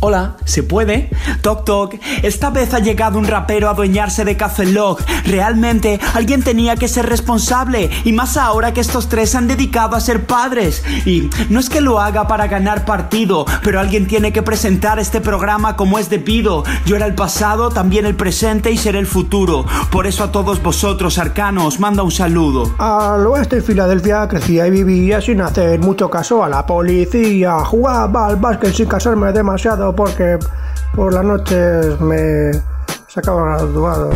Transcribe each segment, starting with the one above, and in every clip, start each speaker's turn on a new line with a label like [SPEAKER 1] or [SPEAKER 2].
[SPEAKER 1] Hola, ¿se puede? Toc toc, esta vez ha llegado un rapero a adueñarse de Café Lock. Realmente alguien tenía que ser responsable y más ahora que estos tres se han dedicado a ser padres. Y no es que lo haga para ganar partido, pero alguien tiene que presentar este programa como es debido. Yo era el pasado, también el presente y seré el futuro. Por eso a todos vosotros, arcanos, manda un saludo.
[SPEAKER 2] Al oeste de este, Filadelfia crecía y vivía sin hacer mucho caso a la policía. Jugaba al básquet sin casarme demasiado porque por las noches me sacaba graduado.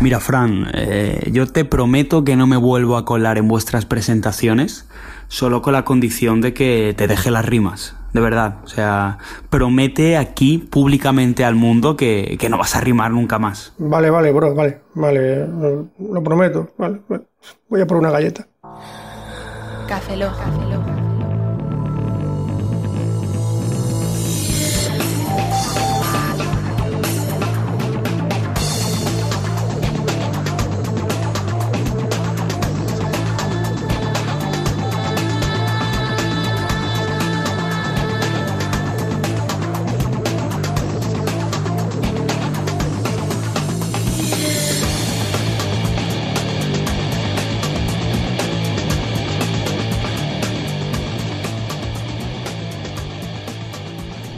[SPEAKER 1] Mira, Fran, eh, yo te prometo que no me vuelvo a colar en vuestras presentaciones, solo con la condición de que te deje las rimas. De verdad, o sea, promete aquí públicamente al mundo que, que no vas a rimar nunca más.
[SPEAKER 2] Vale, vale, bro, vale, vale, eh, lo prometo, vale, vale. Voy a por una galleta.
[SPEAKER 3] Café Lock. Café Lock.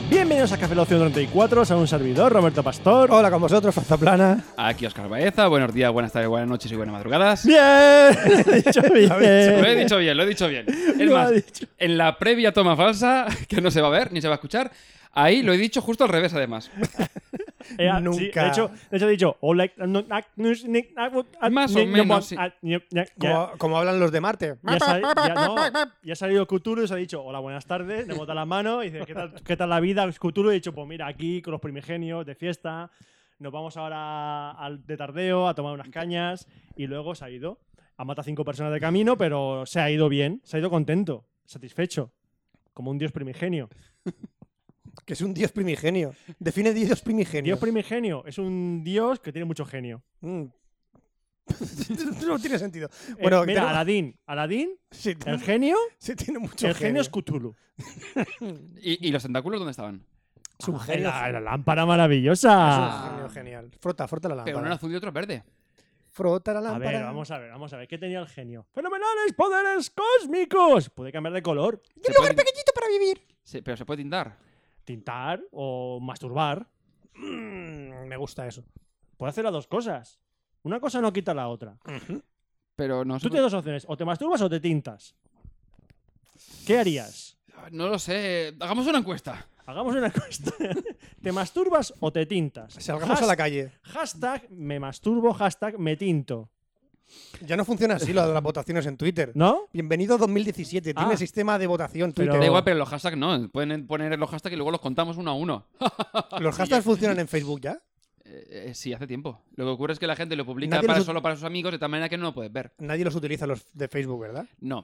[SPEAKER 4] Bienvenidos a Café Lock 134, a un servidor, Roberto Pastor.
[SPEAKER 2] Hola con vosotros, Franza Plana.
[SPEAKER 5] Aquí Oscar Baeza, buenos días, buenas tardes, buenas noches y buenas madrugadas.
[SPEAKER 4] ¡Bien! Lo he dicho bien. Eh,
[SPEAKER 5] Lo he dicho bien, lo he dicho bien. Es
[SPEAKER 4] Lo ha
[SPEAKER 5] más,
[SPEAKER 4] dicho.
[SPEAKER 5] en la previa toma falsa, que no se va a ver ni se va a escuchar, ahí lo he dicho justo al revés además.
[SPEAKER 4] Eh, ah, sí,
[SPEAKER 2] Nunca.
[SPEAKER 4] de, hecho, de hecho he dicho... "Oh, like, no, ah, no, es, ni, ah, bu- ah,
[SPEAKER 5] Más o
[SPEAKER 4] ni, no,
[SPEAKER 5] menos, sí.
[SPEAKER 4] ah, ni, ya- ya-
[SPEAKER 2] Como, como hablan los de Marte.
[SPEAKER 4] ya sali- ya- no, ya ha salido Cthulhu y se ha dicho hola, buenas tardes, le bota la mano y dice ¿qué tal, qué tal la vida? Cthulhu y he dicho pues mira, aquí con los primigenios de fiesta, nos vamos ahora al de tardeo a tomar unas cañas y luego se ha ido. Ha matado a cinco personas de camino, pero se ha ido bien, se ha ido contento, satisfecho, como un dios primigenio.
[SPEAKER 2] Que es un dios primigenio. Define dios primigenio.
[SPEAKER 4] Dios primigenio es un dios que tiene mucho genio.
[SPEAKER 2] Mm. no tiene sentido.
[SPEAKER 4] Eh,
[SPEAKER 2] Bueno,
[SPEAKER 4] mira,
[SPEAKER 2] tenemos-
[SPEAKER 4] Aladín, Aladín,
[SPEAKER 2] sí,
[SPEAKER 4] el
[SPEAKER 2] tiene-
[SPEAKER 4] genio,
[SPEAKER 2] sí, tiene mucho
[SPEAKER 4] el genio es Cthulhu.
[SPEAKER 5] ¿Y, y los tentáculos dónde estaban?
[SPEAKER 2] Es un
[SPEAKER 4] Ah,
[SPEAKER 2] genio.
[SPEAKER 4] la, la
[SPEAKER 2] es
[SPEAKER 4] lámpara
[SPEAKER 2] un
[SPEAKER 4] maravillosa.
[SPEAKER 2] genio genial. Frota, frota
[SPEAKER 4] Ah,
[SPEAKER 2] la lámpara.
[SPEAKER 5] Pero uno era azul y otro es verde.
[SPEAKER 2] Frota la
[SPEAKER 4] A
[SPEAKER 2] lámpara.
[SPEAKER 4] ver, vamos a ver, vamos a ver. ¿Qué tenía el genio? ¡Fenomenales poderes cósmicos! Puede cambiar de color,
[SPEAKER 5] ¿Y un lugar pequeñito para vivir. Sí, pero se puede tintar.
[SPEAKER 4] tintar o masturbar.
[SPEAKER 2] Mm, me gusta eso.
[SPEAKER 4] Puede hacer las dos cosas. Una cosa no quita la otra.
[SPEAKER 5] Pero no, se
[SPEAKER 4] Tú
[SPEAKER 5] puede-
[SPEAKER 4] tienes dos opciones, o te masturbas o te tintas. ¿Qué harías?
[SPEAKER 5] no lo sé. Hagamos una encuesta.
[SPEAKER 4] Hagamos una encuesta. ¿Te masturbas o te tintas?
[SPEAKER 2] Salgamos a
[SPEAKER 4] Has-
[SPEAKER 2] la calle.
[SPEAKER 4] Hashtag me masturbo, hashtag me tinto.
[SPEAKER 2] Ya no funciona así lo de las votaciones en Twitter.
[SPEAKER 4] ¿No?
[SPEAKER 2] Bienvenido 2017. Tiene
[SPEAKER 4] Ah.
[SPEAKER 2] sistema de votación
[SPEAKER 4] Pero-
[SPEAKER 2] Twitter.
[SPEAKER 5] Da igual, pero los hashtags no. Pueden poner los hashtags y luego los contamos uno a uno.
[SPEAKER 2] ¿Los hashtags funcionan en Facebook ya?
[SPEAKER 5] Eh, eh, sí, hace tiempo. Lo que ocurre es que la gente lo publica
[SPEAKER 2] Nadie
[SPEAKER 5] para-
[SPEAKER 2] los-
[SPEAKER 5] solo para sus amigos de tal manera que no lo puedes ver.
[SPEAKER 2] Nadie los utiliza los de Facebook, ¿verdad?
[SPEAKER 5] No.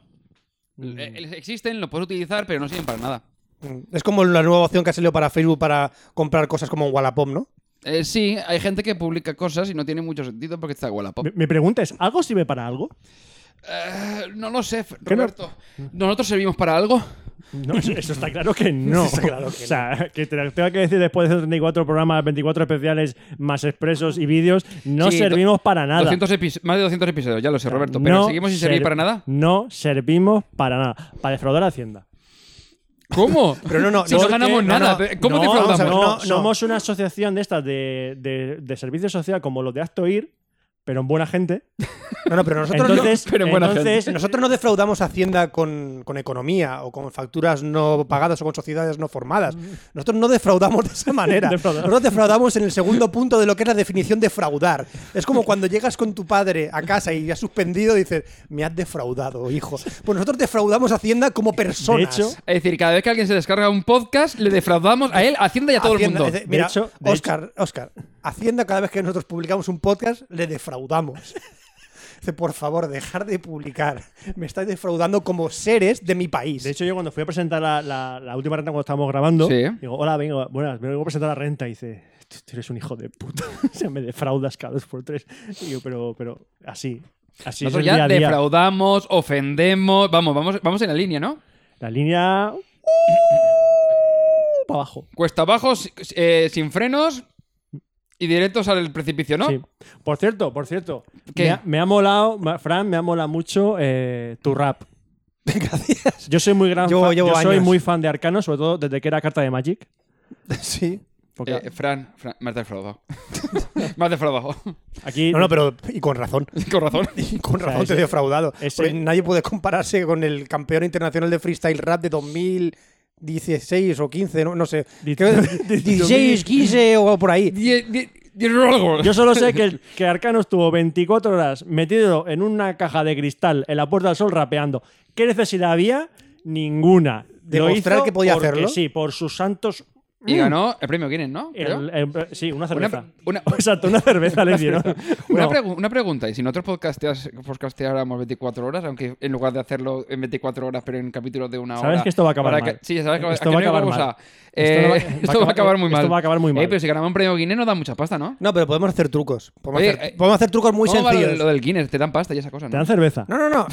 [SPEAKER 5] Eh, eh, Existen, lo puedes utilizar, pero no sirven para nada.
[SPEAKER 2] Mm. Es como la nueva opción que ha salido para Facebook para comprar cosas como en Wallapop, ¿no?
[SPEAKER 5] Eh, sí, hay gente que publica cosas y no tiene mucho sentido porque está
[SPEAKER 2] Oh.
[SPEAKER 5] Wallapop.
[SPEAKER 4] Mi, mi pregunta es, ¿algo sirve para algo?
[SPEAKER 5] Eh, no lo sé, F-
[SPEAKER 4] ¿Qué no?
[SPEAKER 5] Roberto. ¿Nosotros servimos para algo?
[SPEAKER 4] No, eso, eso está claro que no.
[SPEAKER 2] Está claro que
[SPEAKER 4] o sea, que te lo tenga que decir después de esos 34 programas, 24 especiales más expresos y vídeos, no
[SPEAKER 5] Sí, do-
[SPEAKER 4] servimos para nada.
[SPEAKER 5] 200 epi- más de 200 episodios, ya lo sé, Roberto. Pero
[SPEAKER 4] No
[SPEAKER 5] seguimos sin servir
[SPEAKER 4] ser-
[SPEAKER 5] para nada.
[SPEAKER 4] No servimos para nada. Para defraudar a Hacienda.
[SPEAKER 5] ¿Cómo?
[SPEAKER 2] Pero no, no,
[SPEAKER 5] Si no
[SPEAKER 2] porque-
[SPEAKER 5] ganamos
[SPEAKER 2] no,
[SPEAKER 5] nada,
[SPEAKER 2] no,
[SPEAKER 5] pe- ¿cómo
[SPEAKER 4] no,
[SPEAKER 5] defraudamos?
[SPEAKER 2] vamos a ver,
[SPEAKER 4] no,
[SPEAKER 2] no, no.
[SPEAKER 4] somos una asociación de estas de, de, de servicio social como los de Actoir, pero en buena gente.
[SPEAKER 2] No, no, pero nosotros,
[SPEAKER 4] Entonces,
[SPEAKER 5] pero en buena
[SPEAKER 4] entonces
[SPEAKER 2] no, nosotros no defraudamos a Hacienda con, con economía o con facturas no pagadas o con sociedades no formadas. Nosotros no defraudamos de esa manera.
[SPEAKER 4] Mm. Defraudamos.
[SPEAKER 2] Nosotros defraudamos en el segundo punto de lo que es la definición de fraudar. Es como cuando llegas con tu padre a casa y has suspendido y dices, me has defraudado, hijo. Pues nosotros defraudamos a Hacienda como personas.
[SPEAKER 4] De hecho,
[SPEAKER 5] Es decir, cada vez que alguien se descarga un podcast, le defraudamos a él, a Hacienda y a todo
[SPEAKER 2] Hacienda,
[SPEAKER 5] el
[SPEAKER 2] es de-
[SPEAKER 5] mundo.
[SPEAKER 2] mira,
[SPEAKER 4] hecho- de
[SPEAKER 2] Oscar, Oscar, Hacienda, cada vez que nosotros publicamos un podcast, le defraudamos. Dice, por favor, dejar de publicar. Me estáis defraudando como seres de mi país.
[SPEAKER 4] De hecho, yo cuando fui a presentar la, la- la última renta cuando estábamos grabando,
[SPEAKER 5] Sí.
[SPEAKER 4] digo, hola, vengo, buenas, vengo a presentar la renta. Y dice, tú, tú eres un hijo de puta. o sea, me defraudas cada dos por tres. Y yo, pero, pero así. Así es el
[SPEAKER 5] Nosotros ya
[SPEAKER 4] día a día.
[SPEAKER 5] defraudamos, ofendemos. Vamos, vamos, vamos en la línea, ¿no?
[SPEAKER 4] La línea. uh, para abajo.
[SPEAKER 5] Cuesta abajo, si- eh, sin frenos y directos al precipicio, ¿no?
[SPEAKER 4] Sí. Por cierto, por cierto.
[SPEAKER 5] ¿Qué?
[SPEAKER 4] Me ha, me ha molado, ma- Fran, me ha molado mucho eh, tu rap.
[SPEAKER 6] Gracias.
[SPEAKER 4] Yo soy muy gran
[SPEAKER 6] Llevo-
[SPEAKER 4] fan,
[SPEAKER 6] llevo
[SPEAKER 4] yo soy
[SPEAKER 6] años.
[SPEAKER 4] muy fan de Arcano, sobre todo desde que era carta de Magic.
[SPEAKER 6] Sí.
[SPEAKER 4] Porque
[SPEAKER 5] Eh, Fran, Fran, me has defraudado. me has defraudado.
[SPEAKER 4] aquí.
[SPEAKER 6] No, no, pero. Y con razón.
[SPEAKER 5] Con razón.
[SPEAKER 6] Y con
[SPEAKER 4] sea,
[SPEAKER 6] razón te he
[SPEAKER 4] ese-
[SPEAKER 6] defraudado.
[SPEAKER 4] ese-
[SPEAKER 6] Porque nadie puede compararse con el campeón internacional de freestyle rap de 2016 o 15, no, no sé.
[SPEAKER 4] Di-
[SPEAKER 6] Creo- 16, 15 o por ahí.
[SPEAKER 5] Die- die- die- rolgo.
[SPEAKER 4] Yo solo sé que, el- que Arcano estuvo 24 horas metido en una caja de cristal en la Puerta del Sol rapeando. ¿Qué necesidad había? Ninguna. Lo
[SPEAKER 6] ¿Demostrar
[SPEAKER 4] hizo
[SPEAKER 6] que podía
[SPEAKER 4] porque
[SPEAKER 6] hacerlo?
[SPEAKER 4] Sí, por sus santos.
[SPEAKER 5] Y ganó el premio Guinness, ¿no? Creo.
[SPEAKER 4] Mm. el- el- sí, una
[SPEAKER 5] Una,
[SPEAKER 4] cerveza.
[SPEAKER 5] pre- una-
[SPEAKER 4] Exacto, una cerveza le dieron.
[SPEAKER 5] una
[SPEAKER 4] No.
[SPEAKER 5] pregu- una pregunta, y si nosotros podcasteas- podcasteáramos 24 horas, aunque en lugar de hacerlo en 24 horas, pero en capítulos de una
[SPEAKER 4] Sabes
[SPEAKER 5] hora.
[SPEAKER 4] que esto va a acabar
[SPEAKER 5] para que-
[SPEAKER 4] mal.
[SPEAKER 5] Sí, ya sabes que
[SPEAKER 4] Esto va a
[SPEAKER 5] aquí no hay
[SPEAKER 4] acabar
[SPEAKER 5] cosa.
[SPEAKER 4] mal.
[SPEAKER 5] Eh,
[SPEAKER 4] Esto va-
[SPEAKER 5] Esto, va, a acabar muy mal.
[SPEAKER 4] Esto va a acabar muy
[SPEAKER 5] Eh,
[SPEAKER 4] mal.
[SPEAKER 5] pero si ganamos un premio Guinness nos da mucha pasta, ¿no?
[SPEAKER 6] No, pero podemos hacer trucos. Podemos,
[SPEAKER 5] Oye,
[SPEAKER 6] hacer,
[SPEAKER 5] eh,
[SPEAKER 6] podemos hacer trucos muy
[SPEAKER 5] ¿Cómo va lo-
[SPEAKER 6] sencillos.
[SPEAKER 5] lo del Guinness? Te dan pasta y esa cosa,
[SPEAKER 4] Te
[SPEAKER 5] ¿no?
[SPEAKER 4] dan cerveza.
[SPEAKER 6] No, no, no.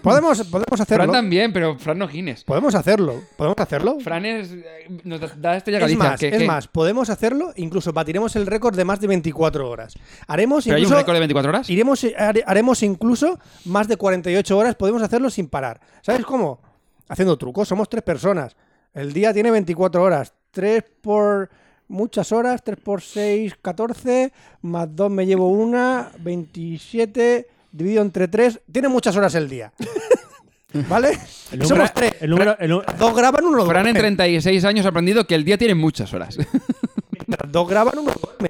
[SPEAKER 6] podemos, podemos
[SPEAKER 5] Fran
[SPEAKER 6] hacerlo.
[SPEAKER 5] también, pero Fran no Guinness.
[SPEAKER 6] Podemos hacerlo. Podemos hacerlo.
[SPEAKER 5] Fran es, eh, nos da- da esto
[SPEAKER 6] Es
[SPEAKER 5] llegadita.
[SPEAKER 6] más,
[SPEAKER 5] que-
[SPEAKER 6] es
[SPEAKER 5] que-
[SPEAKER 6] más, podemos hacerlo, incluso batiremos el récord de más de 24 horas. Haremos
[SPEAKER 5] ¿Pero hay un
[SPEAKER 6] incluso,
[SPEAKER 5] récord de 24 horas?
[SPEAKER 6] iremos, hare- haremos incluso más de 48 horas, podemos hacerlo sin parar. ¿Sabes cómo? Haciendo trucos, somos tres personas. El día tiene 24 horas, 3 por muchas horas, 3 por 6, 14, más 2 me llevo una, 27, dividido entre 3, tiene muchas horas el día. ¿Vale?
[SPEAKER 4] El número-
[SPEAKER 6] Somos tres.
[SPEAKER 4] el número- el nu-
[SPEAKER 6] Dos graban, uno
[SPEAKER 5] Fran en
[SPEAKER 6] duerme.
[SPEAKER 5] 36 años ha aprendido que el día tiene muchas horas.
[SPEAKER 6] Mientras dos graban, uno duerme.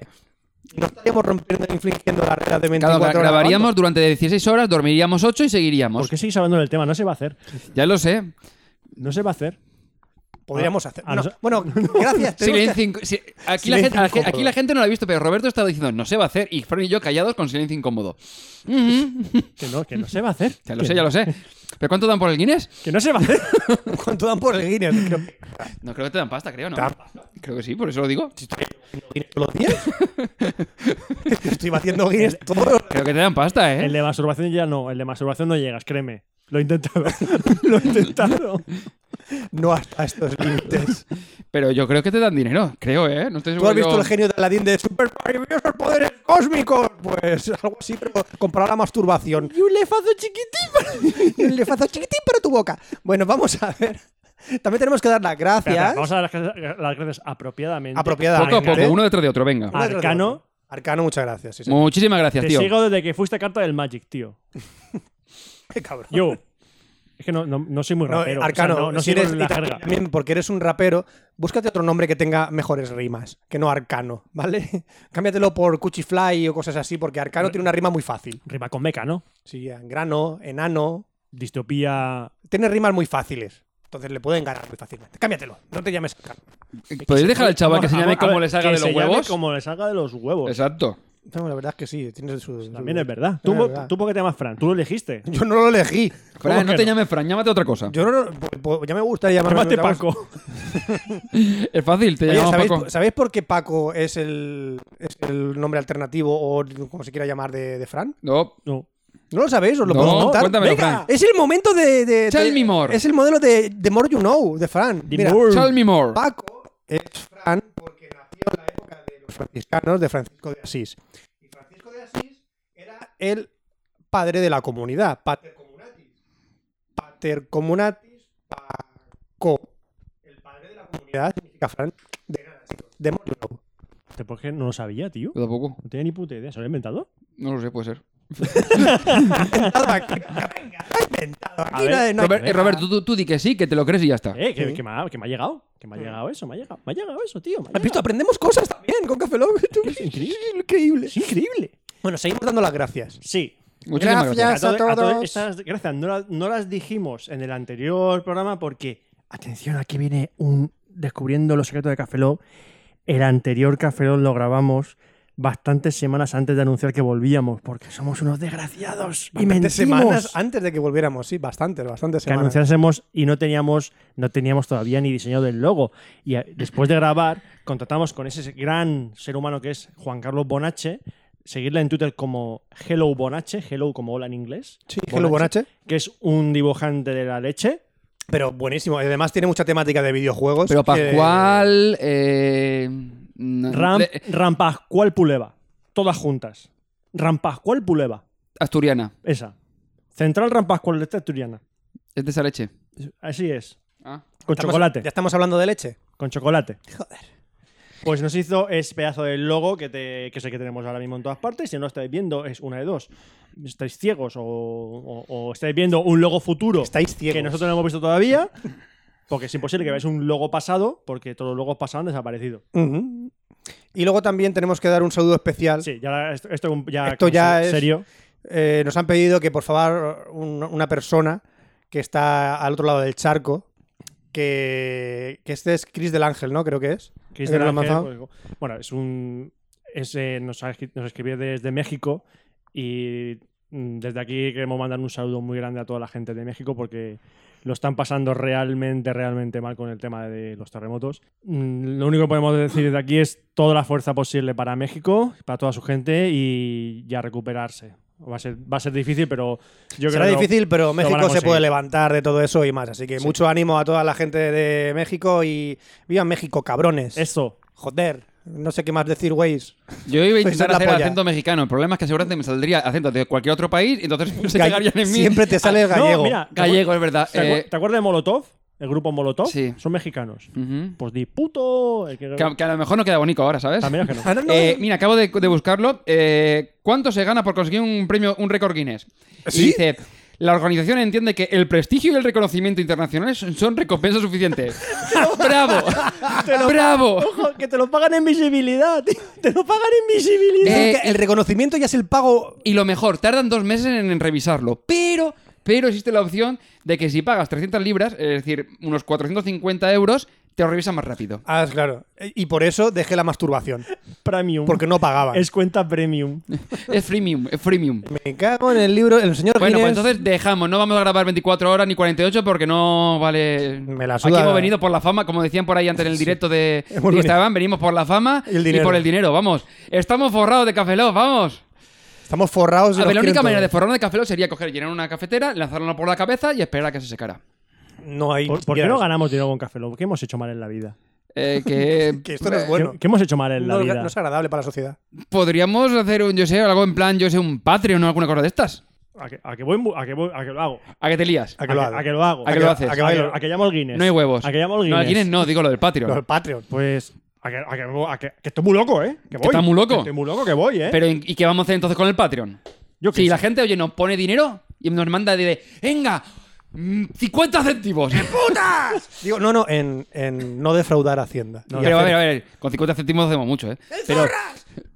[SPEAKER 6] No estaríamos rompiendo e infligiendo la regla de 24
[SPEAKER 5] Claro,
[SPEAKER 6] horas.
[SPEAKER 5] grabaríamos durante 16 horas, dormiríamos 8 y seguiríamos.
[SPEAKER 4] ¿Por qué seguís hablando del tema? No se va a hacer.
[SPEAKER 5] Ya lo sé.
[SPEAKER 4] No se va a hacer.
[SPEAKER 6] Podríamos hacer.
[SPEAKER 4] A
[SPEAKER 6] no,
[SPEAKER 4] noso-
[SPEAKER 6] Bueno, gracias. tenemos
[SPEAKER 5] Silencio inc- si- aquí, la
[SPEAKER 6] Silencio
[SPEAKER 5] gente, la gen-
[SPEAKER 6] incómodo.
[SPEAKER 5] aquí la gente no lo ha visto, pero Roberto estaba diciendo no se va a hacer y Fran y yo callados con silencio incómodo. Ujú.
[SPEAKER 4] Que no, que no se va a hacer.
[SPEAKER 5] Ya lo
[SPEAKER 4] Que-
[SPEAKER 5] sé, ya lo sé. ¿Pero cuánto dan por el Guinness?
[SPEAKER 4] Que no se va a hacer.
[SPEAKER 6] que- ¿Cuánto dan por el Guinness? Creo que
[SPEAKER 5] No creo que te dan pasta, creo, ¿no?
[SPEAKER 6] ¿Te dan
[SPEAKER 5] Creo que sí, por eso lo digo.
[SPEAKER 6] Guinness todos los días. Estoy batiendo Guinness todo.
[SPEAKER 5] Creo que te dan pasta, ¿eh?
[SPEAKER 4] El de masturbación ya no. El de masturbación no llegas, créeme. Lo he intentado. lo he intentado.
[SPEAKER 6] No hasta estos límites.
[SPEAKER 5] Pero yo creo que te dan dinero, creo, ¿eh? No estoy
[SPEAKER 6] ¿Tú
[SPEAKER 5] seguro.
[SPEAKER 6] has visto
[SPEAKER 5] yo-
[SPEAKER 6] el genio de Aladdin de super maravillosos poderes cósmicos? Pues algo así, pero comparado a la masturbación. Y un lefazo chiquitín. y un lefazo chiquitín para tu boca. Bueno, vamos a ver. También tenemos que dar las
[SPEAKER 4] Espera,
[SPEAKER 6] gracias.
[SPEAKER 4] espera, Vamos a dar las gracias- las gracias apropiadamente.
[SPEAKER 6] Apropiadamente.
[SPEAKER 5] Poco a poco,
[SPEAKER 6] ¿eh?
[SPEAKER 5] uno detrás de otro, venga.
[SPEAKER 4] Ah, Arcano.
[SPEAKER 6] Arcano, muchas gracias. Sí, señor.
[SPEAKER 5] Muchísimas gracias,
[SPEAKER 4] Te
[SPEAKER 5] tío.
[SPEAKER 4] sigo desde que fuiste carta del Magic, tío.
[SPEAKER 6] Qué cabrón.
[SPEAKER 4] Yo. Es que no, no, no soy muy
[SPEAKER 6] No, eh,
[SPEAKER 4] rapero. o sea,
[SPEAKER 6] Arcano,
[SPEAKER 4] no, no
[SPEAKER 6] si
[SPEAKER 4] sigo
[SPEAKER 6] eres,
[SPEAKER 4] en la
[SPEAKER 6] y también-
[SPEAKER 4] jerga.
[SPEAKER 6] también porque eres un rapero, búscate otro nombre que tenga mejores rimas, que no Arcano, ¿vale? Cámbiatelo por Cuchifly o cosas así, porque Arcano tiene una rima muy fácil.
[SPEAKER 4] Rima con meca, ¿no?
[SPEAKER 6] Sí, grano, enano,
[SPEAKER 4] Distopía.
[SPEAKER 6] tiene rimas muy fáciles. Entonces le pueden ganar muy fácilmente. Cámbiatelo, no te llames Arcano.
[SPEAKER 5] ¿Podéis dejar al chaval que se llame
[SPEAKER 4] Vamos a
[SPEAKER 5] como
[SPEAKER 4] ver,
[SPEAKER 5] le salga
[SPEAKER 4] que
[SPEAKER 5] de los
[SPEAKER 4] se llame
[SPEAKER 5] huevos?
[SPEAKER 4] Como le salga de los huevos.
[SPEAKER 5] Exacto.
[SPEAKER 6] No, la verdad es que sí, tienes su... su-
[SPEAKER 4] También es verdad. ¿Tú,
[SPEAKER 6] Es verdad.
[SPEAKER 4] ¿Tú por qué te llamas Fran? Tú lo elegiste.
[SPEAKER 6] Yo no lo elegí.
[SPEAKER 5] Fran,
[SPEAKER 4] ¿Cómo
[SPEAKER 5] no
[SPEAKER 4] que
[SPEAKER 5] te
[SPEAKER 4] no?
[SPEAKER 5] llames Fran, llámate otra cosa.
[SPEAKER 6] Yo no, po- po- ya me gustaría llamarme...
[SPEAKER 4] Llámate
[SPEAKER 6] ¿sabes?
[SPEAKER 4] Paco.
[SPEAKER 5] Es fácil, te
[SPEAKER 6] Oye,
[SPEAKER 5] llamas
[SPEAKER 6] ¿sabéis,
[SPEAKER 5] Paco.
[SPEAKER 6] sabéis por qué Paco es el, es el nombre alternativo o como se quiera llamar de, de Fran?
[SPEAKER 5] No,
[SPEAKER 4] No.
[SPEAKER 6] ¿No lo sabéis? ¿Os lo
[SPEAKER 5] No,
[SPEAKER 6] puedo contar?
[SPEAKER 5] cuéntamelo, Fran.
[SPEAKER 6] Es el momento de... de-
[SPEAKER 5] Tell
[SPEAKER 6] de-
[SPEAKER 5] me more.
[SPEAKER 6] Es el modelo de The More You Know, de Fran.
[SPEAKER 4] The
[SPEAKER 6] Mira,
[SPEAKER 4] more-
[SPEAKER 5] tell me more.
[SPEAKER 6] Paco es Fran porque nació en la época de los franciscanos de Francisco de Asís. Y Francisco de Asís era el padre de la comunidad, pater comunatis. Pater comunatis, Paco. El padre de la comunidad significa Fran de The More You Know.
[SPEAKER 4] Este, ¿Por qué no lo sabía, tío?
[SPEAKER 5] Yo tampoco.
[SPEAKER 4] No tenía ni puta idea. ¿Se lo he inventado?
[SPEAKER 5] No lo sé, puede ser.
[SPEAKER 6] Aquí
[SPEAKER 4] ver,
[SPEAKER 6] nadie- no hay-
[SPEAKER 5] Robert- eh, Roberto, tú, tú di que sí, que te lo crees y ya está.
[SPEAKER 4] Eh, que,
[SPEAKER 6] Sí. Ah.
[SPEAKER 4] que me ha, que me ha llegado. Que me ha llegado eso, me ha llegado. Me ha llegado eso, tío. me ha
[SPEAKER 6] ¿Has visto?
[SPEAKER 4] llegado.
[SPEAKER 6] Aprendemos cosas también con Café Lock.
[SPEAKER 4] Es increíble.
[SPEAKER 6] increíble.
[SPEAKER 4] Es increíble.
[SPEAKER 6] Bueno, seguimos dando las gracias.
[SPEAKER 4] Sí.
[SPEAKER 5] Muchísimas
[SPEAKER 6] Gracias.
[SPEAKER 5] gracias.
[SPEAKER 4] A todo-
[SPEAKER 6] a
[SPEAKER 4] a todo-
[SPEAKER 6] todos.
[SPEAKER 4] estas gracias no, las- no las dijimos en el anterior programa porque, atención, aquí viene un descubriendo los secretos de Café Lock. El anterior Café Lock lo grabamos bastantes semanas antes de anunciar que volvíamos porque somos unos desgraciados y
[SPEAKER 6] Bastantes
[SPEAKER 4] mentimos.
[SPEAKER 6] semanas antes de que volviéramos, sí, bastantes, bastantes
[SPEAKER 4] que
[SPEAKER 6] semanas.
[SPEAKER 4] anunciásemos y no teníamos, no teníamos todavía ni diseñado el logo. Y eh, después de grabar, contratamos con ese gran ser humano que es Juan Carlos Bonache, seguirle en Twitter como Hello Bonache, Hello como hola en inglés,
[SPEAKER 6] Sí, Hello Bonache.
[SPEAKER 4] que es un dibujante de la leche.
[SPEAKER 6] Pero buenísimo. Y además tiene mucha temática de
[SPEAKER 4] pues
[SPEAKER 6] videojuegos.
[SPEAKER 5] Pero
[SPEAKER 6] que-
[SPEAKER 5] Pascual. Eh, no-
[SPEAKER 4] Ram,
[SPEAKER 5] de-
[SPEAKER 4] Ram Pascual Puleva. Todas juntas. Ram Pascual Puleva.
[SPEAKER 5] Asturiana.
[SPEAKER 4] Esa. Central Ram Pascual de Asturiana.
[SPEAKER 5] Es de esa leche.
[SPEAKER 4] Así es.
[SPEAKER 5] Ah.
[SPEAKER 4] Con
[SPEAKER 6] Estamos-
[SPEAKER 4] chocolate.
[SPEAKER 6] Ya estamos hablando de leche.
[SPEAKER 4] Con chocolate. Pues nos hizo ese pedazo del logo que, te, que sé que tenemos ahora mismo en todas partes. Si no lo estáis viendo, es una de dos. Estáis ciegos o, o- o estáis viendo un logo futuro
[SPEAKER 6] Estáis ciegos.
[SPEAKER 4] que nosotros no hemos visto todavía. Porque es imposible que veáis un logo pasado, porque todos los logos pasados han desaparecido.
[SPEAKER 6] Ujú. Y luego también tenemos que dar un saludo especial.
[SPEAKER 4] Sí, ya esto, esto es un- ya,
[SPEAKER 6] Esto
[SPEAKER 4] como
[SPEAKER 6] ya
[SPEAKER 4] se-
[SPEAKER 6] es-
[SPEAKER 4] serio.
[SPEAKER 6] Eh, nos han pedido que por favor un- una persona que está al otro lado del charco, que, que este es Chris del Ángel, ¿no? Creo que es.
[SPEAKER 4] Chris
[SPEAKER 6] Creo
[SPEAKER 4] del
[SPEAKER 6] que lo han
[SPEAKER 4] Ángel,
[SPEAKER 6] lanzado.
[SPEAKER 4] pues, bueno, es un. es, eh, nos, ha escri- nos escribió desde México y mm, desde aquí queremos mandar un saludo muy grande a toda la gente de México porque lo están pasando realmente, realmente mal con el tema de los terremotos. Mm, Lo único que podemos decir desde aquí es toda la fuerza posible para México, para toda su gente y ya recuperarse. Va a ser, va a ser difícil, pero yo
[SPEAKER 6] Será
[SPEAKER 4] creo que.
[SPEAKER 6] difícil, pero
[SPEAKER 4] van a
[SPEAKER 6] México se
[SPEAKER 4] conseguir.
[SPEAKER 6] puede levantar de todo eso y más. Así que
[SPEAKER 4] Sí.
[SPEAKER 6] mucho ánimo a toda la gente de México y viva México, cabrones.
[SPEAKER 4] Eso.
[SPEAKER 6] Joder, no sé qué más decir,
[SPEAKER 5] Yo
[SPEAKER 6] güeyes.
[SPEAKER 4] Pues
[SPEAKER 5] iba a intentar
[SPEAKER 6] la
[SPEAKER 5] hacer el
[SPEAKER 6] polla.
[SPEAKER 5] acento mexicano. El problema es que seguramente me saldría acento de cualquier otro país y entonces se
[SPEAKER 6] Gall-
[SPEAKER 5] cagarían en mí. Ah,
[SPEAKER 6] Siempre te sale
[SPEAKER 4] Ah, No,
[SPEAKER 6] gallego.
[SPEAKER 4] mira.
[SPEAKER 5] Gallego, es verdad.
[SPEAKER 4] ¿Te, acuer-
[SPEAKER 5] Eh,
[SPEAKER 4] te acuerdas de Molotov? El grupo Molotov.
[SPEAKER 5] Sí.
[SPEAKER 4] Son mexicanos.
[SPEAKER 5] ujú.
[SPEAKER 4] Pues di puto. el que-
[SPEAKER 5] que, a- que a lo mejor no queda bonito ahora, ¿sabes?
[SPEAKER 4] También es que no.
[SPEAKER 6] Ah, no, no.
[SPEAKER 5] Eh, mira, acabo de, de buscarlo. Eh, ¿Cuánto se gana por conseguir un premio, un récord Guinness? Y dice, la organización entiende que el prestigio y el reconocimiento internacionales son, son recompensas suficientes. ¡Bravo! ¡Bravo!
[SPEAKER 4] Ojo, que te lo pagan en visibilidad, tío. Te lo pagan en visibilidad.
[SPEAKER 5] eh,
[SPEAKER 6] Es que el reconocimiento ya es el pago.
[SPEAKER 5] Y lo mejor, tardan dos meses en, en revisarlo, pero... Pero existe la opción de que si pagas 300 libras, es decir, unos 450 euros, te lo revisan más rápido.
[SPEAKER 6] Ah, claro. Y por eso dejé la masturbación.
[SPEAKER 4] Premium.
[SPEAKER 6] Porque no pagaban.
[SPEAKER 4] es cuenta premium.
[SPEAKER 5] Es freemium, es freemium.
[SPEAKER 6] Me cago en el libro. El señor
[SPEAKER 5] Bueno, pues
[SPEAKER 6] Guinness-
[SPEAKER 5] entonces dejamos, no vamos a grabar 24 horas ni 48 porque no vale.
[SPEAKER 6] Me la
[SPEAKER 5] Aquí
[SPEAKER 6] suda.
[SPEAKER 5] hemos venido por la fama, como decían por ahí antes en el directo de
[SPEAKER 6] Hemos venido.
[SPEAKER 5] Instagram, venimos por la fama
[SPEAKER 6] Y el
[SPEAKER 5] y
[SPEAKER 6] dinero.
[SPEAKER 5] por el dinero, vamos. Estamos forrados de Café Lock, vamos.
[SPEAKER 6] Estamos forrados de
[SPEAKER 5] A ver, la
[SPEAKER 6] los
[SPEAKER 5] única
[SPEAKER 6] 100
[SPEAKER 5] manera de forrarnos de Café Lock sería coger, llenar una cafetera, lanzarla por la cabeza y esperar a que se secara.
[SPEAKER 6] No hay.
[SPEAKER 4] ¿Por, por qué no ganamos dinero con Café Lock? ¿Qué hemos hecho mal en la vida?
[SPEAKER 5] Eh, que
[SPEAKER 6] Que esto no es
[SPEAKER 4] ¿Qué-
[SPEAKER 6] bueno.
[SPEAKER 4] ¿Qué, hemos hecho mal en la
[SPEAKER 6] no,
[SPEAKER 4] vida?
[SPEAKER 6] no es agradable para la sociedad.
[SPEAKER 5] podríamos hacer un, yo sé, algo en plan, yo sé, un Patreon o alguna cosa de estas.
[SPEAKER 4] ¿A, que, a, que voy en bu- a que voy- a que lo hago.
[SPEAKER 5] ¿A qué te lías?
[SPEAKER 6] A que lo hago.
[SPEAKER 4] a que lo hago.
[SPEAKER 5] ¿A que lo haces?
[SPEAKER 4] A que,
[SPEAKER 6] bailo.
[SPEAKER 4] a que llamo al Guinness.
[SPEAKER 5] No hay huevos.
[SPEAKER 4] A que llamo al
[SPEAKER 5] No,
[SPEAKER 4] Guinness.
[SPEAKER 5] al Guinness no, digo lo del Patreon.
[SPEAKER 6] Lo del Patreon.
[SPEAKER 4] Pues. A que, a que, a que- que estoy muy loco, ¿eh? Que voy.
[SPEAKER 5] estás muy loco.
[SPEAKER 4] Que estoy muy loco que voy, ¿eh?
[SPEAKER 5] Pero, ¿y qué vamos a hacer entonces con el Patreon?
[SPEAKER 4] Yo qué
[SPEAKER 5] Si
[SPEAKER 4] sé.
[SPEAKER 5] la gente, oye, nos pone dinero y nos manda de, venga, mm, 50 céntimos.
[SPEAKER 6] Digo, no, no, en, en no defraudar a Hacienda. Y
[SPEAKER 5] Pero a ver,
[SPEAKER 6] hacer-
[SPEAKER 5] a ver, con 50 céntimos hacemos mucho, ¿eh? Pero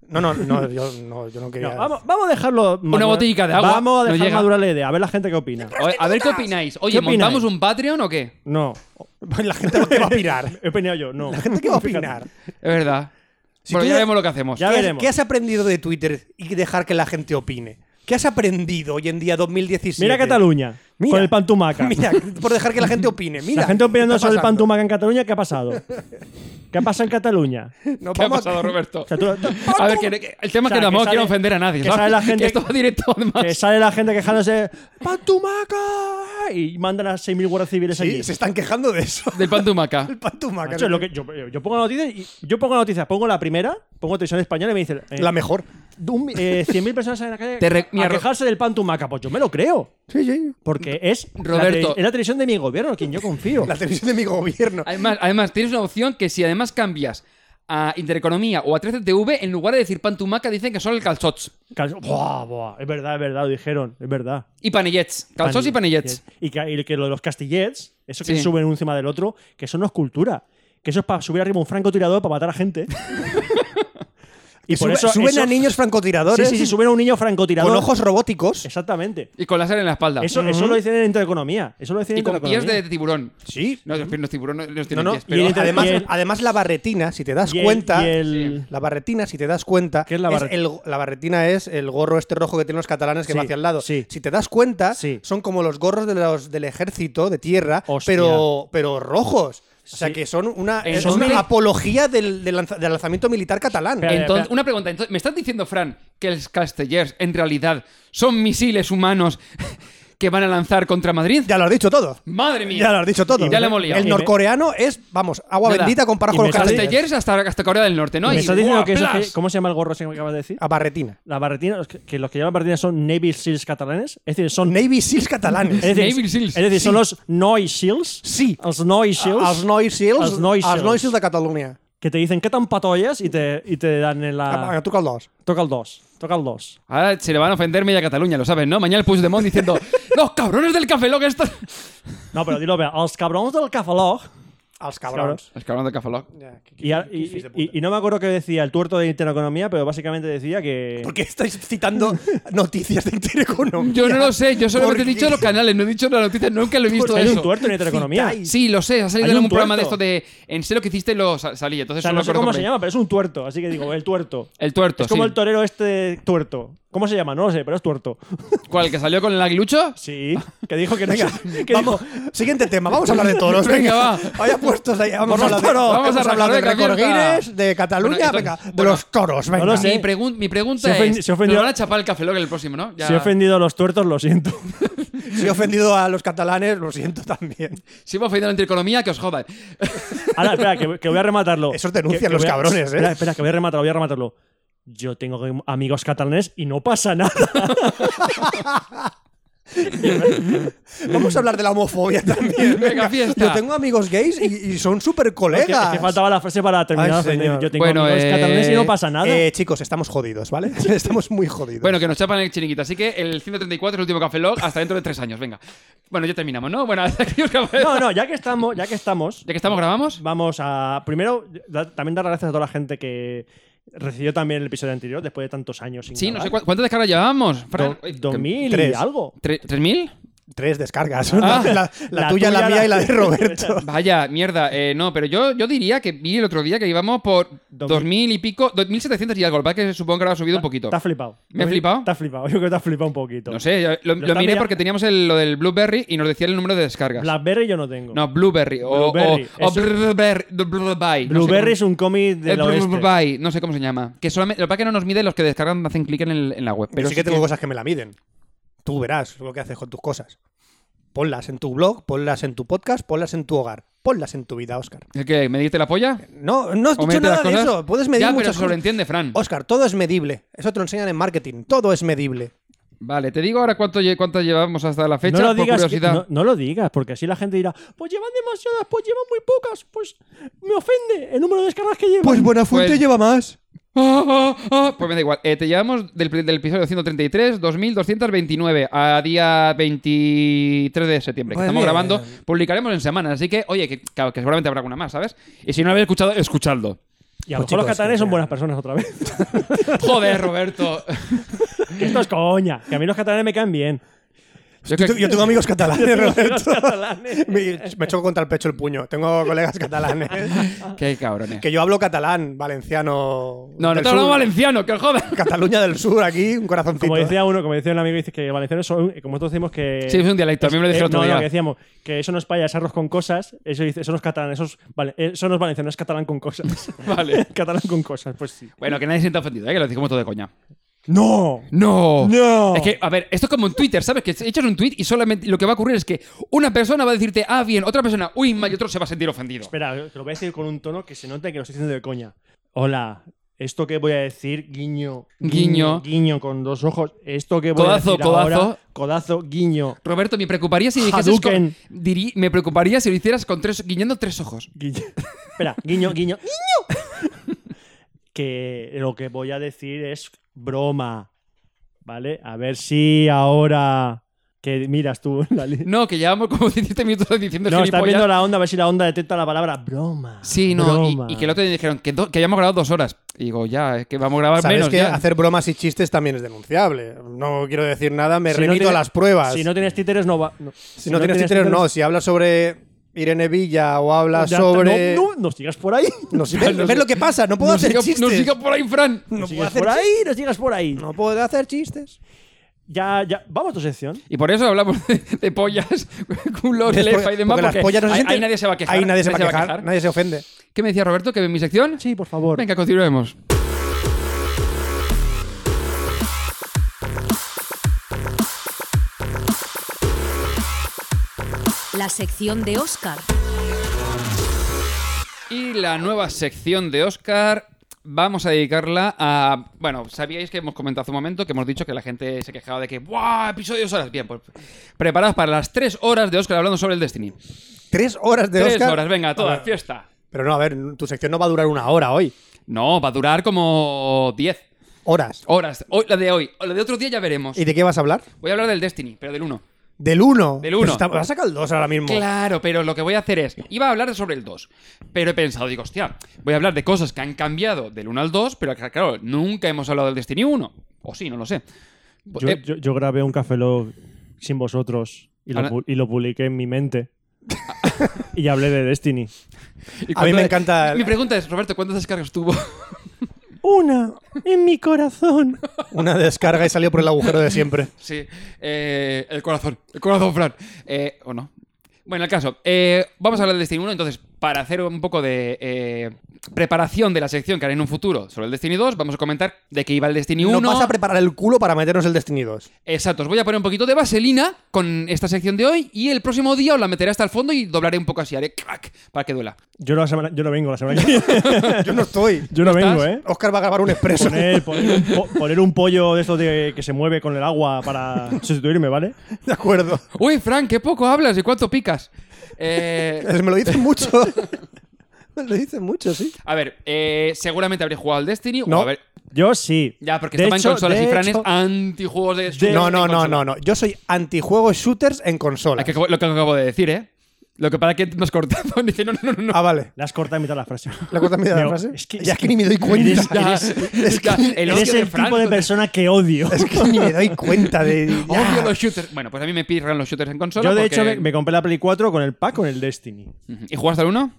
[SPEAKER 6] No, no, no, yo no, yo no quería.
[SPEAKER 4] No, ah, vamos, vamos a dejarlo. madurar.
[SPEAKER 5] botellica de agua,
[SPEAKER 4] Vamos a
[SPEAKER 5] no
[SPEAKER 4] dejar
[SPEAKER 5] llega.
[SPEAKER 4] madurar la idea. A ver la gente qué opina.
[SPEAKER 5] a ver, a ver qué opináis. Oye,
[SPEAKER 4] ¿Qué opináis?
[SPEAKER 5] ¿montamos un Patreon o qué?
[SPEAKER 4] No.
[SPEAKER 6] La gente no te va a pirar.
[SPEAKER 4] He opinado yo, no.
[SPEAKER 6] La gente que va a opinar.
[SPEAKER 5] Es verdad.
[SPEAKER 6] Si
[SPEAKER 5] bueno,
[SPEAKER 6] tú
[SPEAKER 5] ya
[SPEAKER 6] ya-
[SPEAKER 5] veremos lo que hacemos.
[SPEAKER 4] Ya
[SPEAKER 6] ¿Qué, has,
[SPEAKER 4] veremos.
[SPEAKER 6] qué has aprendido de Twitter y dejar que la gente opine? ¿Qué has aprendido hoy en día 2017?
[SPEAKER 4] Mira Cataluña.
[SPEAKER 6] Mira.
[SPEAKER 4] Con el pantumaca.
[SPEAKER 6] Mira, por dejar que la gente opine. Mira,
[SPEAKER 4] la gente opinando
[SPEAKER 6] ¿qué está
[SPEAKER 4] sobre el
[SPEAKER 6] pasando?
[SPEAKER 4] pantumaca en Cataluña, ¿qué ha pasado? ¿Qué pasa en Cataluña?
[SPEAKER 6] Nos
[SPEAKER 5] ¿Qué ha
[SPEAKER 6] vamos a-
[SPEAKER 5] pasado, Roberto?
[SPEAKER 4] O sea, tú-
[SPEAKER 5] A ver, que, que- el tema
[SPEAKER 4] O sea,
[SPEAKER 5] es que tampoco
[SPEAKER 4] que sale-
[SPEAKER 5] quiero ofender a nadie.
[SPEAKER 4] que
[SPEAKER 5] ¿sabes?
[SPEAKER 4] sale la gente-
[SPEAKER 5] Que esto va directo, además.
[SPEAKER 4] que sale la gente quejándose ¡Pantumaca! Y mandan a 6.000 guardias civiles allí.
[SPEAKER 6] Sí, se están quejando de eso.
[SPEAKER 5] Del pan tumaca.
[SPEAKER 6] El pan tumaca.
[SPEAKER 4] Macho, es lo que yo, yo pongo noticias, y- yo pongo noticias, pongo la primera, pongo televisión española y me dicen eh,
[SPEAKER 6] La mejor.
[SPEAKER 4] un- eh, 100.000 personas en la calle
[SPEAKER 5] Te re- mira,
[SPEAKER 4] a
[SPEAKER 5] Ro-
[SPEAKER 4] quejarse del pantumaca. Pues yo me lo creo,
[SPEAKER 6] Sí, sí.
[SPEAKER 4] porque es, la,
[SPEAKER 5] Roberto.
[SPEAKER 4] tele- es la televisión de mi gobierno, quien yo confío.
[SPEAKER 6] La televisión de mi gobierno.
[SPEAKER 5] Además, además, tienes una opción que si además cambias a Intereconomía o a 13TV, en lugar de decir pan tumaca, dicen que son el calzots.
[SPEAKER 4] Cal- Buah, buah, es verdad, es verdad, lo dijeron, es verdad.
[SPEAKER 5] Y panellets. Calzots y panellets.
[SPEAKER 4] Y que, y que lo de los castillets, eso que
[SPEAKER 5] Sí.
[SPEAKER 4] se suben uno encima del otro, que eso no es cultura. Que eso es para subir arriba un francotirador para matar a gente. y por
[SPEAKER 6] Sube-
[SPEAKER 4] eso.
[SPEAKER 6] suben
[SPEAKER 4] eso-
[SPEAKER 6] a niños
[SPEAKER 4] Sí,
[SPEAKER 6] francotiradores
[SPEAKER 4] sí, sí, suben a un niño francotirador.
[SPEAKER 6] con ojos robóticos.
[SPEAKER 4] Exactamente.
[SPEAKER 5] Y con láser en la espalda.
[SPEAKER 4] Eso, eso lo dicen en Intereconomía. Eso lo dicen
[SPEAKER 5] Y
[SPEAKER 4] en
[SPEAKER 5] con pies
[SPEAKER 4] Intereconomía.
[SPEAKER 5] de tiburón.
[SPEAKER 6] Sí.
[SPEAKER 5] No, los, pies- los tiburones los
[SPEAKER 6] No,
[SPEAKER 5] tienen
[SPEAKER 6] no.
[SPEAKER 5] pies,
[SPEAKER 6] y
[SPEAKER 5] pero...
[SPEAKER 4] el-
[SPEAKER 6] además,
[SPEAKER 4] y el-
[SPEAKER 6] además, la barretina, si te das
[SPEAKER 4] Y el-
[SPEAKER 6] cuenta.
[SPEAKER 4] y el-
[SPEAKER 6] La barretina, si te das cuenta,
[SPEAKER 4] ¿Qué es la
[SPEAKER 6] es
[SPEAKER 4] barretina?
[SPEAKER 6] el- la barretina es el gorro este rojo que tienen los catalanes que
[SPEAKER 4] Sí,
[SPEAKER 6] va hacia el lado.
[SPEAKER 4] sí.
[SPEAKER 6] Si te das cuenta,
[SPEAKER 4] Sí.
[SPEAKER 6] son como los gorros de los, del ejército de tierra,
[SPEAKER 4] Hostia.
[SPEAKER 6] pero, pero rojos. O sea
[SPEAKER 4] Sí.
[SPEAKER 6] que son una,
[SPEAKER 5] En
[SPEAKER 6] es una
[SPEAKER 5] donde-
[SPEAKER 6] apología del, del lanza- del lanzamiento militar catalán.
[SPEAKER 4] Espera,
[SPEAKER 5] Entonces,
[SPEAKER 4] espera.
[SPEAKER 5] una pregunta. Entonces, ¿Me estás diciendo, Fran, que los castellers en realidad son misiles humanos que van a lanzar contra Madrid?
[SPEAKER 6] Ya lo has dicho todo.
[SPEAKER 5] ¡Madre mía!
[SPEAKER 6] Ya lo has dicho todo.
[SPEAKER 5] Y ya le hemos liado.
[SPEAKER 6] El norcoreano es, vamos, agua
[SPEAKER 5] Nada.
[SPEAKER 6] bendita
[SPEAKER 4] Y
[SPEAKER 6] comparado con
[SPEAKER 4] me
[SPEAKER 6] los
[SPEAKER 4] sale-
[SPEAKER 5] Hasta
[SPEAKER 6] castellanos.
[SPEAKER 5] Yers hasta, hasta Corea del Norte, ¿no?
[SPEAKER 4] ¿Me
[SPEAKER 5] Y-
[SPEAKER 4] estás diciendo
[SPEAKER 5] ¡guau,
[SPEAKER 4] que, eso
[SPEAKER 5] plas!
[SPEAKER 4] que- ¿Cómo se llama el gorro ese que acabas de decir?
[SPEAKER 6] A barretina.
[SPEAKER 4] La barretina, los que, que los que llevan barretina son Navy Seals catalanes. Es decir, son.
[SPEAKER 6] Navy Seals catalanes.
[SPEAKER 4] es decir,
[SPEAKER 5] Navy Seals.
[SPEAKER 4] Es decir, son
[SPEAKER 5] Sí.
[SPEAKER 4] los Noi Seals.
[SPEAKER 6] Sí.
[SPEAKER 4] Los Noi Seals.
[SPEAKER 6] Els Noi Seals.
[SPEAKER 4] Els Noi Seals.
[SPEAKER 6] Els Noi Seals de Catalunya.
[SPEAKER 4] que te dicen, ¿qué tan patollas? Y te, y te dan en
[SPEAKER 6] Ah.
[SPEAKER 4] la.
[SPEAKER 6] Toca el dos.
[SPEAKER 4] Toca el 2. Toca el 2.
[SPEAKER 5] Ahora se le van a ofender media Cataluña, lo sabes, ¿no? Mañana el Puigdemont diciendo ¡Los cabrones del Café Lock estos!
[SPEAKER 4] No, però dir-ho bé, els cabrons del Cafalog
[SPEAKER 6] Els cabrons.
[SPEAKER 5] Los cabrones del Café Lock.
[SPEAKER 4] y, a- y- y- y no me acuerdo qué decía el tuerto de Intereconomía, pero básicamente decía que...
[SPEAKER 6] ¿Por qué estáis citando noticias de intereconomía?
[SPEAKER 5] Yo no lo sé, yo solamente he
[SPEAKER 6] ¿Por qué?
[SPEAKER 5] dicho los canales, no he dicho las noticias, nunca lo he visto
[SPEAKER 4] Pues Hay
[SPEAKER 5] eso.
[SPEAKER 4] un tuerto en Intereconomía.
[SPEAKER 6] Citáis.
[SPEAKER 5] Sí, lo sé, ha salido
[SPEAKER 4] Hay
[SPEAKER 5] en
[SPEAKER 4] un
[SPEAKER 5] algún programa de esto
[SPEAKER 4] tuerto.
[SPEAKER 5] de en sé lo que hiciste lo sa- salí,
[SPEAKER 4] O
[SPEAKER 5] entonces
[SPEAKER 4] sea,
[SPEAKER 5] solo
[SPEAKER 4] no sé
[SPEAKER 5] lo
[SPEAKER 4] cómo
[SPEAKER 5] compré.
[SPEAKER 4] se llama, pero es un tuerto. Así que digo, el tuerto.
[SPEAKER 5] El tuerto,
[SPEAKER 4] Es como
[SPEAKER 5] sí.
[SPEAKER 4] el torero este tuerto. ¿Cómo se llama? No lo sé, pero es tuerto.
[SPEAKER 5] ¿Cuál, el que salió con el aguilucho?
[SPEAKER 4] Sí, que dijo que no...
[SPEAKER 6] Venga,
[SPEAKER 4] que
[SPEAKER 6] vamos.
[SPEAKER 4] dijo-
[SPEAKER 6] Siguiente tema. Vamos a hablar de toros.
[SPEAKER 5] Venga,
[SPEAKER 6] Venga,
[SPEAKER 5] va.
[SPEAKER 6] Vaya puestos ahí. Vamos a hablar de
[SPEAKER 5] toros.
[SPEAKER 6] Vamos a hablar de
[SPEAKER 5] Venga,
[SPEAKER 6] récord
[SPEAKER 5] cierta.
[SPEAKER 6] Guinness, de Cataluña.
[SPEAKER 5] Bueno,
[SPEAKER 6] venga,
[SPEAKER 5] entonces-
[SPEAKER 6] de
[SPEAKER 5] bueno,
[SPEAKER 6] los toros. Venga.
[SPEAKER 4] lo sé.
[SPEAKER 5] Mi, pregun- mi pregunta
[SPEAKER 4] Se ofendi-
[SPEAKER 5] es,
[SPEAKER 4] se ofendió-
[SPEAKER 5] ¿nos van a chapar el Café Lock en el próximo, no? Ya-
[SPEAKER 4] Si he ofendido a los tuertos, lo siento.
[SPEAKER 6] Si he ofendido a los catalanes, lo siento también.
[SPEAKER 5] Si hemos ofendido a la antieconomía, que os jodan.
[SPEAKER 4] Ahora, espera, que, que voy a rematarlo.
[SPEAKER 6] Esos denuncian
[SPEAKER 4] Que- que
[SPEAKER 6] los
[SPEAKER 4] voy a-
[SPEAKER 6] cabrones, ¿eh?
[SPEAKER 4] Espera, espera, que voy a rematarlo, voy a rematarlo. Yo tengo amigos catalanes y no pasa nada.
[SPEAKER 6] Vamos a hablar de la homofobia también.
[SPEAKER 5] Venga, fiesta.
[SPEAKER 6] Yo tengo amigos gays y, y son súper
[SPEAKER 4] Es que,
[SPEAKER 6] colegas.
[SPEAKER 4] es que faltaba la frase para terminar
[SPEAKER 6] Ay,
[SPEAKER 4] la frase.
[SPEAKER 6] señor.
[SPEAKER 4] Yo tengo
[SPEAKER 5] Bueno,
[SPEAKER 4] amigos
[SPEAKER 5] eh,
[SPEAKER 4] catalanes y no pasa nada.
[SPEAKER 6] Eh, chicos, estamos jodidos, ¿vale? Estamos muy jodidos.
[SPEAKER 5] Bueno, que nos chapan el chiringuito. Así que el 134 es el último Café Lock hasta dentro de tres años. Venga. Bueno, ya terminamos, ¿no? Bueno, hasta aquí os Café
[SPEAKER 4] no, no, ya que estamos, ya que estamos,
[SPEAKER 5] Ya que estamos, grabamos.
[SPEAKER 4] vamos a. Primero, da- también dar las gracias a toda la gente que recibió también el episodio anterior después de tantos años. Sin
[SPEAKER 5] Sí, no sé eh,
[SPEAKER 4] grabar.
[SPEAKER 5] cu- cuántas descargas llevamos. Fran?
[SPEAKER 4] Do- Dos mil y
[SPEAKER 6] tres.
[SPEAKER 4] algo.
[SPEAKER 5] ¿Tre- ¿Tres mil?
[SPEAKER 6] Tres descargas.
[SPEAKER 5] Ah.
[SPEAKER 6] la, la tuya, la mía y la de Roberto.
[SPEAKER 5] Vaya, mierda. Eh, no, pero yo, yo diría que vi el otro día que íbamos por
[SPEAKER 4] Dos
[SPEAKER 5] 2.000 y pico, 2.700 y algo. Lo que pasa es que supongo que ahora ha subido un poquito.
[SPEAKER 4] Te has flipado.
[SPEAKER 5] ¿Me he flipado?
[SPEAKER 4] Te has flipado. Yo creo que te has flipado un poquito.
[SPEAKER 5] No sé, yo- lo, lo
[SPEAKER 4] está
[SPEAKER 5] miré
[SPEAKER 4] mira-
[SPEAKER 5] porque teníamos el- lo del Blueberry y nos decía el número de descargas.
[SPEAKER 4] Blackberry yo no tengo.
[SPEAKER 5] No, Blueberry. O, o-
[SPEAKER 4] Blueberry.
[SPEAKER 5] o
[SPEAKER 4] Eso-
[SPEAKER 5] Blueberry. Blueberry. no sé
[SPEAKER 4] Blueberry
[SPEAKER 5] cómo-
[SPEAKER 4] es un cómic
[SPEAKER 5] Eh,
[SPEAKER 4] del oeste.
[SPEAKER 5] Blueberry, no sé cómo se llama. Que solamente, lo que pasa es que no nos mide los que descargan, hacen clic en, el- en la web.
[SPEAKER 6] Pero
[SPEAKER 5] Pero
[SPEAKER 6] sí que tengo cosas que me la miden. Tú verás lo que haces con tus cosas. Ponlas en tu blog, ponlas en tu podcast, ponlas en tu hogar. Ponlas en tu vida, Oscar.
[SPEAKER 5] ¿El qué? ¿Me diste la polla?
[SPEAKER 6] No, no has
[SPEAKER 5] ¿O mete
[SPEAKER 6] dicho
[SPEAKER 5] las
[SPEAKER 6] nada de
[SPEAKER 5] cosas?
[SPEAKER 6] eso. Puedes medir
[SPEAKER 5] Ya, pero
[SPEAKER 6] muchas cosas.
[SPEAKER 5] sobreentiende, Fran.
[SPEAKER 6] Oscar, todo es medible. Eso te lo enseñan en marketing. Todo es medible.
[SPEAKER 5] Vale, te digo ahora cuánto, lle- cuánto llevamos hasta la fecha,
[SPEAKER 4] no lo
[SPEAKER 5] por
[SPEAKER 4] digas, que-
[SPEAKER 5] curiosidad.
[SPEAKER 4] no, no lo digas, porque así la gente dirá, pues llevan demasiadas, pues llevan muy pocas, pues me ofende el número de descargas que llevan.
[SPEAKER 6] Buenafuente
[SPEAKER 5] Pues-
[SPEAKER 6] lleva más.
[SPEAKER 5] Ah, ah, ah. Pues me da igual. Eh, te llevamos del, del episodio 133, 2229, a día 23 de septiembre. que
[SPEAKER 6] Muy
[SPEAKER 5] estamos
[SPEAKER 6] bien.
[SPEAKER 5] grabando. Publicaremos en semana, así que, oye, que, claro, que seguramente habrá alguna más, ¿sabes? Y si no habéis escuchado, escuchadlo.
[SPEAKER 4] y a lo
[SPEAKER 6] Pues
[SPEAKER 4] mejor los
[SPEAKER 6] chicos,
[SPEAKER 4] catalanes son
[SPEAKER 6] que-
[SPEAKER 4] buenas personas otra vez.
[SPEAKER 5] Joder, Roberto.
[SPEAKER 4] Que esto es coña, que a mí los catalanes me caen bien.
[SPEAKER 5] Yo
[SPEAKER 6] Yo,
[SPEAKER 5] que-
[SPEAKER 6] te- yo tengo amigos catalanes,
[SPEAKER 4] Los
[SPEAKER 6] Roberto.
[SPEAKER 4] catalanes.
[SPEAKER 6] Me, me choco contra el pecho el puño. Tengo colegas catalanes.
[SPEAKER 5] Qué cabrones.
[SPEAKER 6] Que yo hablo catalán, valenciano.
[SPEAKER 5] No, no
[SPEAKER 6] del
[SPEAKER 5] te hablamos
[SPEAKER 6] sur.
[SPEAKER 5] valenciano, que joder.
[SPEAKER 6] Cataluña del Sur, aquí, un corazoncito.
[SPEAKER 4] Como decía uno, como decía un amigo, dice que valencianos son, como nosotros decimos que.
[SPEAKER 5] Sí, es un dialecto, a mí me lo
[SPEAKER 4] Eh,
[SPEAKER 5] dijeron otro
[SPEAKER 4] no, no,
[SPEAKER 5] día.
[SPEAKER 4] que decíamos que eso no es paella, es arroz con cosas. Eso, dice, eso no es catalán, eso, es vale- eh, eso no es valenciano, es catalán con cosas.
[SPEAKER 5] Vale.
[SPEAKER 4] catalán con cosas, pues sí.
[SPEAKER 5] Bueno, que nadie se sienta ofendido, ¿eh? que lo decimos todo de coña.
[SPEAKER 4] ¡No!
[SPEAKER 5] ¡No!
[SPEAKER 4] ¡No!
[SPEAKER 5] Es que, a ver, esto es como en Twitter, ¿sabes? Que echas un tweet y solamente lo que va a ocurrir es que una persona va a decirte, ah, bien, otra persona, uy, mal, y otro se va a sentir ofendido.
[SPEAKER 4] Espera, te lo voy a decir con un tono que se note que lo estoy diciendo de coña. Hola, esto que voy a decir, guiño, guiño,
[SPEAKER 5] Guiño.
[SPEAKER 4] guiño con dos ojos. Esto que voy
[SPEAKER 5] Codazo,
[SPEAKER 4] a decir
[SPEAKER 5] codazo.
[SPEAKER 4] ahora, codazo, guiño,
[SPEAKER 5] Roberto, me preocuparía si dijeses con,
[SPEAKER 4] Hadouken.
[SPEAKER 5] diri- me preocuparía si lo hicieras con tres, guiñando tres ojos.
[SPEAKER 4] guiño. Espera, guiño, guiño, guiño. que lo que voy a decir es broma, ¿vale? A ver si ahora que miras tú la li-
[SPEAKER 5] No, que llevamos como 17 minutos diciendo
[SPEAKER 4] No, estás
[SPEAKER 5] gilipollas.
[SPEAKER 4] viendo la onda, a ver si la onda detecta la palabra broma.
[SPEAKER 5] Sí, no, y-
[SPEAKER 4] broma.
[SPEAKER 5] y, que el otro día dijeron que, do- que habíamos grabado dos horas. Y digo, ya, es que vamos a grabar
[SPEAKER 6] Sabes
[SPEAKER 5] menos
[SPEAKER 6] que
[SPEAKER 5] ya.
[SPEAKER 6] hacer bromas y chistes también es denunciable. No quiero decir nada, me
[SPEAKER 4] Si no
[SPEAKER 6] remito
[SPEAKER 4] tienes-
[SPEAKER 6] a las pruebas.
[SPEAKER 4] Si no tienes títeres, no va.
[SPEAKER 6] Si no tienes títeres, no. Si hablas sobre Irene Villa o hablas sobre.
[SPEAKER 4] No, no, no sigas por ahí.
[SPEAKER 6] No sé, ¿ves,
[SPEAKER 5] no
[SPEAKER 6] ves
[SPEAKER 5] sé.
[SPEAKER 6] lo que pasa? No puedo
[SPEAKER 5] No
[SPEAKER 6] hacer
[SPEAKER 5] siga-
[SPEAKER 6] chistes.
[SPEAKER 5] no siga por ahí, Fran.
[SPEAKER 4] No
[SPEAKER 6] No puedo
[SPEAKER 4] sigas
[SPEAKER 6] hacer
[SPEAKER 4] por ahí,
[SPEAKER 6] chistes.
[SPEAKER 4] no sigas por ahí.
[SPEAKER 6] No puedo hacer chistes.
[SPEAKER 4] Ya, ya. Vamos a tu sección.
[SPEAKER 5] Y por eso hablamos de, de pollas, culos, lefa y demás, porque,
[SPEAKER 6] las pollas no se
[SPEAKER 5] ahí,
[SPEAKER 6] sienten-
[SPEAKER 5] ahí nadie se va a quejar.
[SPEAKER 6] Ahí nadie se va a quejar. Nadie se ofende.
[SPEAKER 5] ¿Qué me decía Roberto? ¿Que en mi sección?
[SPEAKER 4] Sí, por favor.
[SPEAKER 5] Venga, continuemos.
[SPEAKER 4] La sección de Oscar.
[SPEAKER 5] Y la nueva sección de Oscar vamos a dedicarla a... Bueno, sabíais que hemos comentado hace un momento que hemos dicho que la gente se quejaba de que ¡Buah! Episodios horas. Bien, pues preparados para las tres horas de Oscar hablando sobre el Destiny.
[SPEAKER 6] Tres horas de
[SPEAKER 5] Tres
[SPEAKER 6] Oscar.
[SPEAKER 5] horas, venga, toda fiesta.
[SPEAKER 6] Pero no, a ver, tu sección no va a durar una hora hoy.
[SPEAKER 5] No, va a durar como 10
[SPEAKER 6] Horas.
[SPEAKER 5] horas. Hoy, la de hoy. O La de otro día ya veremos.
[SPEAKER 6] ¿Y de qué vas a hablar?
[SPEAKER 5] Voy a hablar del Destiny, pero del 1.
[SPEAKER 6] Del 1.
[SPEAKER 5] Del uno.
[SPEAKER 6] Vas a sacar el 2 ahora mismo.
[SPEAKER 5] Claro, pero lo que voy a hacer es, iba a hablar sobre el 2, pero he pensado, digo, hostia, voy a hablar de cosas que han cambiado del 1 al 2, pero que, claro, nunca hemos hablado del Destiny 1. O sí, no lo sé.
[SPEAKER 7] Yo,
[SPEAKER 5] Eh,
[SPEAKER 7] yo- yo grabé un café log sin vosotros y lo,
[SPEAKER 5] Ahora-
[SPEAKER 7] pu- y lo publiqué en mi mente. y hablé de Destiny.
[SPEAKER 5] ¿y
[SPEAKER 6] a mí
[SPEAKER 5] cuánto-
[SPEAKER 6] me encanta-
[SPEAKER 5] Mi pregunta es, Roberto, ¿cuántas descargas tuvo?
[SPEAKER 7] Una en mi corazón.
[SPEAKER 6] Una descarga y salió por el agujero de siempre.
[SPEAKER 5] sí, eh, el corazón, el corazón, Fran. Eh, ¿O no? Bueno, el caso, eh, vamos a hablar del Destiny 1, entonces, para hacer un poco de eh, preparación de la sección que haré en un futuro sobre el Destiny 2, vamos a comentar de qué iba el Destiny 1.
[SPEAKER 6] No vas a preparar el culo para meternos el Destiny 2.
[SPEAKER 5] Exacto, os voy a poner un poquito de vaselina con esta sección de hoy y el próximo día os la meteré hasta el fondo y doblaré un poco así, haré crack para que duela.
[SPEAKER 7] Yo, la semana, yo no vengo la semana que viene.
[SPEAKER 6] Yo no estoy.
[SPEAKER 7] Yo no
[SPEAKER 5] ¿No
[SPEAKER 7] vengo,
[SPEAKER 5] estás?
[SPEAKER 7] ¿eh?
[SPEAKER 6] Oscar va a grabar un expreso.
[SPEAKER 7] Poner, poner un, po- poner un pollo de estos de, que se mueve con el agua para sustituirme, ¿vale?
[SPEAKER 6] De acuerdo.
[SPEAKER 5] Uy, Frank, qué poco hablas y cuánto picas. Eh,
[SPEAKER 6] Me lo dicen mucho. Me lo dicen mucho, sí.
[SPEAKER 5] a ver, eh, seguramente habré jugado al Destiny. o
[SPEAKER 6] No.
[SPEAKER 5] a ver,
[SPEAKER 7] Yo sí.
[SPEAKER 5] ya, porque
[SPEAKER 7] De
[SPEAKER 5] estaba
[SPEAKER 7] hecho-
[SPEAKER 5] en consolas
[SPEAKER 7] de
[SPEAKER 5] y Fran es
[SPEAKER 7] hecho-
[SPEAKER 5] antijuegos de... shooters
[SPEAKER 6] No,
[SPEAKER 5] en
[SPEAKER 6] no, no,
[SPEAKER 5] consola.
[SPEAKER 6] no, no. Yo soy antijuegos shooters en consola.
[SPEAKER 5] Lo que, acabo- lo que acabo de decir, ¿eh? Lo que para que nos cortamos. Dice, no, no, no, no.
[SPEAKER 6] Ah, vale.
[SPEAKER 7] Le has cortado en mitad la frase.
[SPEAKER 6] La cosa me
[SPEAKER 7] Pero
[SPEAKER 6] la frase.
[SPEAKER 7] es que-
[SPEAKER 6] ya es que ni me doy cuenta.
[SPEAKER 5] Ya, ya, el odio
[SPEAKER 7] Eres
[SPEAKER 5] de
[SPEAKER 7] el
[SPEAKER 5] Fran,
[SPEAKER 7] tipo de
[SPEAKER 5] joder.
[SPEAKER 7] persona que odio.
[SPEAKER 6] Es que ni me doy cuenta de. ya.
[SPEAKER 5] Odio los shooters. Bueno, pues a mí me pirran los shooters en consola.
[SPEAKER 7] Yo, de
[SPEAKER 5] porque-
[SPEAKER 7] hecho, me, me compré la Play 4 con el pack con el Destiny.
[SPEAKER 5] ¿Y jugaste al 1?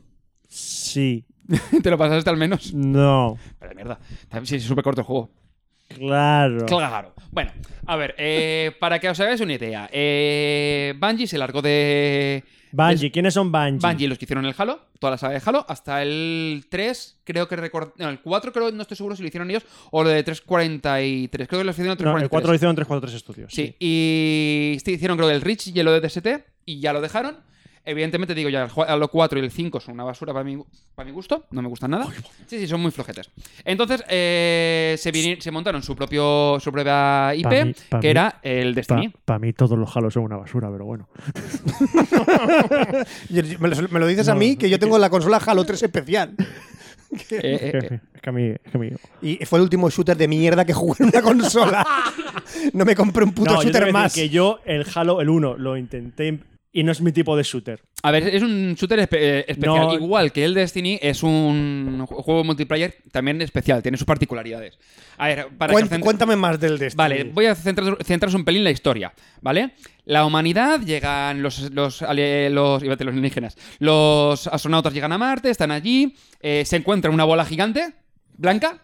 [SPEAKER 7] Sí.
[SPEAKER 5] ¿Te lo pasaste al menos?
[SPEAKER 7] No.
[SPEAKER 5] Pero mierda, también sí, es súper corto el juego.
[SPEAKER 7] Claro.
[SPEAKER 5] Claro. Bueno, a ver, eh, para que os hagáis una idea, eh, Bungie se largó de
[SPEAKER 7] Bungie, ¿quiénes son Bungie?
[SPEAKER 5] Bungie, los que hicieron el Halo, toda la saga de Halo, hasta el 3, creo que record... no, el 4 creo, no estoy seguro si lo hicieron ellos, o lo de 343, creo que lo hicieron
[SPEAKER 7] No, el 4 lo
[SPEAKER 5] 343.
[SPEAKER 7] hicieron 343 Studios.
[SPEAKER 5] sí, y sí, hicieron creo que el Rich y el ODST, y ya lo dejaron. Evidentemente digo ya, el ju- Halo 4 y el 5 son una basura para mi, para mi gusto, no me gustan nada. Sí, sí, son muy flojetes. Entonces, eh, se, vinieron- se montaron su propio su propia IP,
[SPEAKER 7] Pa' mí- pa'
[SPEAKER 5] que
[SPEAKER 7] mí-
[SPEAKER 5] era el Destiny.
[SPEAKER 7] Para mí todos los halos son una basura, pero bueno.
[SPEAKER 6] Yo- yo- Me lo, me lo dices a
[SPEAKER 7] No,
[SPEAKER 6] mí que yo tengo la consola Halo 3 especial.
[SPEAKER 5] Eh, eh, eh,
[SPEAKER 7] es que a mí... Es que a mí...
[SPEAKER 6] Y fue el último shooter de mierda que jugué en una consola. No me compré un puto
[SPEAKER 7] No, yo te voy a
[SPEAKER 6] shooter
[SPEAKER 7] decir
[SPEAKER 6] más.
[SPEAKER 7] que yo el Halo, el 1, lo intenté y no es mi tipo de shooter.
[SPEAKER 5] A ver, es un shooter espe- eh, especial.
[SPEAKER 7] No.
[SPEAKER 5] Igual que el Destiny, es un ju- juego multiplayer también especial, tiene sus particularidades. A ver, para que
[SPEAKER 6] Cuen-
[SPEAKER 5] os centre-
[SPEAKER 6] Cuéntame más del este. Destiny.
[SPEAKER 5] Vale, voy a centrar, centraros un pelín en la historia, ¿vale? La humanidad, llegan los, los, ali- los, iba a decir los alienígenas, los astronautas llegan a Marte, están allí, eh, se encuentran una bola gigante, blanca,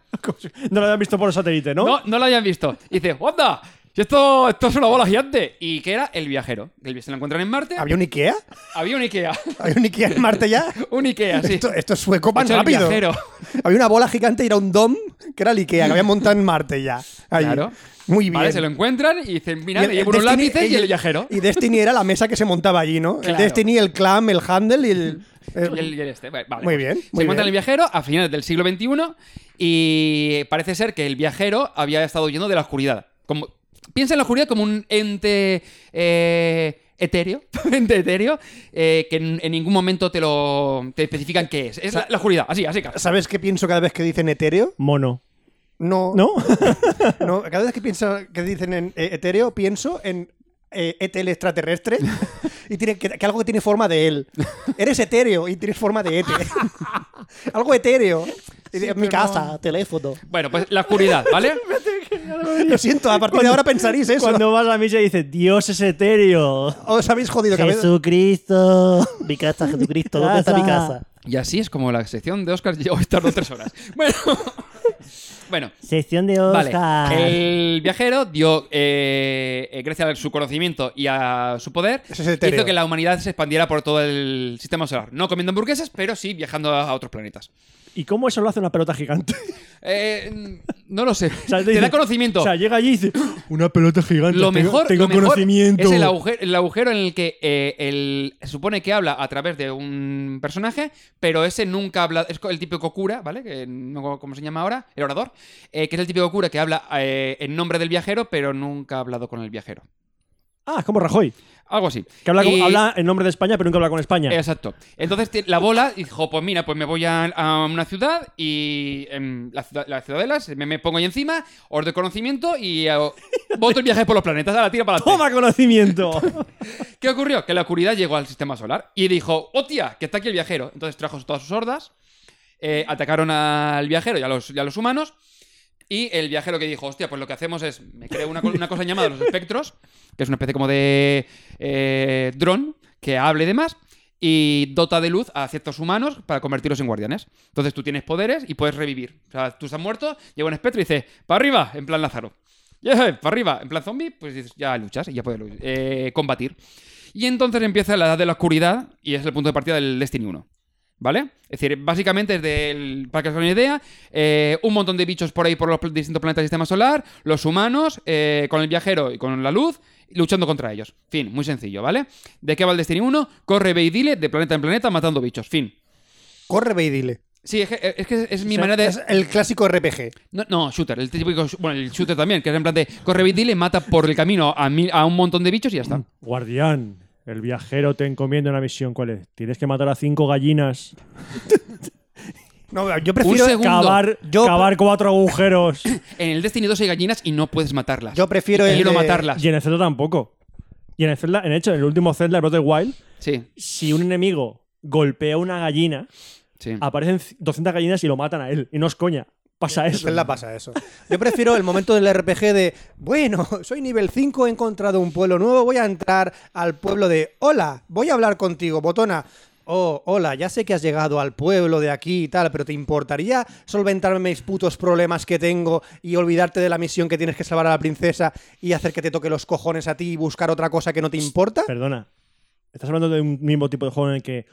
[SPEAKER 7] No lo habían visto por satélite, ¿no?
[SPEAKER 5] No, no lo habían visto. Y dice, ¡onda! Si esto, esto es una bola gigante. Y que era el viajero. El- Se lo encuentran en Marte.
[SPEAKER 6] ¿Había un Ikea?
[SPEAKER 5] Había un Ikea.
[SPEAKER 6] ¿Había un Ikea en Marte ya?
[SPEAKER 5] un Ikea, sí.
[SPEAKER 6] Esto, esto es sueco más
[SPEAKER 5] Hecho el
[SPEAKER 6] rápido.
[SPEAKER 5] viajero.
[SPEAKER 6] Había una bola gigante y era un dom que era el Ikea, que había montado en Marte ya. Allí.
[SPEAKER 5] Claro.
[SPEAKER 6] Muy bien.
[SPEAKER 5] Vale, se lo encuentran y dicen, mira,
[SPEAKER 6] Y el-
[SPEAKER 5] le
[SPEAKER 6] el
[SPEAKER 5] llevo unos
[SPEAKER 6] Destiny-
[SPEAKER 5] lápices y el viajero.
[SPEAKER 6] Y Destiny era la mesa que se montaba allí, ¿no?
[SPEAKER 5] Claro.
[SPEAKER 6] El Destiny, el clam, el handle y el. el-
[SPEAKER 5] Y el- y el este. Vale, vale.
[SPEAKER 6] Muy bien,
[SPEAKER 5] se
[SPEAKER 6] muy
[SPEAKER 5] encuentran
[SPEAKER 6] bien.
[SPEAKER 5] el viajero a finales del siglo XXI y parece ser que el viajero había estado huyendo de la oscuridad. Como, piensa en la oscuridad como un ente eh, etéreo, ente etéreo eh, que en, en ningún momento te lo te especifican qué es. Es la, la oscuridad, así, así. claro.
[SPEAKER 6] eh, ¿Sabes qué pienso cada vez que dicen etéreo?
[SPEAKER 7] Mono.
[SPEAKER 6] No.
[SPEAKER 7] ¿No?
[SPEAKER 6] No, cada vez que pienso que dicen en eh, etéreo, pienso en eh, ETL extraterrestre y tiene que, que algo que tiene forma de él. Eres etéreo y tienes forma de ETE. algo etéreo. Y de- mi casa, teléfono.
[SPEAKER 5] Bueno, pues la oscuridad, ¿vale?
[SPEAKER 6] Lo siento, a partir de ahora pensaréis eso.
[SPEAKER 7] Cuando vas a la misa y dices, Dios es etéreo.
[SPEAKER 6] Os habéis jodido cabeza.
[SPEAKER 8] Jesucristo. Mi casa, Jesucristo. ¿Dónde está mi casa?
[SPEAKER 5] Y así es como la sección de Oscar hoy tardó tres horas. Bueno, bueno.
[SPEAKER 8] Sección de
[SPEAKER 5] Vale.
[SPEAKER 8] Oscar.
[SPEAKER 5] El viajero dio, eh, eh, gracias a su conocimiento y a su poder,
[SPEAKER 6] Ese es etéreo.
[SPEAKER 5] hizo que la humanidad se expandiera por todo el sistema solar. No comiendo hamburguesas, pero sí viajando a a otros planetas.
[SPEAKER 7] ¿Y cómo eso lo hace una pelota gigante?
[SPEAKER 5] Eh, No lo sé.
[SPEAKER 4] sea,
[SPEAKER 5] te da
[SPEAKER 4] dice-
[SPEAKER 5] conocimiento.
[SPEAKER 4] O sea, llega allí y dice, "¡Ah! una pelota gigante.
[SPEAKER 5] lo
[SPEAKER 4] tengo-
[SPEAKER 5] mejor,
[SPEAKER 4] tengo,
[SPEAKER 5] lo mejor
[SPEAKER 4] conocimiento.
[SPEAKER 5] es el agujero, el agujero en el que eh, el- se supone que habla a través de un personaje, pero ese nunca habla. Es el típico cura, ¿vale? Que no como- como se llama ahora, el orador, eh, que es el típico cura que habla eh, en nombre del viajero, pero nunca ha hablado con el viajero.
[SPEAKER 4] Ah, es como Rajoy.
[SPEAKER 5] Algo así.
[SPEAKER 4] Que habla, con-
[SPEAKER 5] Y-
[SPEAKER 4] habla en nombre de España, pero nunca habla con España.
[SPEAKER 5] Exacto. Entonces te- la bola dijo, pues mira, pues me voy a, a una ciudad y em, la, ciudad- la ciudadela, se- me, me pongo ahí encima, os doy conocimiento y eh, voto el viaje por los planetas, a la tira para adelante.
[SPEAKER 4] ¡Toma conocimiento!
[SPEAKER 5] ¿Qué ocurrió? Que la oscuridad llegó al sistema solar y dijo, ¡hostia! Que está aquí el viajero. Entonces trajo todas sus hordas, eh, atacaron al viajero y a, los, y a los humanos. Y el viajero que dijo, hostia, pues lo que hacemos es, me creo una, co- una cosa llamada los espectros, que es una especie como de eh, dron que hable de más y dota de luz a ciertos humanos para convertirlos en guardianes. Entonces tú tienes poderes y puedes revivir. O sea, tú estás muerto, llega un espectro y dice, para arriba, en plan Lázaro. Ya, para arriba, en plan zombie, pues dices, ya luchas y ya puedes eh, combatir. Y entonces empieza la edad de la oscuridad y es el punto de partida del Destiny 1. ¿Vale? Es decir, básicamente es del. Para que os hagáis una idea, eh, un montón de bichos por ahí por los pl- distintos planetas del sistema solar, los humanos, eh, con el viajero y con la luz, luchando contra ellos. Fin, muy sencillo, ¿vale? ¿De qué va el Destiny 1? Corre, ve y dile de planeta en planeta matando bichos. Fin.
[SPEAKER 6] Corre, ve y dile.
[SPEAKER 5] Sí, es que es, que es mi
[SPEAKER 6] O sea,
[SPEAKER 5] manera de.
[SPEAKER 6] Es el clásico RPG.
[SPEAKER 5] No, no, shooter, el típico. sh- Bueno, el shooter también, que es en plan de corre, ve y dile, mata por el camino a, mil- a un montón de bichos y ya
[SPEAKER 6] Mm.
[SPEAKER 5] está.
[SPEAKER 4] Guardián, el viajero te encomienda una misión. ¿Cuál es? Tienes que matar a cinco gallinas,
[SPEAKER 6] No, yo
[SPEAKER 5] Un
[SPEAKER 6] prefiero,
[SPEAKER 5] segundo.
[SPEAKER 4] cavar,
[SPEAKER 6] yo-
[SPEAKER 4] cavar cuatro agujeros.
[SPEAKER 5] En el Destiny 2 hay gallinas y no puedes matarlas.
[SPEAKER 6] yo prefiero el
[SPEAKER 5] Quiero
[SPEAKER 6] de-
[SPEAKER 5] matarlas.
[SPEAKER 4] y en el Zelda tampoco. Y en el Zelda, en hecho, en el último Zelda, el Breath of the Wild,
[SPEAKER 5] Sí,
[SPEAKER 4] si un enemigo golpea una gallina,
[SPEAKER 5] sí.
[SPEAKER 6] Mm.
[SPEAKER 4] aparecen c- 200 gallinas y lo matan a él. Y no es coña. Pasa eso.
[SPEAKER 6] Zelda Pues pasa eso. Yo prefiero el momento del RPG de, bueno, soy nivel 5, he encontrado un pueblo nuevo, voy a entrar al pueblo de, hola, voy a hablar contigo, botona. Oh, hola, ya sé que has llegado al pueblo de aquí y tal, pero ¿te importaría solventarme mis putos problemas que tengo y olvidarte de la misión que tienes que salvar a la princesa y hacer que te toque los cojones a ti y buscar otra cosa que no te importa?
[SPEAKER 4] Perdona. Estás hablando de un mismo tipo de juego en el que.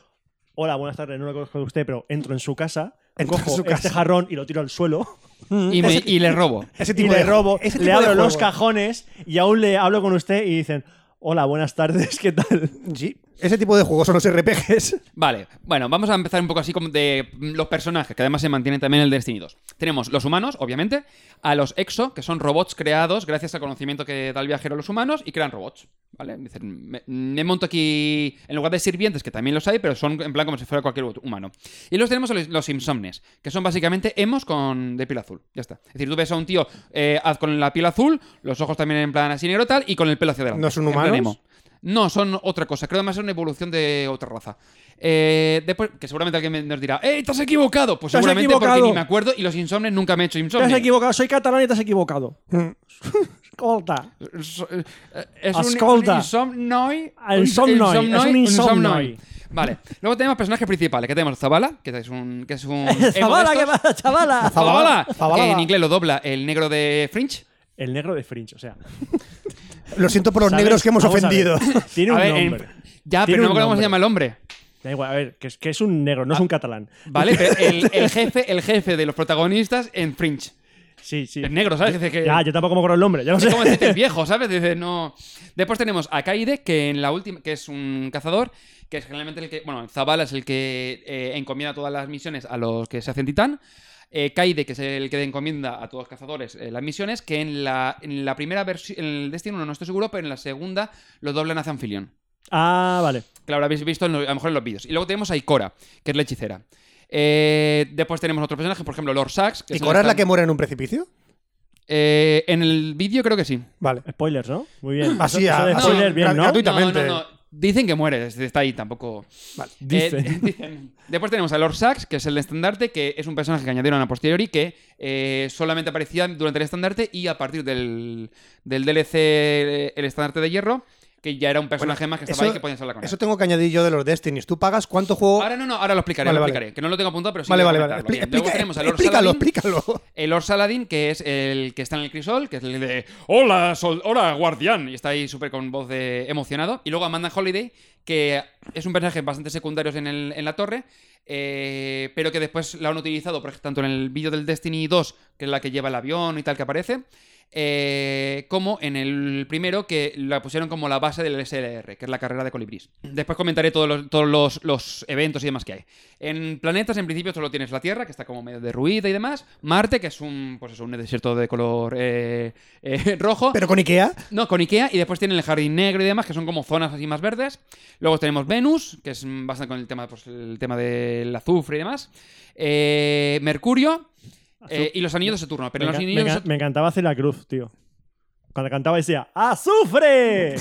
[SPEAKER 4] Hola, buenas tardes, no lo conozco de usted, pero entro en su casa,
[SPEAKER 6] Entro en
[SPEAKER 4] cojo
[SPEAKER 6] su
[SPEAKER 4] este
[SPEAKER 6] casa.
[SPEAKER 4] jarrón y lo tiro al suelo.
[SPEAKER 5] Y, me- y le robo.
[SPEAKER 6] Ese
[SPEAKER 4] y
[SPEAKER 6] tipo
[SPEAKER 4] le
[SPEAKER 6] de
[SPEAKER 4] robo,
[SPEAKER 6] ese
[SPEAKER 4] le
[SPEAKER 6] tipo de
[SPEAKER 4] abro los
[SPEAKER 6] juego.
[SPEAKER 4] cajones y aún le hablo con usted y dicen, hola, buenas tardes, ¿qué tal?
[SPEAKER 6] Sí, ese tipo de juegos son los RPGs.
[SPEAKER 5] Vale, bueno, vamos a empezar un poco así como de mm, los personajes, que además se mantienen también en el Destiny 2. Tenemos los humanos, obviamente, a los exo, que son robots creados gracias al conocimiento que da el viajero a los humanos y crean robots. ¿Vale? Dicen, me, me monto aquí en lugar de sirvientes, que también los hay, pero son en plan como si fuera cualquier otro humano. Y luego tenemos a los, los insomnes, que son básicamente emos con de piel azul. Ya está. Es decir, tú ves a un tío eh, haz con la piel azul, los ojos también en plan así negro tal, y con el pelo hacia adelante.
[SPEAKER 6] ¿No son
[SPEAKER 5] en plan
[SPEAKER 6] humanos?
[SPEAKER 5] emo. No, son otra cosa. Creo además es una evolución de otra raza. Eh, después, que seguramente alguien me- nos dirá, ¡eh, te has equivocado! Pues
[SPEAKER 4] Te has
[SPEAKER 5] seguramente porque
[SPEAKER 4] equivocado.
[SPEAKER 5] ni me acuerdo y los insomnes nunca me he hecho
[SPEAKER 4] Te has
[SPEAKER 5] insomnes.
[SPEAKER 4] equivocado, soy catalán y te has equivocado.
[SPEAKER 6] Mm.
[SPEAKER 4] Escolta.
[SPEAKER 5] So- eh, Es
[SPEAKER 4] Ascolta.
[SPEAKER 5] un insomnoi.
[SPEAKER 4] Ah, insomnoi. Es un insomnoi.
[SPEAKER 5] Vale. Luego tenemos personajes principales, que tenemos Zabala, que es un... Que es un
[SPEAKER 4] Chavala, ¿qué pasa, chavala?
[SPEAKER 5] Zabala,
[SPEAKER 6] Zabala.
[SPEAKER 5] que en inglés lo dobla el negro de Fringe.
[SPEAKER 4] El negro de Fringe, o sea.
[SPEAKER 6] Lo siento por los
[SPEAKER 4] ¿sabes?
[SPEAKER 6] negros que hemos
[SPEAKER 4] Vamos a ver,
[SPEAKER 6] ofendido.
[SPEAKER 4] Tiene
[SPEAKER 5] A
[SPEAKER 4] un
[SPEAKER 5] ver, en-
[SPEAKER 4] nombre.
[SPEAKER 5] ya,
[SPEAKER 4] Tiene
[SPEAKER 5] pero no
[SPEAKER 4] un
[SPEAKER 5] me acuerdo cómo se
[SPEAKER 4] nombre.
[SPEAKER 5] llama el hombre.
[SPEAKER 4] Da igual, a ver, que es, que es un negro, no es un catalán.
[SPEAKER 5] Ah, Vale, pero el, el jefe, el jefe de los protagonistas en Fringe.
[SPEAKER 4] Sí, sí.
[SPEAKER 5] Es negro, ¿sabes? Dice que-
[SPEAKER 4] Ya, yo tampoco me acuerdo el nombre, ya lo sé.
[SPEAKER 5] Es como decirte el viejo, ¿sabes? Dice, no. Después tenemos a Kaide, que en la última, que es un cazador, que es generalmente el que. Bueno, Zabala es el que eh, encomienda todas las misiones a los que se hacen titán. Eh, Kaide, que es el que encomienda a todos los cazadores eh, las misiones, que en la, en la primera versión, en el Destino 1 no estoy seguro, pero en la segunda lo doblan a Zanfilión.
[SPEAKER 4] Ah, vale.
[SPEAKER 5] Claro, habéis visto en lo- a lo mejor en los vídeos. Y luego tenemos a Ikora, que es la hechicera. Eh, después tenemos otro personaje, por ejemplo, Lord Sax.
[SPEAKER 6] ¿Y Cora es la que muere en un precipicio?
[SPEAKER 5] Eh, en el vídeo creo que sí.
[SPEAKER 6] Vale.
[SPEAKER 4] Spoilers, ¿no? Muy bien.
[SPEAKER 6] Así,
[SPEAKER 4] Eso- eso de
[SPEAKER 6] a-
[SPEAKER 4] spoiler,
[SPEAKER 6] a-
[SPEAKER 4] bien, ¿no?
[SPEAKER 6] gratuito. Gratuitamente.
[SPEAKER 5] No, no, no. Dicen que muere, es- está ahí tampoco.
[SPEAKER 4] Dicen.
[SPEAKER 5] Eh, dicen. Después tenemos a Lord Sax, que es el estandarte, que es un personaje que añadieron a posteriori que eh, solamente aparecía durante el estandarte y a partir del, del DLC El estandarte de hierro, que ya era un personaje más que estaba
[SPEAKER 6] eso-
[SPEAKER 5] ahí que podían hablar con él.
[SPEAKER 6] Eso tengo que añadir yo de los Destinies. Tú pagas cuánto juego.
[SPEAKER 5] Ahora no, no, ahora lo explicaré,
[SPEAKER 6] Vale,
[SPEAKER 5] lo
[SPEAKER 6] vale.
[SPEAKER 5] explicaré. Que no lo tengo apuntado, pero sí.
[SPEAKER 6] vale,
[SPEAKER 5] voy a
[SPEAKER 6] vale, vale.
[SPEAKER 5] comentarlo. Bien,
[SPEAKER 6] Explica-
[SPEAKER 5] luego
[SPEAKER 6] explica-
[SPEAKER 5] tenemos a Lord
[SPEAKER 6] explícalo,
[SPEAKER 5] Saladin.
[SPEAKER 6] explícalo.
[SPEAKER 5] El Lord Saladin, que es el que está en el crisol, que es el de Hola, sol- hola, guardián. Y está ahí súper con voz de emocionado. Y luego Amanda Holiday, que es un personaje bastante secundario en, el- en la torre, eh, pero que después la han utilizado por ej- tanto en el vídeo del Destiny 2, que es la que lleva el avión y tal que aparece, eh, como en el primero, que la pusieron como la base del SLR, que es la carrera de colibrís. Después comentaré todos los, todos los, los eventos y demás que hay. En planetas, en principio, solo tienes la Tierra, que está como medio derruida y demás. Marte, que es un, pues eso, un desierto de color eh, eh, rojo.
[SPEAKER 6] Pero con Ikea.
[SPEAKER 5] No, con Ikea y después tienen el jardín negro y demás, que son como zonas así más verdes. Luego tenemos Venus, que es mm, bastante con el tema, pues, el tema del azufre y demás. Eh, Mercurio eh, y los anillos de Saturno. Pero
[SPEAKER 7] me,
[SPEAKER 5] los
[SPEAKER 7] enca-
[SPEAKER 5] anillos
[SPEAKER 7] me
[SPEAKER 5] de
[SPEAKER 7] enca-
[SPEAKER 5] Saturno-
[SPEAKER 7] me encantaba hacer la cruz, tío. Cuando cantaba decía ¡Azufre!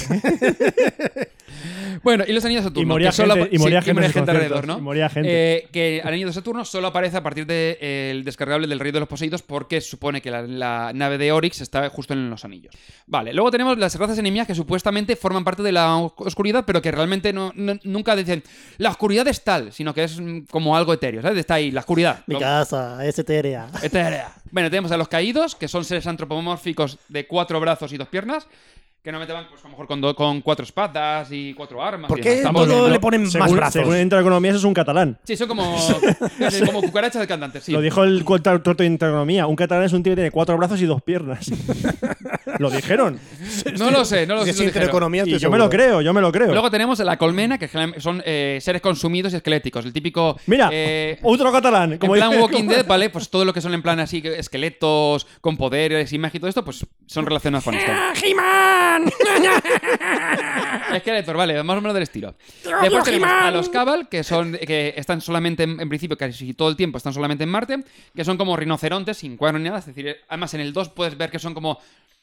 [SPEAKER 5] Bueno, y los anillos de Saturno.
[SPEAKER 7] Y moría
[SPEAKER 5] que solo
[SPEAKER 7] gente-
[SPEAKER 5] apa-
[SPEAKER 7] y
[SPEAKER 5] sí,
[SPEAKER 7] moría gente en los
[SPEAKER 5] alrededor,
[SPEAKER 7] conciertos,
[SPEAKER 5] ¿no?
[SPEAKER 7] y moría gente.
[SPEAKER 5] Eh, que el anillo de Saturno solo aparece a partir del descargable del Rey de los Poseídos porque supone que la, la nave de Oryx está justo en los anillos. Vale, luego tenemos las razas enemigas que supuestamente forman parte de la os- oscuridad, pero que realmente no, no- nunca dicen la oscuridad es tal, sino que es mm, como algo etéreo, ¿sabes? Está ahí, la oscuridad.
[SPEAKER 8] Mi
[SPEAKER 5] Lo-
[SPEAKER 8] casa, STRA.
[SPEAKER 5] Etérea. Bueno, tenemos a los caídos, que son seres antropomórficos de cuatro brazos y dos piernas, que no metaban, pues a lo mejor con, do- con cuatro espadas y cuatro armas.
[SPEAKER 6] ¿Por
[SPEAKER 5] y
[SPEAKER 6] qué
[SPEAKER 5] demás. Tampoco-
[SPEAKER 6] todo
[SPEAKER 7] No,
[SPEAKER 6] le ponen
[SPEAKER 7] según,
[SPEAKER 6] más brazos?
[SPEAKER 7] Según Entra Economía, eso es un catalán.
[SPEAKER 5] Sí, son como, es como cucarachas de cantantes, sí.
[SPEAKER 7] Lo dijo el autor de Inter Economía. Un catalán es un tío que tiene cuatro brazos y dos piernas. lo dijeron.
[SPEAKER 5] No lo sé, no lo sé. lo
[SPEAKER 6] Si es
[SPEAKER 5] dijeron.
[SPEAKER 6] intereconomía,
[SPEAKER 7] Y
[SPEAKER 6] estoy
[SPEAKER 7] yo me lo
[SPEAKER 6] este seguro.
[SPEAKER 7] creo, yo me lo creo.
[SPEAKER 5] Luego tenemos a la colmena, que generalmente son eh, seres consumidos y esqueléticos. El típico.
[SPEAKER 7] Mira,
[SPEAKER 5] eh,
[SPEAKER 7] otro catalán. Como
[SPEAKER 5] en plan
[SPEAKER 7] dice-
[SPEAKER 5] Walking Dead, ¿vale? Pues todo lo que son en plan así, que esqueletos, con poderes y magia y todo esto, pues son relacionados con esto. Esqueletos, vale, más o menos del estilo. Después tenemos a los Cabal, que son que están solamente, en, en principio, casi todo el tiempo están solamente en Marte, que son como rinocerontes sin cuernos ni nada. Es decir, además en el 2 puedes ver que son como,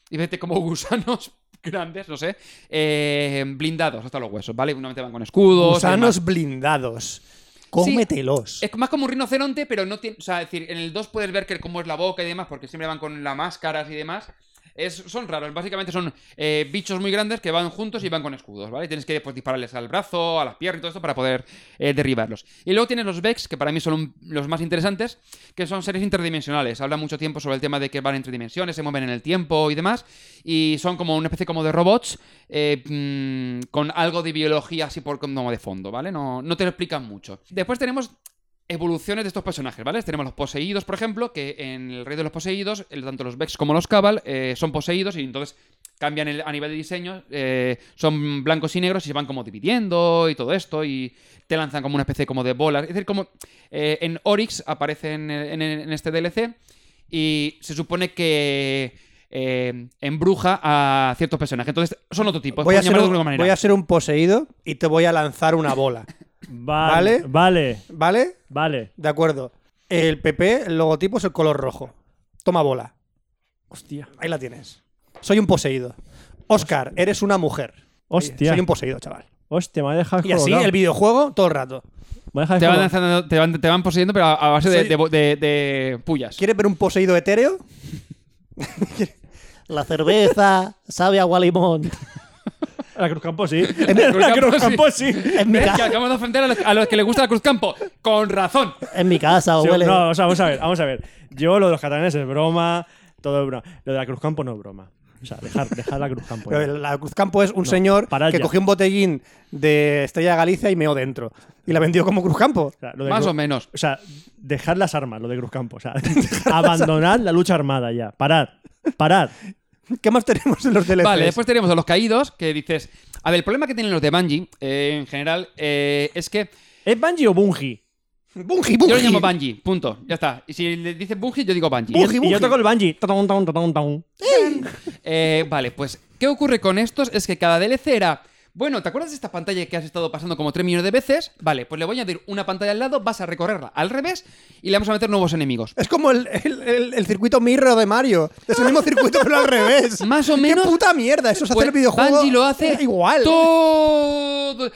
[SPEAKER 5] y vete, como gusanos grandes, no sé, eh, blindados hasta los huesos, ¿vale? Normalmente van con escudos. y demás.
[SPEAKER 6] Gusanos blindados. Cómetelos.
[SPEAKER 5] Es más como un rinoceronte, pero no tiene. O sea, es decir, en el 2 puedes ver que cómo es la boca y demás, porque siempre van con las máscaras y demás. Es, son raros, básicamente son eh, bichos muy grandes que van juntos y van con escudos, ¿vale? Tienes que pues, dispararles al brazo, a las piernas y todo esto para poder eh, derribarlos. Y luego tienes los Vex, que para mí son un- los más interesantes, que son seres interdimensionales. Hablan mucho tiempo sobre el tema de que van entre dimensiones, se mueven en el tiempo y demás. Y son como una especie como de robots eh, mm, con algo de biología así por como de fondo, ¿vale? No, no te lo explican mucho. Después tenemos evoluciones de estos personajes, ¿vale? Tenemos los poseídos, por ejemplo, que en el Rey de los Poseídos, el- tanto los Vex como los Cabal eh, son poseídos y entonces cambian el- a nivel de diseño, eh, son blancos y negros y se van como dividiendo y todo esto y te lanzan como una especie como de bolas. Es decir, como eh, en Oryx aparece en, en- en este DLC y se supone que eh, embruja a ciertos personajes. Entonces son otro tipo.
[SPEAKER 6] Voy a,
[SPEAKER 5] pueden
[SPEAKER 6] ser
[SPEAKER 5] Pues llamarlo de
[SPEAKER 6] un,
[SPEAKER 5] alguna manera.
[SPEAKER 6] voy a ser un poseído y te voy a lanzar una bola.
[SPEAKER 7] Vale.
[SPEAKER 6] ¿Vale?
[SPEAKER 7] Vale.
[SPEAKER 6] ¿Vale?
[SPEAKER 7] Vale.
[SPEAKER 6] De acuerdo. El PP, el logotipo es el color rojo. Toma bola.
[SPEAKER 7] Hostia.
[SPEAKER 6] Ahí la tienes. Soy un poseído. Oscar, eres una mujer.
[SPEAKER 7] Hostia.
[SPEAKER 6] Soy un poseído, chaval.
[SPEAKER 7] Hostia, me ha dejado
[SPEAKER 6] Y así el videojuego todo el rato.
[SPEAKER 7] Me ha dejado
[SPEAKER 5] te van,
[SPEAKER 7] descolgado.
[SPEAKER 5] lanzando- te van- te van poseyendo, pero a, a base de,
[SPEAKER 6] Soy-
[SPEAKER 5] de bo- de- de pullas.
[SPEAKER 6] ¿Quieres ver un poseído etéreo?
[SPEAKER 8] La cerveza sabe a agua limón.
[SPEAKER 7] La Cruz Campo sí.
[SPEAKER 5] Cruz
[SPEAKER 7] La
[SPEAKER 5] Campo,
[SPEAKER 7] Cruz
[SPEAKER 5] sí.
[SPEAKER 7] Campo sí.
[SPEAKER 8] En mi,
[SPEAKER 5] ¿Ves?
[SPEAKER 8] ca-
[SPEAKER 5] Que acabamos de ofender a los, a los que les gusta la Cruz Campo. Con razón.
[SPEAKER 8] en mi casa
[SPEAKER 7] Sí,
[SPEAKER 8] huele.
[SPEAKER 7] No, o sea, vamos a ver, vamos a ver. Yo lo de los catalanes es broma, todo es broma. Lo de la Cruz Campo no es broma. O sea, dejar, dejar la Cruz Campo.
[SPEAKER 6] Pero la Cruzcampo es un señor
[SPEAKER 7] parad
[SPEAKER 6] que
[SPEAKER 7] ya.
[SPEAKER 6] cogió un botellín de Estrella de Galicia y meó dentro. Y la vendió como Cruzcampo.
[SPEAKER 7] sea, lo de
[SPEAKER 5] Más
[SPEAKER 7] Cruz-
[SPEAKER 5] o menos.
[SPEAKER 7] O sea, dejar las armas, lo de Cruz Campo. O sea, abandonar la lucha armada ya. Parad, parad.
[SPEAKER 6] ¿Qué más tenemos en los DLCs?
[SPEAKER 5] Vale, pues, después tenemos a los caídos, que dices... A ver, el problema que tienen los de Bungie, eh, en general, eh, es que...
[SPEAKER 7] ¿Es Bungie o Bungie?
[SPEAKER 6] Bungie,
[SPEAKER 5] Yo
[SPEAKER 6] Bungie.
[SPEAKER 5] lo llamo Bungie, punto. Ya está. Y si le dices Bungie, yo digo Bungie.
[SPEAKER 7] Y, yo toco el Bungie. Tatum, tatum, tatum, tatum.
[SPEAKER 5] Eh, vale, pues, ¿qué ocurre con estos? Es que cada DLC era. Bueno, ¿te acuerdas de esta pantalla que has estado pasando como 3 millones de veces? Vale, pues le voy a añadir una pantalla al lado, vas a recorrerla al revés y le vamos a meter nuevos enemigos.
[SPEAKER 6] Es como el, el- el- el circuito Mirro de Mario. Es el mismo circuito, pero al revés.
[SPEAKER 5] Más o menos.
[SPEAKER 6] ¡Qué puta mierda! Eso es hacer
[SPEAKER 5] Pues
[SPEAKER 6] el videojuego.
[SPEAKER 5] Bungie lo hace
[SPEAKER 6] igual.
[SPEAKER 5] Todo,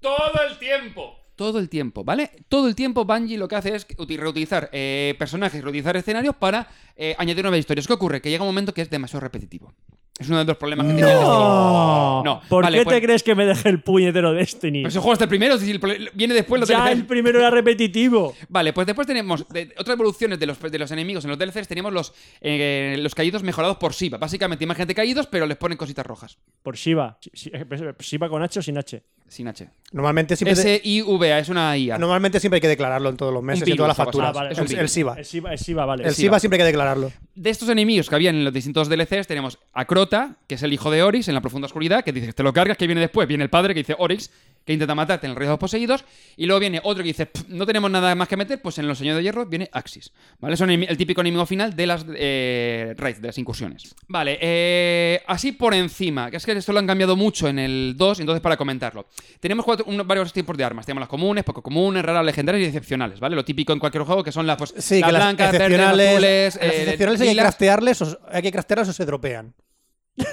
[SPEAKER 5] todo el tiempo. Todo el tiempo, ¿vale? Todo el tiempo Bungie lo que hace es uti- reutilizar eh, personajes, reutilizar escenarios para eh, añadir nuevas historias. ¿Qué ocurre? Que llega un momento que es demasiado repetitivo. Es uno de los problemas que tiene el Destiny.
[SPEAKER 4] ¡No!
[SPEAKER 5] No,
[SPEAKER 4] ¿Por
[SPEAKER 5] vale,
[SPEAKER 4] qué
[SPEAKER 5] pues-
[SPEAKER 4] te crees que me dejé el puñetero Destiny?
[SPEAKER 5] Pero si juego hasta el primero, si el pro- viene después los
[SPEAKER 4] ya
[SPEAKER 5] DLCs.
[SPEAKER 4] el primero era repetitivo.
[SPEAKER 5] Vale, pues después tenemos de- otras evoluciones de los, de los enemigos. En los DLCs tenemos los, eh, los caídos mejorados por Shiva. Básicamente, imagen de caídos, pero les ponen cositas rojas.
[SPEAKER 4] Por Shiva. Shi- Shi- Shiva pues, eh, con H o sin H.
[SPEAKER 5] Sin H.
[SPEAKER 6] Normalmente siempre, te-
[SPEAKER 5] S-I-V-A, es una IA.
[SPEAKER 6] normalmente siempre hay que declararlo en todos los meses y en
[SPEAKER 5] virus,
[SPEAKER 6] todas las
[SPEAKER 5] o algo así.
[SPEAKER 6] facturas.
[SPEAKER 5] Ah, vale,
[SPEAKER 6] El-
[SPEAKER 5] es un
[SPEAKER 6] el,
[SPEAKER 5] virus.
[SPEAKER 6] SIVA.
[SPEAKER 4] El Shiva, el SIVA, vale.
[SPEAKER 6] El SIVA siempre hay que declararlo.
[SPEAKER 5] De estos enemigos que había en los distintos DLCs, tenemos a Crota, que es el hijo de Oryx en la profunda oscuridad, que dice, te lo cargas, que viene después. Viene el padre, que dice Oryx, que intenta matarte en el Rey de los Poseídos. Y luego viene otro que dice, "Pff, no tenemos nada más que meter, pues en los Señores de Hierro viene Axis. ¿Vale? Son el típico enemigo final de las eh, raids, de las incursiones. Vale, eh, así por encima, que es que esto lo han cambiado mucho en el 2, entonces para comentarlo. Tenemos cuatro- uno- varios tipos de armas. Tenemos las comunes, poco comunes, raras, legendarias y excepcionales, ¿vale? Lo típico en cualquier juego, que son las, pues,
[SPEAKER 6] Sí,
[SPEAKER 5] la
[SPEAKER 6] que
[SPEAKER 5] blanca,
[SPEAKER 6] las
[SPEAKER 5] verde,
[SPEAKER 6] excepcionales,
[SPEAKER 5] azules,
[SPEAKER 6] las
[SPEAKER 5] eh,
[SPEAKER 6] excepcionales hay que
[SPEAKER 5] lilas.
[SPEAKER 6] craftearlas o, hay que craftearlas o se dropean.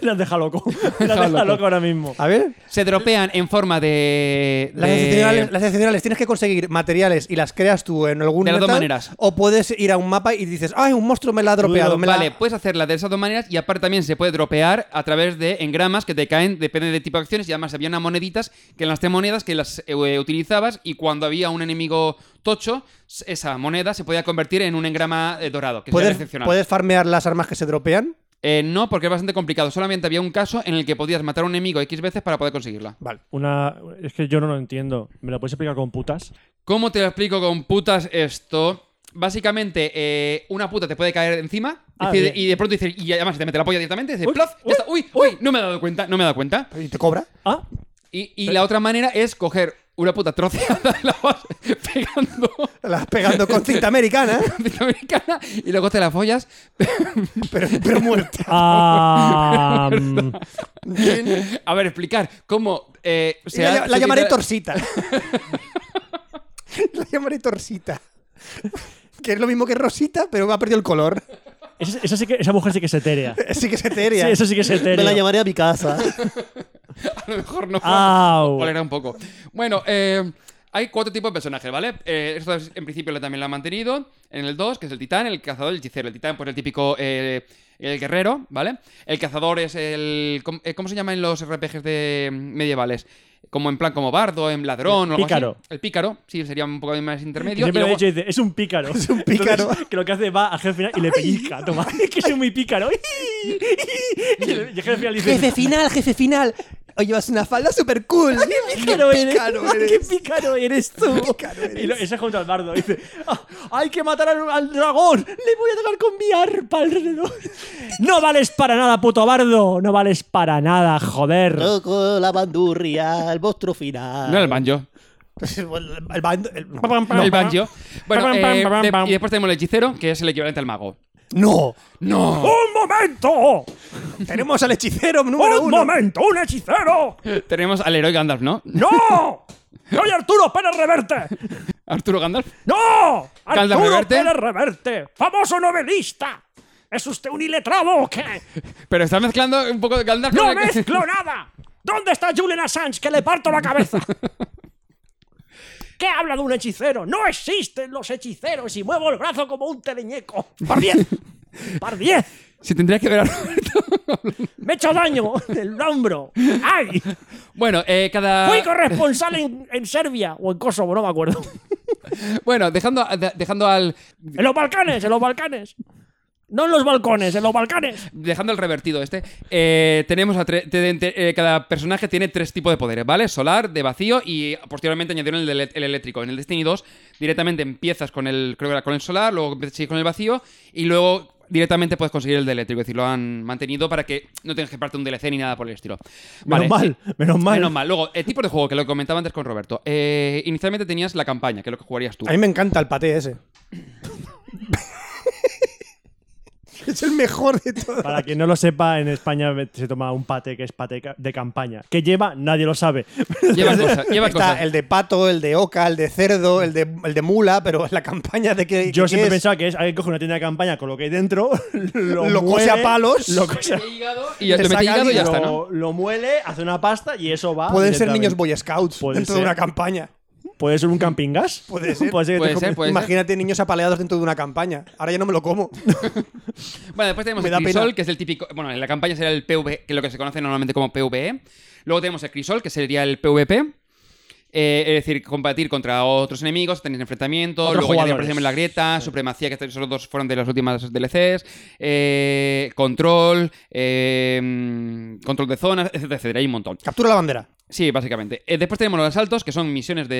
[SPEAKER 4] Las deja loco. Las deja loco ahora mismo.
[SPEAKER 5] Ah.
[SPEAKER 6] A ver,
[SPEAKER 5] se dropean en forma de.
[SPEAKER 6] las,
[SPEAKER 5] de-
[SPEAKER 6] excepcionales, las excepcionales tienes que conseguir materiales y las creas tú en algún
[SPEAKER 5] De las dos
[SPEAKER 6] metal,
[SPEAKER 5] maneras.
[SPEAKER 6] O puedes ir a un mapa y dices, ay, un monstruo me la ha dropeado. me la-
[SPEAKER 5] Vale, puedes hacerla de esas dos maneras y aparte también se puede dropear a través de engramas que te caen, depende de tipo de acciones. Y además había unas moneditas que en las tres monedas que las eh, utilizabas y cuando había un enemigo tocho, s- esa moneda se podía convertir en un engrama eh, dorado, que es
[SPEAKER 6] ¿Puedes,
[SPEAKER 5] excepcional.
[SPEAKER 6] puedes farmear las armas que se dropean.
[SPEAKER 5] Eh, no, porque es bastante complicado. Solamente había un caso en el que podías matar a un enemigo X veces para poder conseguirla.
[SPEAKER 6] Vale.
[SPEAKER 4] Una. Es que yo no lo entiendo. ¿Me lo puedes explicar con putas?
[SPEAKER 5] ¿Cómo te lo explico con putas esto? Básicamente, eh, una puta te puede caer encima
[SPEAKER 4] Ah,
[SPEAKER 5] decide-
[SPEAKER 4] bien.
[SPEAKER 5] y de pronto dice, y además te mete la polla directamente, dice,
[SPEAKER 4] Uy,
[SPEAKER 5] "Plof", ya
[SPEAKER 4] uy,
[SPEAKER 5] está, uy, uy, no me he dado cuenta, no me he dado cuenta.
[SPEAKER 6] ¿Y te cobra?
[SPEAKER 4] Ah,
[SPEAKER 5] Y, y la otra manera es coger una puta troceada y la vas pegando
[SPEAKER 6] Las pegando con cinta americana, ¿eh?
[SPEAKER 5] americana y luego te la follas.
[SPEAKER 6] pero, pero muerta.
[SPEAKER 4] ah, mm,
[SPEAKER 5] A ver, explicar cómo eh,
[SPEAKER 6] Y
[SPEAKER 5] se
[SPEAKER 6] la,
[SPEAKER 5] ha-
[SPEAKER 6] la
[SPEAKER 5] se
[SPEAKER 6] llamaré
[SPEAKER 5] quita-
[SPEAKER 6] Torsita. la llamaré Torsita. Que es lo mismo que Rosita, pero me ha perdido el color.
[SPEAKER 4] esa, esa sí que, esa mujer sí que es etérea.
[SPEAKER 6] Sí que es etérea.
[SPEAKER 4] Sí, eso sí que es
[SPEAKER 8] Me
[SPEAKER 4] etéreo.
[SPEAKER 8] la llamaré a mi casa.
[SPEAKER 5] A lo mejor no.
[SPEAKER 4] Au.
[SPEAKER 5] Tolera un poco. Bueno, eh, hay cuatro tipos de personajes, ¿vale? Eh, esto es- en principio lo- también lo han mantenido. En el 2, que es el titán, el cazador, el hechicero. El titán, pues el típico. eh, el guerrero, ¿vale? El cazador es el. com- eh, ¿Cómo se llama en los RPGs de mm, medievales? Como en plan, como bardo, en ladrón o algo así.
[SPEAKER 4] Pícaro.
[SPEAKER 5] El pícaro, sí, sería un poco más
[SPEAKER 4] Que
[SPEAKER 5] intermedio. Y
[SPEAKER 4] Siempre lo he
[SPEAKER 5] luego-
[SPEAKER 4] dicho y dice, es un pícaro. Es un
[SPEAKER 6] pícaro.
[SPEAKER 4] que lo que hace va al jefe final y le pellizca. Toma, que soy muy pícaro. y el y el jefe final le dice,
[SPEAKER 6] Jefe final, jefe final. Hoy llevas una falda super cool.
[SPEAKER 4] ¡Qué pícaro eres!
[SPEAKER 6] pícaro eres!
[SPEAKER 4] ¡Qué pícaro eres tú!
[SPEAKER 6] pícaro eres!
[SPEAKER 4] Y lo- ese junto al bardo dice: "Ah, ¡Hay que matar al, al dragón! ¡Le voy a tocar con mi arpa alrededor! ¡No vales para nada, puto bardo! ¡No vales para nada, joder!
[SPEAKER 8] Loco, la bandurria, el monstruo final.
[SPEAKER 5] No, el banjo.
[SPEAKER 6] El bando- el-
[SPEAKER 5] El banjo. Bueno,
[SPEAKER 4] Pam, pam,
[SPEAKER 5] eh,
[SPEAKER 4] pam,
[SPEAKER 5] de-
[SPEAKER 4] pam.
[SPEAKER 5] y después tenemos el hechicero, que es el equivalente al mago.
[SPEAKER 6] No.
[SPEAKER 5] ¡No!
[SPEAKER 4] ¡Un momento!
[SPEAKER 6] Tenemos al hechicero número
[SPEAKER 4] ¡Un
[SPEAKER 6] uno.
[SPEAKER 4] momento! ¡Un hechicero!
[SPEAKER 5] Tenemos al héroe Gandalf, ¿no?
[SPEAKER 4] ¡No! ¡Soy Arturo Pérez Reverte!
[SPEAKER 5] Arturo Gandalf.
[SPEAKER 4] ¡No!
[SPEAKER 5] Calda
[SPEAKER 4] ¡Arturo
[SPEAKER 5] Reverte.
[SPEAKER 4] Pérez Reverte! ¡Famoso novelista! ¿Es usted un iletrado o qué?
[SPEAKER 5] Pero está mezclando un poco de Gandalf
[SPEAKER 4] ¡No
[SPEAKER 5] con el-
[SPEAKER 4] mezclo nada! ¿Dónde está Julian Assange que le parto la cabeza? ¿Qué habla de un hechicero? ¡No existen los hechiceros! Y muevo el brazo como un teleñeco. ¡Par diez! ¡Par diez!
[SPEAKER 5] Si tendrías que ver a Roberto.
[SPEAKER 4] ¡Me he hecho daño del hombro! ¡Ay!
[SPEAKER 5] bueno, eh, cada.
[SPEAKER 4] Fui corresponsal en, en Serbia o en Kosovo, no me acuerdo.
[SPEAKER 5] Bueno, dejando, de- dejando al.
[SPEAKER 4] En los Balcanes, en los Balcanes. No en los balcones, en los Balcanes.
[SPEAKER 5] Dejando el revertido este, eh, tenemos a tre- te- te- eh, cada personaje tiene tres tipos de poderes, ¿vale? Solar, de vacío y posteriormente añadieron el, del- el eléctrico. En el Destiny 2 directamente empiezas con el, creo que era con el solar, luego sigues con el vacío y luego directamente puedes conseguir el de eléctrico. Es decir, lo han mantenido para que no tengas que parte un DLC ni nada por el estilo. Vale,
[SPEAKER 4] menos
[SPEAKER 5] Menos mal. Luego, el tipo de juego que lo comentaba antes con Roberto. Eh, inicialmente tenías la campaña, que es lo que jugarías tú.
[SPEAKER 6] A mí me encanta el paté ese. es el mejor de todos.
[SPEAKER 4] Para quien no lo sepa, en España se toma un pate que es pate ca- de campaña. ¿Qué lleva? Nadie lo sabe.
[SPEAKER 5] Lleva cosas. Lleva
[SPEAKER 6] Está
[SPEAKER 5] cosas.
[SPEAKER 6] el de pato, el de oca, el de cerdo, el de, el de mula, pero la campaña de que.
[SPEAKER 4] Yo
[SPEAKER 6] que
[SPEAKER 4] siempre
[SPEAKER 6] es-
[SPEAKER 4] pensaba que es alguien coge una tienda de campaña con lo que hay dentro, lo,
[SPEAKER 6] Lo
[SPEAKER 4] muele,
[SPEAKER 6] cose a palos.
[SPEAKER 4] lo, cose a-
[SPEAKER 5] Y ya-
[SPEAKER 6] Te
[SPEAKER 5] lo metí
[SPEAKER 6] saca
[SPEAKER 5] hígado y ya
[SPEAKER 6] el
[SPEAKER 5] está, ¿no?
[SPEAKER 4] lo- lo muele, hace una pasta y eso va.
[SPEAKER 6] Pueden ser
[SPEAKER 4] directamente.
[SPEAKER 6] niños Boy Scouts
[SPEAKER 4] Puede
[SPEAKER 6] dentro de
[SPEAKER 4] ser.
[SPEAKER 6] una campaña.
[SPEAKER 7] ¿Puede ser un camping gas?
[SPEAKER 6] Puede ser.
[SPEAKER 7] que te
[SPEAKER 5] Puede
[SPEAKER 7] comes-
[SPEAKER 5] ser, puede ser.
[SPEAKER 6] Imagínate niños apaleados dentro de una campaña. Ahora ya no me lo como.
[SPEAKER 5] Bueno, después tenemos
[SPEAKER 6] Me
[SPEAKER 5] el
[SPEAKER 6] da
[SPEAKER 5] crisol,
[SPEAKER 6] pena.
[SPEAKER 5] que es el típico. Bueno, en la campaña será el PV, que es lo que se conoce normalmente como PVE. Luego tenemos el crisol, que sería el PvP. eh, es decir, combatir contra otros enemigos, tener enfrentamiento,
[SPEAKER 7] Otros
[SPEAKER 5] luego ya por
[SPEAKER 7] jugadores.
[SPEAKER 5] ejemplo la grieta, supremacía, que estos dos fueron de las últimas DLCs, eh, control, eh, control de zonas, etcétera, etcétera, hay un montón.
[SPEAKER 6] Captura la bandera.
[SPEAKER 5] Sí, básicamente. Eh, después tenemos los asaltos, que son misiones de,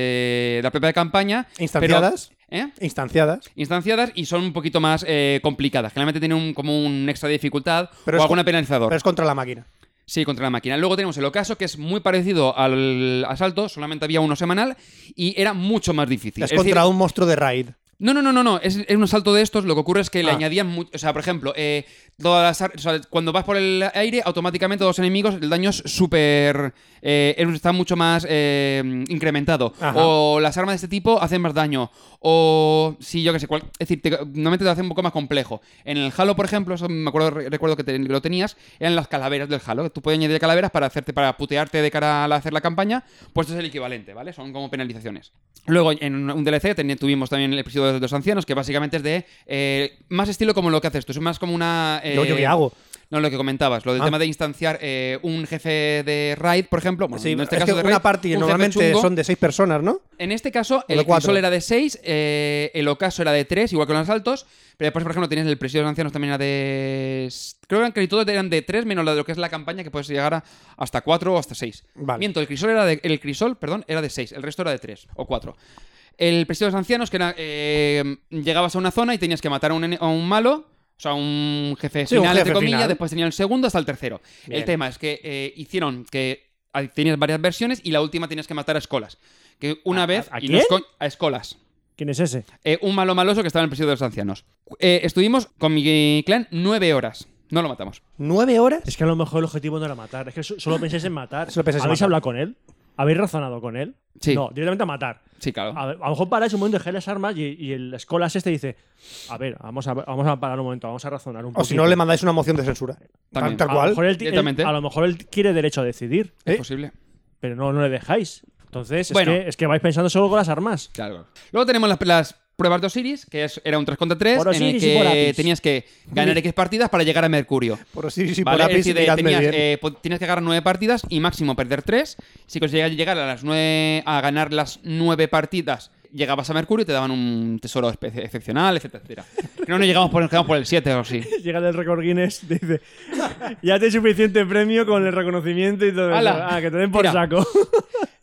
[SPEAKER 5] de la propia campaña. pero-
[SPEAKER 6] Instanciadas.
[SPEAKER 5] ¿Eh?
[SPEAKER 6] Instanciadas.
[SPEAKER 5] instanciadas y son un poquito más eh, complicadas. Generalmente tienen un, como un extra de dificultad
[SPEAKER 6] Pero
[SPEAKER 5] o
[SPEAKER 6] es
[SPEAKER 5] alguna
[SPEAKER 6] co-
[SPEAKER 5] penalizador.
[SPEAKER 6] Pero es contra la máquina.
[SPEAKER 5] Sí, contra la máquina. Luego tenemos el ocaso, que es muy parecido al asalto, solamente había uno semanal y era mucho más difícil.
[SPEAKER 6] Es,
[SPEAKER 5] Es
[SPEAKER 6] contra
[SPEAKER 5] decir,
[SPEAKER 6] un monstruo de raid.
[SPEAKER 5] no, no, no, no, no. Es, es un asalto de estos. Lo que ocurre es que le
[SPEAKER 6] Ah.
[SPEAKER 5] añadían. mu- O sea, por ejemplo, eh, todas las ar- o sea, cuando vas por el aire, automáticamente los enemigos, el daño es súper. eh, es- está mucho más eh, incrementado.
[SPEAKER 6] Ajá.
[SPEAKER 5] O las armas de este tipo hacen más daño. O. Sí, yo qué sé. cual- es decir, te- normalmente te lo hace un poco más complejo. En el Halo, por ejemplo, eso me acuerdo, re- recuerdo que, te- que lo tenías, eran las calaveras del Halo. Tú puedes añadir calaveras para hacerte para putearte de cara al hacer la campaña. Pues esto es el equivalente, ¿vale? Son como penalizaciones. Luego, en un DLC teni- tuvimos también el episodio de los ancianos, que básicamente es de eh, más estilo como lo que haces tú. Es más como una. eh,
[SPEAKER 6] Yo, yo, ¿qué hago?
[SPEAKER 5] No, lo que comentabas, lo del
[SPEAKER 6] Ah.
[SPEAKER 5] tema de instanciar eh, un jefe de raid, por ejemplo. Bueno,
[SPEAKER 6] Sí,
[SPEAKER 5] en este
[SPEAKER 6] es
[SPEAKER 5] caso
[SPEAKER 6] que
[SPEAKER 5] de raid,
[SPEAKER 6] una party
[SPEAKER 5] un jefe
[SPEAKER 6] normalmente
[SPEAKER 5] chungo.
[SPEAKER 6] son de seis personas, ¿no?
[SPEAKER 5] En este caso,
[SPEAKER 6] de
[SPEAKER 5] el
[SPEAKER 6] cuatro.
[SPEAKER 5] crisol era de 6, el ocaso era de 3, igual que los asaltos. Pero después, por ejemplo, tienes el presidio de los ancianos también era de. s- Creo que eran- que todos eran de 3, menos la de lo que es la campaña, que puedes llegar a hasta 4 o hasta 6.
[SPEAKER 6] Vale.
[SPEAKER 5] Miento, el crisol era de. El crisol, perdón, era de 6, el resto era de 3 o 4. El presidio de los ancianos, que era. eh, llegabas a una zona y tenías que matar a un, ene- a un malo. O sea, un jefe
[SPEAKER 6] Sí,
[SPEAKER 5] final,
[SPEAKER 6] un jefe
[SPEAKER 5] entre comillas,
[SPEAKER 6] final.
[SPEAKER 5] después Pues tenía el segundo hasta el tercero.
[SPEAKER 6] Bien.
[SPEAKER 5] El tema es que eh, hicieron que hay- tenías varias versiones y la última tenías que matar a Escolas. Que una vez.
[SPEAKER 7] a
[SPEAKER 5] y no es
[SPEAKER 7] quién?
[SPEAKER 5] co- a Escolas.
[SPEAKER 7] ¿Quién es ese?
[SPEAKER 5] Eh, un malo maloso que estaba en el presidio de los ancianos. Eh, estuvimos con mi clan nueve horas. No lo matamos.
[SPEAKER 6] ¿Nueve horas?
[SPEAKER 7] Es que a lo mejor el objetivo no era matar. Es que so- solo pensáis en matar.
[SPEAKER 6] Solo pensáis en
[SPEAKER 7] ¿Habéis
[SPEAKER 6] matar.
[SPEAKER 7] hablado con él? ¿Habéis razonado con él?
[SPEAKER 5] Sí.
[SPEAKER 7] No, directamente a matar.
[SPEAKER 5] Sí, claro.
[SPEAKER 7] A, ver, a lo mejor paráis un momento, dejáis las armas y, y el Escolas este dice: A ver, vamos a, vamos a parar un momento, vamos a razonar un poco.
[SPEAKER 6] O si no, le mandáis una moción de censura.
[SPEAKER 5] También. Ah,
[SPEAKER 6] Tal
[SPEAKER 7] a lo,
[SPEAKER 6] cual.
[SPEAKER 7] mejor él ti- él-
[SPEAKER 5] Directamente.
[SPEAKER 7] a lo mejor él quiere derecho a decidir,
[SPEAKER 5] Es
[SPEAKER 6] ¿Eh?
[SPEAKER 5] posible.
[SPEAKER 7] pero no, no le dejáis. Entonces, es,
[SPEAKER 5] Bueno.
[SPEAKER 7] que, es que vais pensando solo con las armas.
[SPEAKER 5] Claro. Luego tenemos las, las pruebas de Osiris, que es- era un 3 contra 3,
[SPEAKER 7] Por
[SPEAKER 5] en el
[SPEAKER 7] Osiris y por
[SPEAKER 5] que
[SPEAKER 7] Apis.
[SPEAKER 5] tenías que ganar X partidas para llegar a Mercurio.
[SPEAKER 6] Por Osiris y
[SPEAKER 5] ¿Vale?
[SPEAKER 6] por
[SPEAKER 5] Es
[SPEAKER 6] Apis,
[SPEAKER 5] decir, de-
[SPEAKER 6] miradme
[SPEAKER 5] tenías,
[SPEAKER 6] bien.
[SPEAKER 5] eh, po- tienes que ganar nueve partidas y máximo perder tres. Si conseguías llegar a las nueve, a ganar las nueve partidas, llegabas a Mercurio y te daban un tesoro espe- excepcional, etcétera, etcétera. No nos llegamos por, nos quedamos por el 7 o así.
[SPEAKER 7] Llega del récord Guinness, te dice: Ya te suficiente premio con el reconocimiento y todo eso.
[SPEAKER 5] ¡Hala!
[SPEAKER 7] Ah, que te den por
[SPEAKER 5] Mira.
[SPEAKER 7] saco.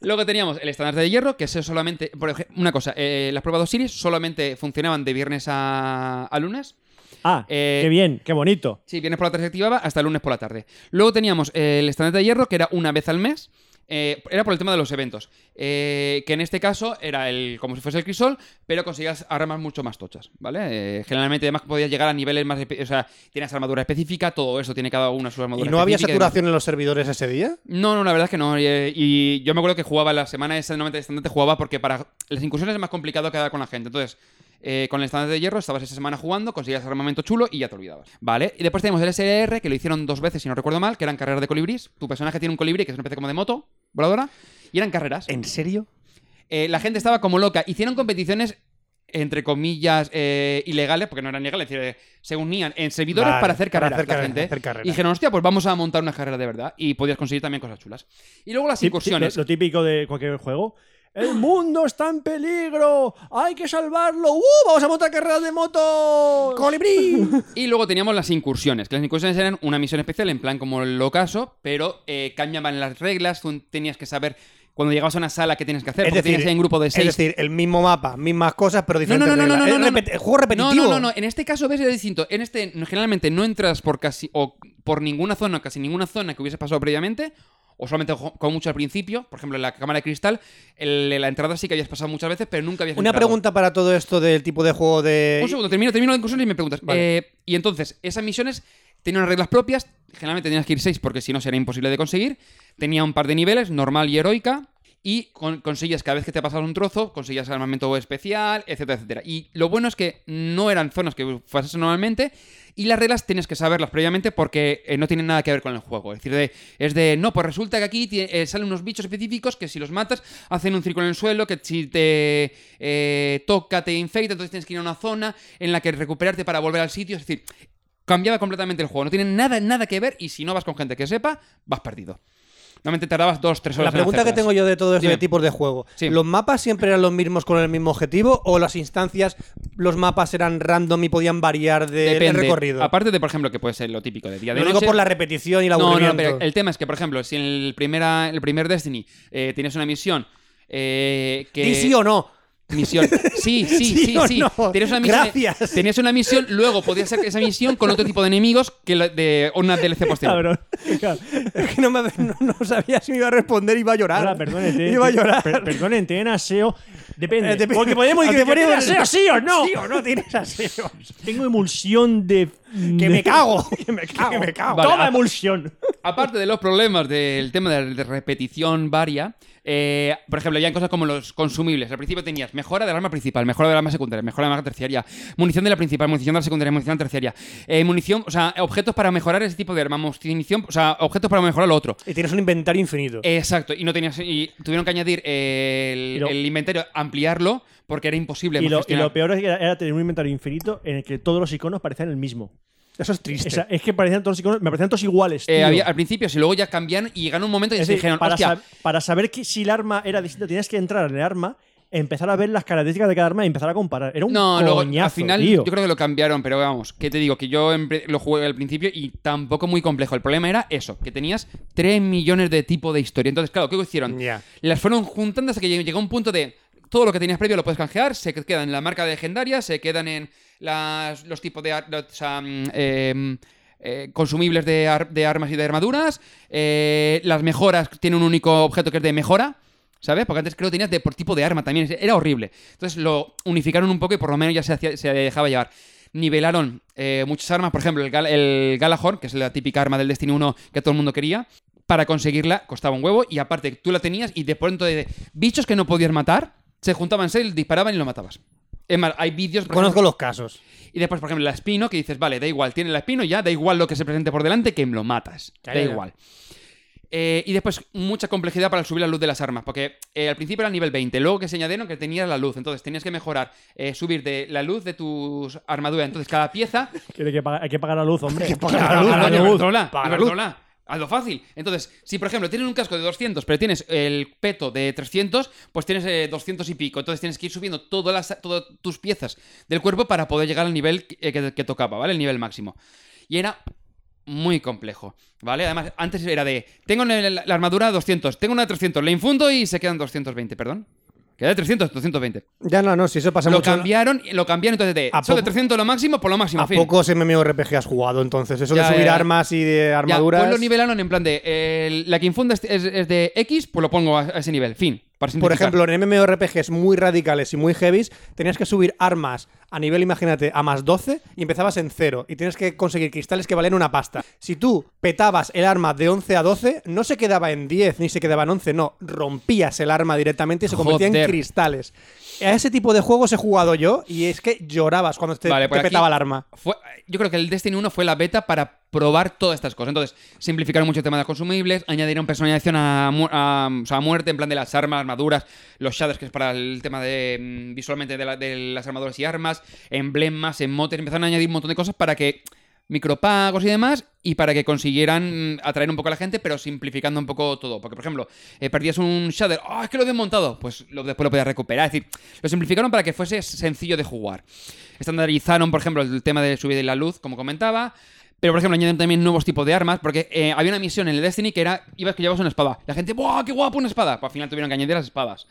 [SPEAKER 5] Luego teníamos el estándar de hierro, que es solamente. Por ejemplo, una cosa, eh, las pruebas de Osiris solamente funcionaban de viernes a, a lunes.
[SPEAKER 7] ah,
[SPEAKER 5] Eh,
[SPEAKER 7] qué bien, qué bonito.
[SPEAKER 5] Sí, viernes por la tarde se activaba hasta el lunes por la tarde. Luego teníamos eh, el estandarte de hierro, que era una vez al mes. Eh, era por el tema de los eventos. Eh, que en este caso era el como si fuese el crisol, pero conseguías armas mucho más tochas, ¿vale? Eh, generalmente además podías llegar a niveles más... espe- O sea, tienes armadura específica, todo eso, tiene cada una su
[SPEAKER 6] ¿Y
[SPEAKER 5] armadura
[SPEAKER 6] no había
[SPEAKER 5] específica y demás.
[SPEAKER 6] saturación en los servidores ese día?
[SPEAKER 5] No, no, la verdad es que no. Y, eh, y yo me acuerdo que jugaba la semana esa normalmente de estandarte jugaba porque para las incursiones es más complicado quedar con la gente. Entonces, eh, con el estandarte de hierro estabas esa semana jugando, conseguías armamento chulo y ya te olvidabas. Vale. Y después tenemos el SR, que lo hicieron dos veces, si no recuerdo mal, que eran carreras de colibrís. Tu personaje tiene un colibrí que es una especie como de moto voladora. Y eran carreras.
[SPEAKER 6] ¿En serio?
[SPEAKER 5] Eh, la gente estaba como loca. Hicieron competiciones entre comillas eh, ilegales, porque no eran legales, es decir, eh, se unían en servidores
[SPEAKER 6] Vale,
[SPEAKER 5] para hacer
[SPEAKER 6] para
[SPEAKER 5] carreras.
[SPEAKER 6] hacer
[SPEAKER 5] la
[SPEAKER 6] carreras,
[SPEAKER 5] gente.
[SPEAKER 6] hacer carreras.
[SPEAKER 5] Y dijeron, hostia, pues vamos a montar una carrera de verdad. Y podías conseguir también cosas chulas. Y luego las incursiones.
[SPEAKER 7] Lo típico de cualquier juego. El mundo está en peligro. Hay que salvarlo. ¡Uh! Vamos a montar carreras de moto.
[SPEAKER 6] ¡Colibrí!
[SPEAKER 5] Y luego teníamos las incursiones, que las incursiones eran una misión especial, en plan como el ocaso, pero eh, cambiaban las reglas, tú tenías que saber cuando llegabas a una sala qué tienes que hacer,
[SPEAKER 6] Es
[SPEAKER 5] porque tenías
[SPEAKER 6] decir,
[SPEAKER 5] ahí un grupo de
[SPEAKER 6] es
[SPEAKER 5] seis.
[SPEAKER 6] decir, el mismo mapa, mismas cosas, pero
[SPEAKER 5] no, no, no,
[SPEAKER 6] diferentes.
[SPEAKER 5] no, no, no,
[SPEAKER 6] reglas.
[SPEAKER 5] no,
[SPEAKER 6] Es
[SPEAKER 5] no.
[SPEAKER 6] repet- juego repetitivo.
[SPEAKER 5] No, no, no, no. En este caso ves es distinto. En este no- generalmente no entras por casi o por ninguna zona, o casi ninguna zona que hubiese pasado previamente. O solamente jo- como mucho al principio, por ejemplo, en la cámara de cristal, el- la entrada sí que habías pasado muchas veces, pero nunca habías
[SPEAKER 6] Una
[SPEAKER 5] entrado.
[SPEAKER 6] pregunta para todo esto del tipo de juego de.
[SPEAKER 5] Un segundo, termino, termino la incursión y me preguntas. Eh, y entonces, esas misiones tenían unas reglas propias. Generalmente tenías que ir seis porque si no sería imposible de conseguir. Tenía un par de niveles, normal y heroica. y con- conseguías cada vez que te pasabas un trozo, conseguías armamento especial, etcétera, etcétera. Y lo bueno es que no eran zonas que fueras normalmente y las reglas tienes que saberlas previamente porque eh, no tienen nada que ver con el juego. Es decir, de- es de, no, pues resulta que aquí ti- eh, salen unos bichos específicos que si los matas hacen un círculo en el suelo, que si te eh, toca te infecta, entonces tienes que ir a una zona en la que recuperarte para volver al sitio. Es decir, cambiaba completamente el juego. No tiene nada, nada que ver y si no vas con gente que sepa, vas perdido. Normalmente tardabas dos, tres horas.
[SPEAKER 6] La
[SPEAKER 5] en
[SPEAKER 6] pregunta que
[SPEAKER 5] hacerlas.
[SPEAKER 6] tengo yo de todo este
[SPEAKER 5] Dime.
[SPEAKER 6] tipo de juego:
[SPEAKER 5] Sí.
[SPEAKER 6] ¿los mapas siempre eran los mismos con el mismo objetivo o las instancias, los mapas eran random y podían variar de- del
[SPEAKER 5] Depende.
[SPEAKER 6] recorrido?
[SPEAKER 5] Aparte de, por ejemplo, que puede ser lo típico de día de
[SPEAKER 6] Lo digo
[SPEAKER 5] noche.
[SPEAKER 6] por la repetición y el
[SPEAKER 5] No,
[SPEAKER 6] aburrimiento.
[SPEAKER 5] no, pero el tema es que, por ejemplo, si en el, primera, el primer Destiny eh, tienes una misión eh, que...
[SPEAKER 6] Di sí o no?
[SPEAKER 5] Misión. Sí, sí, sí,
[SPEAKER 6] ¿Sí
[SPEAKER 5] sí.
[SPEAKER 6] o no?
[SPEAKER 5] Tenías una misión,
[SPEAKER 6] Gracias.
[SPEAKER 5] tenías una misión, luego podías hacer esa misión con otro tipo de enemigos que la de una DLC posterior.
[SPEAKER 7] Cabrón.
[SPEAKER 6] Es que no, me, no, no sabía si me iba a responder y iba a llorar.
[SPEAKER 7] Ahora, perdónete.
[SPEAKER 6] Ah, Iba a llorar.
[SPEAKER 7] Per- perdónete, en aseo. Depende.
[SPEAKER 6] Eh, depende.
[SPEAKER 7] Porque podemos ir
[SPEAKER 6] Ah,
[SPEAKER 7] que
[SPEAKER 6] depende
[SPEAKER 7] tienes
[SPEAKER 6] del-
[SPEAKER 7] aseo, sí o no.
[SPEAKER 6] Sí o no tienes aseo.
[SPEAKER 7] Tengo emulsión de.
[SPEAKER 6] Que me cago. que me
[SPEAKER 7] cago.
[SPEAKER 6] Que me cago. ah.
[SPEAKER 5] Vale,
[SPEAKER 7] Toma
[SPEAKER 5] a-
[SPEAKER 7] emulsión.
[SPEAKER 5] Aparte de los problemas del tema de la repetición varia, eh, por ejemplo, ya en cosas como los consumibles. Al principio tenías mejora del arma principal, mejora del arma secundaria, mejora del arma terciaria, munición de la principal, munición de la secundaria, munición de la terciaria, eh, munición, o sea, objetos para mejorar ese tipo de arma, munición, o sea, objetos para mejorar lo otro.
[SPEAKER 6] Y tienes un inventario infinito.
[SPEAKER 5] Exacto, y no tenías y tuvieron que añadir eh,
[SPEAKER 7] Y
[SPEAKER 5] el,
[SPEAKER 7] lo-
[SPEAKER 5] el inventario, ampliarlo porque era imposible.
[SPEAKER 7] Y lo, y
[SPEAKER 5] gestionar.
[SPEAKER 7] lo peor es que era, era tener un inventario infinito en el que todos los iconos parecían el mismo.
[SPEAKER 6] Eso es triste.
[SPEAKER 7] O sea, es que parecían todos los iconos. Me parecían todos iguales.
[SPEAKER 5] Eh,
[SPEAKER 7] tío.
[SPEAKER 5] había- al principio, si luego ya cambiaron y llegaron un momento y
[SPEAKER 7] Es
[SPEAKER 5] se
[SPEAKER 7] decir,
[SPEAKER 5] dijeron,
[SPEAKER 7] para,
[SPEAKER 5] hostia,
[SPEAKER 7] sab- para saber que, si el arma era distinta, tenías que entrar en el arma, empezar a ver las características de cada arma y empezar a comparar. Era un
[SPEAKER 5] No, luego,
[SPEAKER 7] coñazo,
[SPEAKER 5] al final
[SPEAKER 7] tío.
[SPEAKER 5] yo creo que lo cambiaron, pero vamos, que te digo, que yo empe- lo jugué al principio y tampoco muy complejo. El problema era eso, que tenías 3 millones de tipo de historia. Entonces, claro, ¿qué hicieron?
[SPEAKER 6] Ya.
[SPEAKER 5] Las fueron juntando hasta que lleg- llegó un punto de todo lo que tenías previo lo puedes canjear, se queda en la marca legendaria, se quedan en las, los tipos de... ar- los, am, em, eh, consumibles de, ar- de armas y de armaduras. eh, las mejoras tienen un único objeto que es de mejora. ¿Sabes? Porque antes creo que tenías de por tipo de arma también. Era horrible. Entonces lo unificaron un poco y por lo menos ya se, hacía- se dejaba llevar. Nivelaron eh, muchas armas. Por ejemplo, el, Gal- el Galahorn, que es la típica arma del Destiny 1 que todo el mundo quería. Para conseguirla costaba un huevo. Y aparte, tú la tenías y de pronto de bichos que no podías matar, se juntaban seis, disparaban y lo matabas. Es más, hay vídeos. por ejemplo-
[SPEAKER 6] Conozco los casos.
[SPEAKER 5] y después, por ejemplo, la espino, que dices, vale, da igual, tiene la espino, ya da igual lo que se presente por delante, que lo matas.
[SPEAKER 6] Claro.
[SPEAKER 5] Da igual. Eh, y después, mucha complejidad para subir la luz de las armas, porque eh, al principio era nivel 20, luego que se añadieron que tenías la luz, entonces tenías que mejorar, eh, subir de la luz de tus armaduras. Entonces, cada pieza
[SPEAKER 7] Que hay, que pagar, hay que pagar la luz, hombre.
[SPEAKER 5] Paga la luz,
[SPEAKER 7] luz.
[SPEAKER 5] Iberdrola,
[SPEAKER 7] Paga la luz.
[SPEAKER 5] Iberdrola. Hazlo fácil. Entonces, si por ejemplo tienes un casco de 200, pero tienes el peto de 300, pues tienes eh, 200 y pico. Entonces tienes que ir subiendo todas, las, todas tus piezas del cuerpo para poder llegar al nivel que, eh, que- que tocaba, ¿vale? El nivel máximo. Y era muy complejo, ¿vale? Además, antes era de, tengo la, la- la armadura 200, tengo una de 300, le infundo y se quedan 220, perdón. Queda de 300, 220.
[SPEAKER 6] Ya no, no, si eso pasa
[SPEAKER 5] lo
[SPEAKER 6] mucho.
[SPEAKER 5] cambiaron, lo cambiaron entonces de,
[SPEAKER 6] ¿A
[SPEAKER 5] solo de
[SPEAKER 6] poco-
[SPEAKER 5] 300 lo máximo por lo máximo.
[SPEAKER 6] ¿A
[SPEAKER 5] fin.
[SPEAKER 6] pocos MMORPG has jugado entonces? Eso
[SPEAKER 5] Ya,
[SPEAKER 6] de subir
[SPEAKER 5] ya, ya.
[SPEAKER 6] armas y de
[SPEAKER 5] Ya,
[SPEAKER 6] armaduras.
[SPEAKER 5] pues lo nivelaron en plan de eh, la que infunda es, es- es de X, pues lo pongo a, a ese nivel. Fin. para
[SPEAKER 6] Por
[SPEAKER 5] simplificar.
[SPEAKER 6] ejemplo, en MMORPGs muy radicales y muy heavies, tenías que subir armas a nivel, imagínate, a más 12 y empezabas en cero. Y tienes que conseguir cristales que valen una pasta. Si tú petabas el arma de 11 a 12, no se quedaba en 10 ni se quedaba en 11, no. Rompías el arma directamente y se convertía
[SPEAKER 5] Joder.
[SPEAKER 6] en cristales. A ese tipo de juegos he jugado yo y es que llorabas cuando te,
[SPEAKER 5] Vale,
[SPEAKER 6] te
[SPEAKER 5] pues aquí
[SPEAKER 6] petaba el arma.
[SPEAKER 5] fue- yo creo que el Destiny 1 fue la beta para probar todas estas cosas. Entonces, simplificaron mucho el tema de los consumibles, añadieron personalización a, mu- a- o sea, a muerte, en plan de las armas, armaduras, los shaders, que es para el tema de mm, visualmente de, la- de las armaduras y armas, emblemas, emotes, empezaron a añadir un montón de cosas para que micropagos y demás, y para que consiguieran mm, atraer un poco a la gente, pero simplificando un poco todo. Porque, por ejemplo, eh, perdías un shader, ¡ah, es que lo he desmontado! Pues lo, después lo podías recuperar. Es decir, lo simplificaron para que fuese sencillo de jugar. Estandarizaron, por ejemplo, el tema de subir la luz, como comentaba. Pero, por ejemplo, añaden también nuevos tipos de armas, porque eh, había una misión en el Destiny que era, ibas que llevabas una espada. La gente, ¡buah, qué guapo una espada! Pues al final tuvieron que añadir las espadas.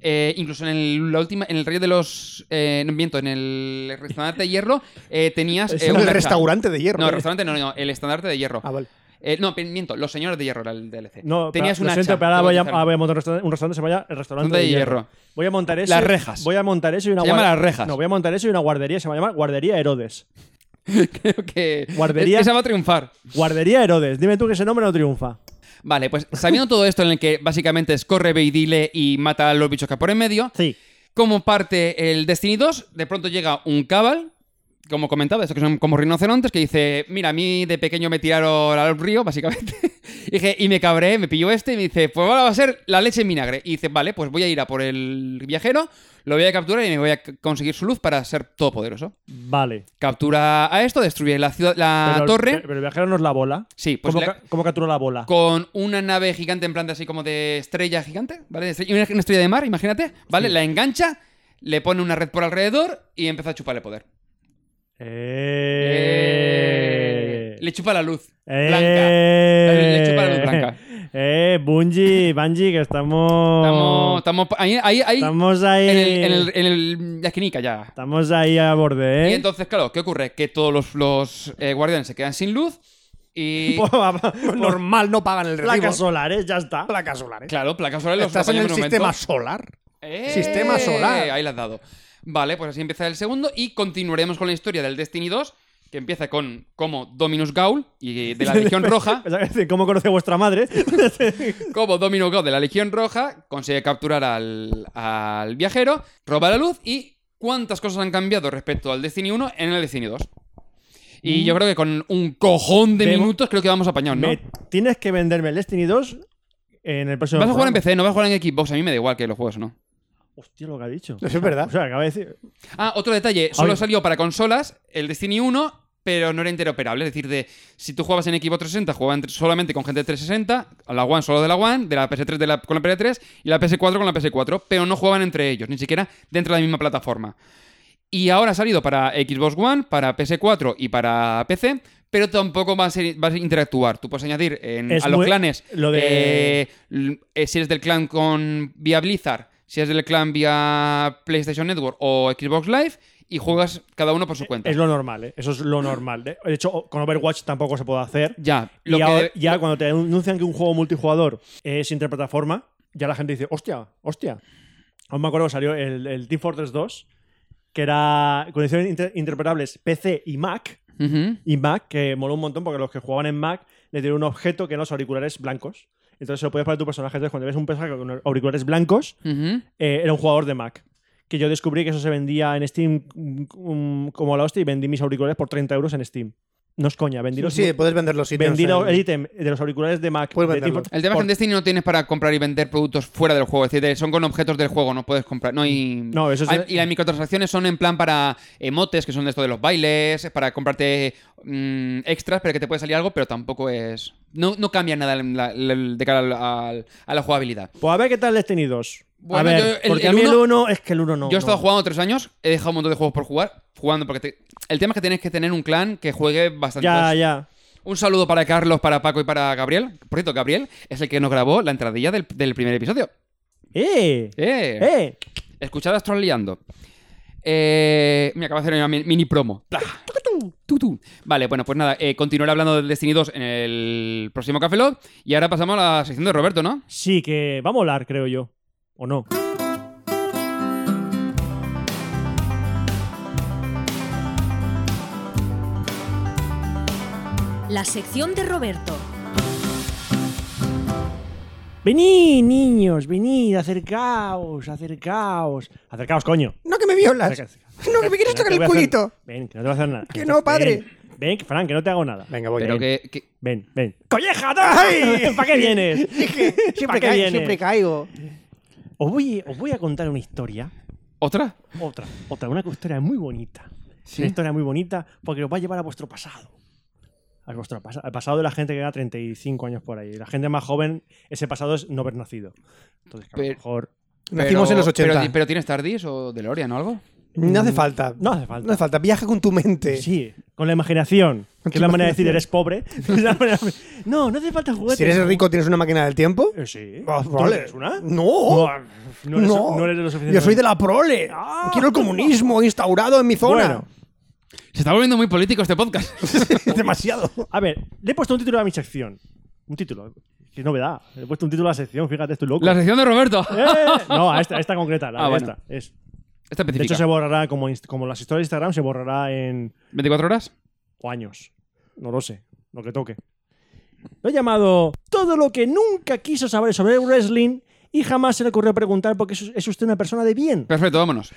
[SPEAKER 5] Eh, incluso en el, la última, en el Rey de los... eh, no miento, en el restaurante de hierro eh, tenías... eh,
[SPEAKER 6] en
[SPEAKER 5] una
[SPEAKER 6] el
[SPEAKER 5] hacha.
[SPEAKER 6] restaurante de hierro.
[SPEAKER 5] No, el
[SPEAKER 6] ¿eh?
[SPEAKER 5] restaurante no, no, el estandarte de hierro.
[SPEAKER 6] Ah, vale.
[SPEAKER 5] Eh, no, pe- miento, los señores de hierro era el DLC.
[SPEAKER 7] No,
[SPEAKER 5] Tenías
[SPEAKER 7] pero,
[SPEAKER 5] una
[SPEAKER 7] lo siento,
[SPEAKER 5] hacha,
[SPEAKER 7] pero ahora
[SPEAKER 5] te
[SPEAKER 7] voy a,
[SPEAKER 5] bautizaron.
[SPEAKER 7] ahora voy a montar un restaurante, un restaurante que se llama el restaurante
[SPEAKER 5] De
[SPEAKER 7] de hierro.
[SPEAKER 5] hierro.
[SPEAKER 7] Voy a montar ese.
[SPEAKER 5] Las rejas.
[SPEAKER 7] Voy a montar eso y una
[SPEAKER 5] Se llama
[SPEAKER 7] guar-
[SPEAKER 5] Las Rejas.
[SPEAKER 7] No, voy a montar eso y una guardería. Se va a llamar Guardería Herodes.
[SPEAKER 5] Creo que
[SPEAKER 7] Guardería.
[SPEAKER 5] esa va a triunfar.
[SPEAKER 7] Guardería Herodes. Dime tú que ese nombre no triunfa.
[SPEAKER 5] Vale, pues sabiendo todo esto en el que básicamente es corre, ve y dile y mata a los bichos que hay por en medio,
[SPEAKER 9] Sí.
[SPEAKER 5] como parte el Destiny 2, de pronto llega un cabal, como comentaba, estos que son como rinocerontes, que dice, mira, a mí de pequeño me tiraron al río, básicamente. y, dije, y me cabré, me pilló este y me dice, pues ahora va a ser la leche en vinagre. Y dice, vale, pues voy a ir a por el viajero, lo voy a capturar y me voy a c- conseguir su luz para ser todopoderoso.
[SPEAKER 4] Vale.
[SPEAKER 5] Captura a esto, destruye la, ciudad, la
[SPEAKER 4] Pero el-
[SPEAKER 5] torre.
[SPEAKER 4] Pero el viajero no es la bola.
[SPEAKER 5] Sí, pues
[SPEAKER 4] ¿Cómo,
[SPEAKER 5] le-
[SPEAKER 4] ca- cómo captura la bola?
[SPEAKER 5] con una nave gigante en plan de así como de estrella gigante, ¿vale? De estrella- Una estrella de mar, imagínate, ¿vale? La engancha, le pone una red por alrededor y empieza a chuparle poder.
[SPEAKER 4] Eh.
[SPEAKER 5] Le chupa la luz.
[SPEAKER 4] Eh.
[SPEAKER 5] Blanca. Le chupa la luz blanca.
[SPEAKER 4] Eh, Bungie, Bungie, que estamos.
[SPEAKER 5] Estamos, estamos ahí, ahí, ahí,
[SPEAKER 4] estamos ahí.
[SPEAKER 5] en, el, en, el- en el- la esquinica ya.
[SPEAKER 4] Estamos ahí a borde, ¿eh?
[SPEAKER 5] Y entonces, claro, ¿qué ocurre? Que todos los, los, eh, guardianes se quedan sin luz y...
[SPEAKER 4] Oh,
[SPEAKER 6] Normal, no pagan el recibo.
[SPEAKER 4] placas solares, ¿eh? ya está.
[SPEAKER 6] Placas solares.
[SPEAKER 5] Claro, placas solares los
[SPEAKER 6] Estás en
[SPEAKER 5] apañan
[SPEAKER 6] el
[SPEAKER 5] de un momento.
[SPEAKER 6] sistema solar.
[SPEAKER 5] ¡Eh!
[SPEAKER 6] Sistema solar.
[SPEAKER 5] Ahí la has dado. Vale, pues así empieza el segundo y continuaremos con la historia del Destiny 2, que empieza con cómo Dominus Gaul y de la Legión Roja,
[SPEAKER 4] Es decir, ¿Cómo conoce vuestra madre?
[SPEAKER 5] cómo Dominus Gaul de la Legión Roja consigue capturar al, al viajero, roba la luz y cuántas cosas han cambiado respecto al Destiny 1 en el Destiny 2.
[SPEAKER 6] Mm.
[SPEAKER 5] Y yo creo que con un cojón de
[SPEAKER 4] Debo-
[SPEAKER 5] minutos creo que vamos apañados, ¿no?
[SPEAKER 4] Me- tienes que venderme el Destiny 2 en el próximo.
[SPEAKER 5] Vas a jugar en
[SPEAKER 4] programa.
[SPEAKER 5] PC, no vas a jugar en Xbox, a mí me da igual que los juegos, ¿no?
[SPEAKER 4] Hostia, lo que ha dicho.
[SPEAKER 6] Eso es verdad.
[SPEAKER 4] O sea, acaba de decir.
[SPEAKER 5] Ah, otro detalle, solo
[SPEAKER 4] Ay.
[SPEAKER 5] salió para consolas el Destiny 1, pero no era interoperable. Es decir, de, si tú jugabas en Xbox 360, jugaban entre- solamente con gente de 360, a la One solo de la One, de la PS3 de la- con la PS3 y la PS4 con la PS4, pero no jugaban entre ellos, ni siquiera dentro de la misma plataforma. Y ahora ha salido para Xbox One, para PS4 y para PC, pero tampoco vas a, vas a interactuar. Tú puedes añadir en-
[SPEAKER 4] Es
[SPEAKER 5] a los
[SPEAKER 4] muy-
[SPEAKER 5] clanes.
[SPEAKER 4] lo de-
[SPEAKER 5] eh, l- eh, si eres del clan con vía Blizzard, si eres del clan vía PlayStation Network o Xbox Live, y juegas cada uno por su cuenta.
[SPEAKER 4] Es lo normal, ¿eh? Eso es lo normal. De de hecho, con Overwatch tampoco se puede hacer.
[SPEAKER 5] Ya, lo
[SPEAKER 4] y
[SPEAKER 5] que-
[SPEAKER 4] ahora- ya cuando te anuncian que un juego multijugador es interplataforma, ya la gente dice, hostia, hostia. Aún me acuerdo que salió el, el Team Fortress 2, que era condiciones inter- interpretables PC y Mac.
[SPEAKER 5] Ujú.
[SPEAKER 4] Y Mac, que moló un montón porque los que jugaban en Mac le dieron un objeto que eran los auriculares blancos. Entonces se lo podías poner a tu personaje. Entonces, cuando ves un personaje con auriculares blancos,
[SPEAKER 5] Ujú.
[SPEAKER 4] eh, era un jugador de Mac. Que yo descubrí que eso se vendía en Steam mm, mm, como la hostia y vendí mis auriculares por 30 euros en Steam. No es coña, vendí los,
[SPEAKER 6] Sí, sí, puedes vender los sitios.
[SPEAKER 4] vendí lo-
[SPEAKER 6] en-
[SPEAKER 4] el ítem de los auriculares de Mac.
[SPEAKER 6] Puedes
[SPEAKER 4] de
[SPEAKER 6] venderlo.
[SPEAKER 4] tipo-
[SPEAKER 5] El tema es que
[SPEAKER 4] por-
[SPEAKER 5] en Destiny no tienes para comprar y vender productos fuera del juego. Es decir, son con objetos del juego, no puedes comprar. No, y,
[SPEAKER 4] No, eso es-
[SPEAKER 5] hay- y las microtransacciones son en plan para emotes, que son de esto de los bailes, para comprarte mm, extras, pero que te puede salir algo, pero tampoco es. No, no cambia nada en la- la- de cara al- al- a la jugabilidad.
[SPEAKER 4] Pues a ver qué tal Destiny 2. a
[SPEAKER 5] Bueno,
[SPEAKER 4] ver,
[SPEAKER 5] yo- el-
[SPEAKER 4] porque a
[SPEAKER 5] el
[SPEAKER 4] mí el
[SPEAKER 5] uno-
[SPEAKER 4] 1 es que el 1 no.
[SPEAKER 5] Yo he estado
[SPEAKER 4] no.
[SPEAKER 5] jugando tres años, he dejado un montón de juegos por jugar, jugando porque te- el tema es que tienes que tener un clan que juegue bastante.
[SPEAKER 4] Ya, ya.
[SPEAKER 5] Un saludo para Carlos, para Paco y para Gabriel. Por cierto, Gabriel es el que nos grabó la entradilla del, del primer episodio.
[SPEAKER 4] ¡Eh! ¡Eh!
[SPEAKER 5] ¡Eh! Escuchad a Astroliando. Eh, me acaba de hacer una mi- mini promo. Pla. Tutu. Vale, bueno, pues nada, eh, continuaré hablando del Destiny 2 en el próximo Café Lock. Y ahora pasamos a la sección de Roberto, ¿no?
[SPEAKER 4] Sí, que va a molar, creo yo. ¿O no?
[SPEAKER 3] La sección de Roberto.
[SPEAKER 9] Venid, niños, venid, acercaos, acercaos.
[SPEAKER 4] Acercaos, coño.
[SPEAKER 6] No, que me violas.
[SPEAKER 4] Acercaos.
[SPEAKER 6] No, que me quieres
[SPEAKER 4] no
[SPEAKER 6] tocar
[SPEAKER 4] te
[SPEAKER 6] el
[SPEAKER 4] voy a hacer-
[SPEAKER 6] culito.
[SPEAKER 4] Ven, que no te va a hacer nada.
[SPEAKER 6] Que no, padre.
[SPEAKER 4] Ven, ven, que- Fran, que no te hago nada.
[SPEAKER 6] Venga, voy.
[SPEAKER 5] Pero
[SPEAKER 6] bien.
[SPEAKER 5] que, que-
[SPEAKER 4] Ven, ven. ¡Colleja! ¡Ay! ¿Para qué vienes? ¿Para
[SPEAKER 6] Siempre,
[SPEAKER 4] qué
[SPEAKER 6] ca-
[SPEAKER 4] vienes?
[SPEAKER 6] siempre caigo.
[SPEAKER 4] Os voy, os voy a contar una historia.
[SPEAKER 5] ¿Otra?
[SPEAKER 4] Otra, otra, una historia muy bonita.
[SPEAKER 5] Sí.
[SPEAKER 4] Una historia muy bonita porque os va a llevar a vuestro pasado. A vuestro pas- al pasado de la gente que era 35 años por ahí. La gente más joven, ese pasado es no haber nacido. Entonces, que a lo
[SPEAKER 5] Pero-
[SPEAKER 4] mejor.
[SPEAKER 6] Nacimos
[SPEAKER 5] Pero-
[SPEAKER 6] en los 80.
[SPEAKER 5] Pero, pero tienes Tardis o DeLorean o algo.
[SPEAKER 6] No hace falta.
[SPEAKER 4] No hace falta.
[SPEAKER 6] No hace falta. Viaja con tu mente.
[SPEAKER 4] Sí, con la imaginación.
[SPEAKER 6] Con
[SPEAKER 4] Que
[SPEAKER 6] tu
[SPEAKER 4] es la manera de decir
[SPEAKER 6] imaginación.
[SPEAKER 4] eres pobre. Es la manera- no, no hace falta juguetes.
[SPEAKER 6] Si eres rico, ¿tienes una máquina del tiempo?
[SPEAKER 4] Eh, sí.
[SPEAKER 6] Ah,
[SPEAKER 4] ¿Tú
[SPEAKER 6] vale.
[SPEAKER 4] tienes una?
[SPEAKER 6] No.
[SPEAKER 4] No eres,
[SPEAKER 6] no.
[SPEAKER 4] no eres de lo suficiente.
[SPEAKER 6] Yo soy de la prole. Quiero el comunismo instaurado en mi zona.
[SPEAKER 4] Bueno.
[SPEAKER 5] Se está volviendo muy político este podcast.
[SPEAKER 6] Demasiado.
[SPEAKER 4] A ver, le he puesto un título a mi sección. Un título. Qué novedad. Le he puesto un título a la sección, fíjate, estoy loco.
[SPEAKER 5] la sección de Roberto.
[SPEAKER 4] ¡Eh! No, a esta, a esta concreta, la
[SPEAKER 5] Ah,
[SPEAKER 4] de
[SPEAKER 5] bueno.
[SPEAKER 4] esta. Es.
[SPEAKER 5] Esta
[SPEAKER 4] De hecho,
[SPEAKER 5] específica.
[SPEAKER 4] se borrará como, inst- como las historias de Instagram, se borrará en
[SPEAKER 5] ¿24 horas?
[SPEAKER 4] o años. No lo sé, lo que toque. Lo he llamado Todo todo lo que nunca quiso saber sobre el wrestling y jamás se le ocurrió preguntar porque es- es usted una persona de bien.
[SPEAKER 5] Perfecto, vámonos.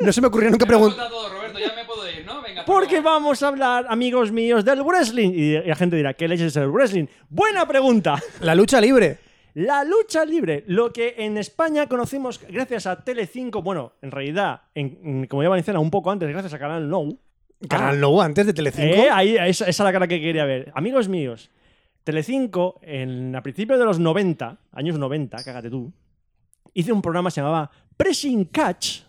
[SPEAKER 6] No se me ocurrió nunca preguntar.
[SPEAKER 5] todo, Roberto, ya me puedo ir, ¿no? Venga.
[SPEAKER 4] Porque vamos a hablar, amigos míos, del wrestling. Y la gente dirá, ¿qué leches es el wrestling? Buena pregunta.
[SPEAKER 6] La lucha libre.
[SPEAKER 4] La lucha libre, lo que en España conocimos gracias a Telecinco, bueno, en realidad, en- en- como ya Valenciana, un poco antes, gracias a Canal No.
[SPEAKER 6] Canal No, antes de Telecinco.
[SPEAKER 4] Ah. Eh, ahí, esa, esa es la cara que quería ver. Amigos míos, Telecinco, en, a principios de los 90, años 90, cágate tú, hice un programa que se llamaba Pressing Catch,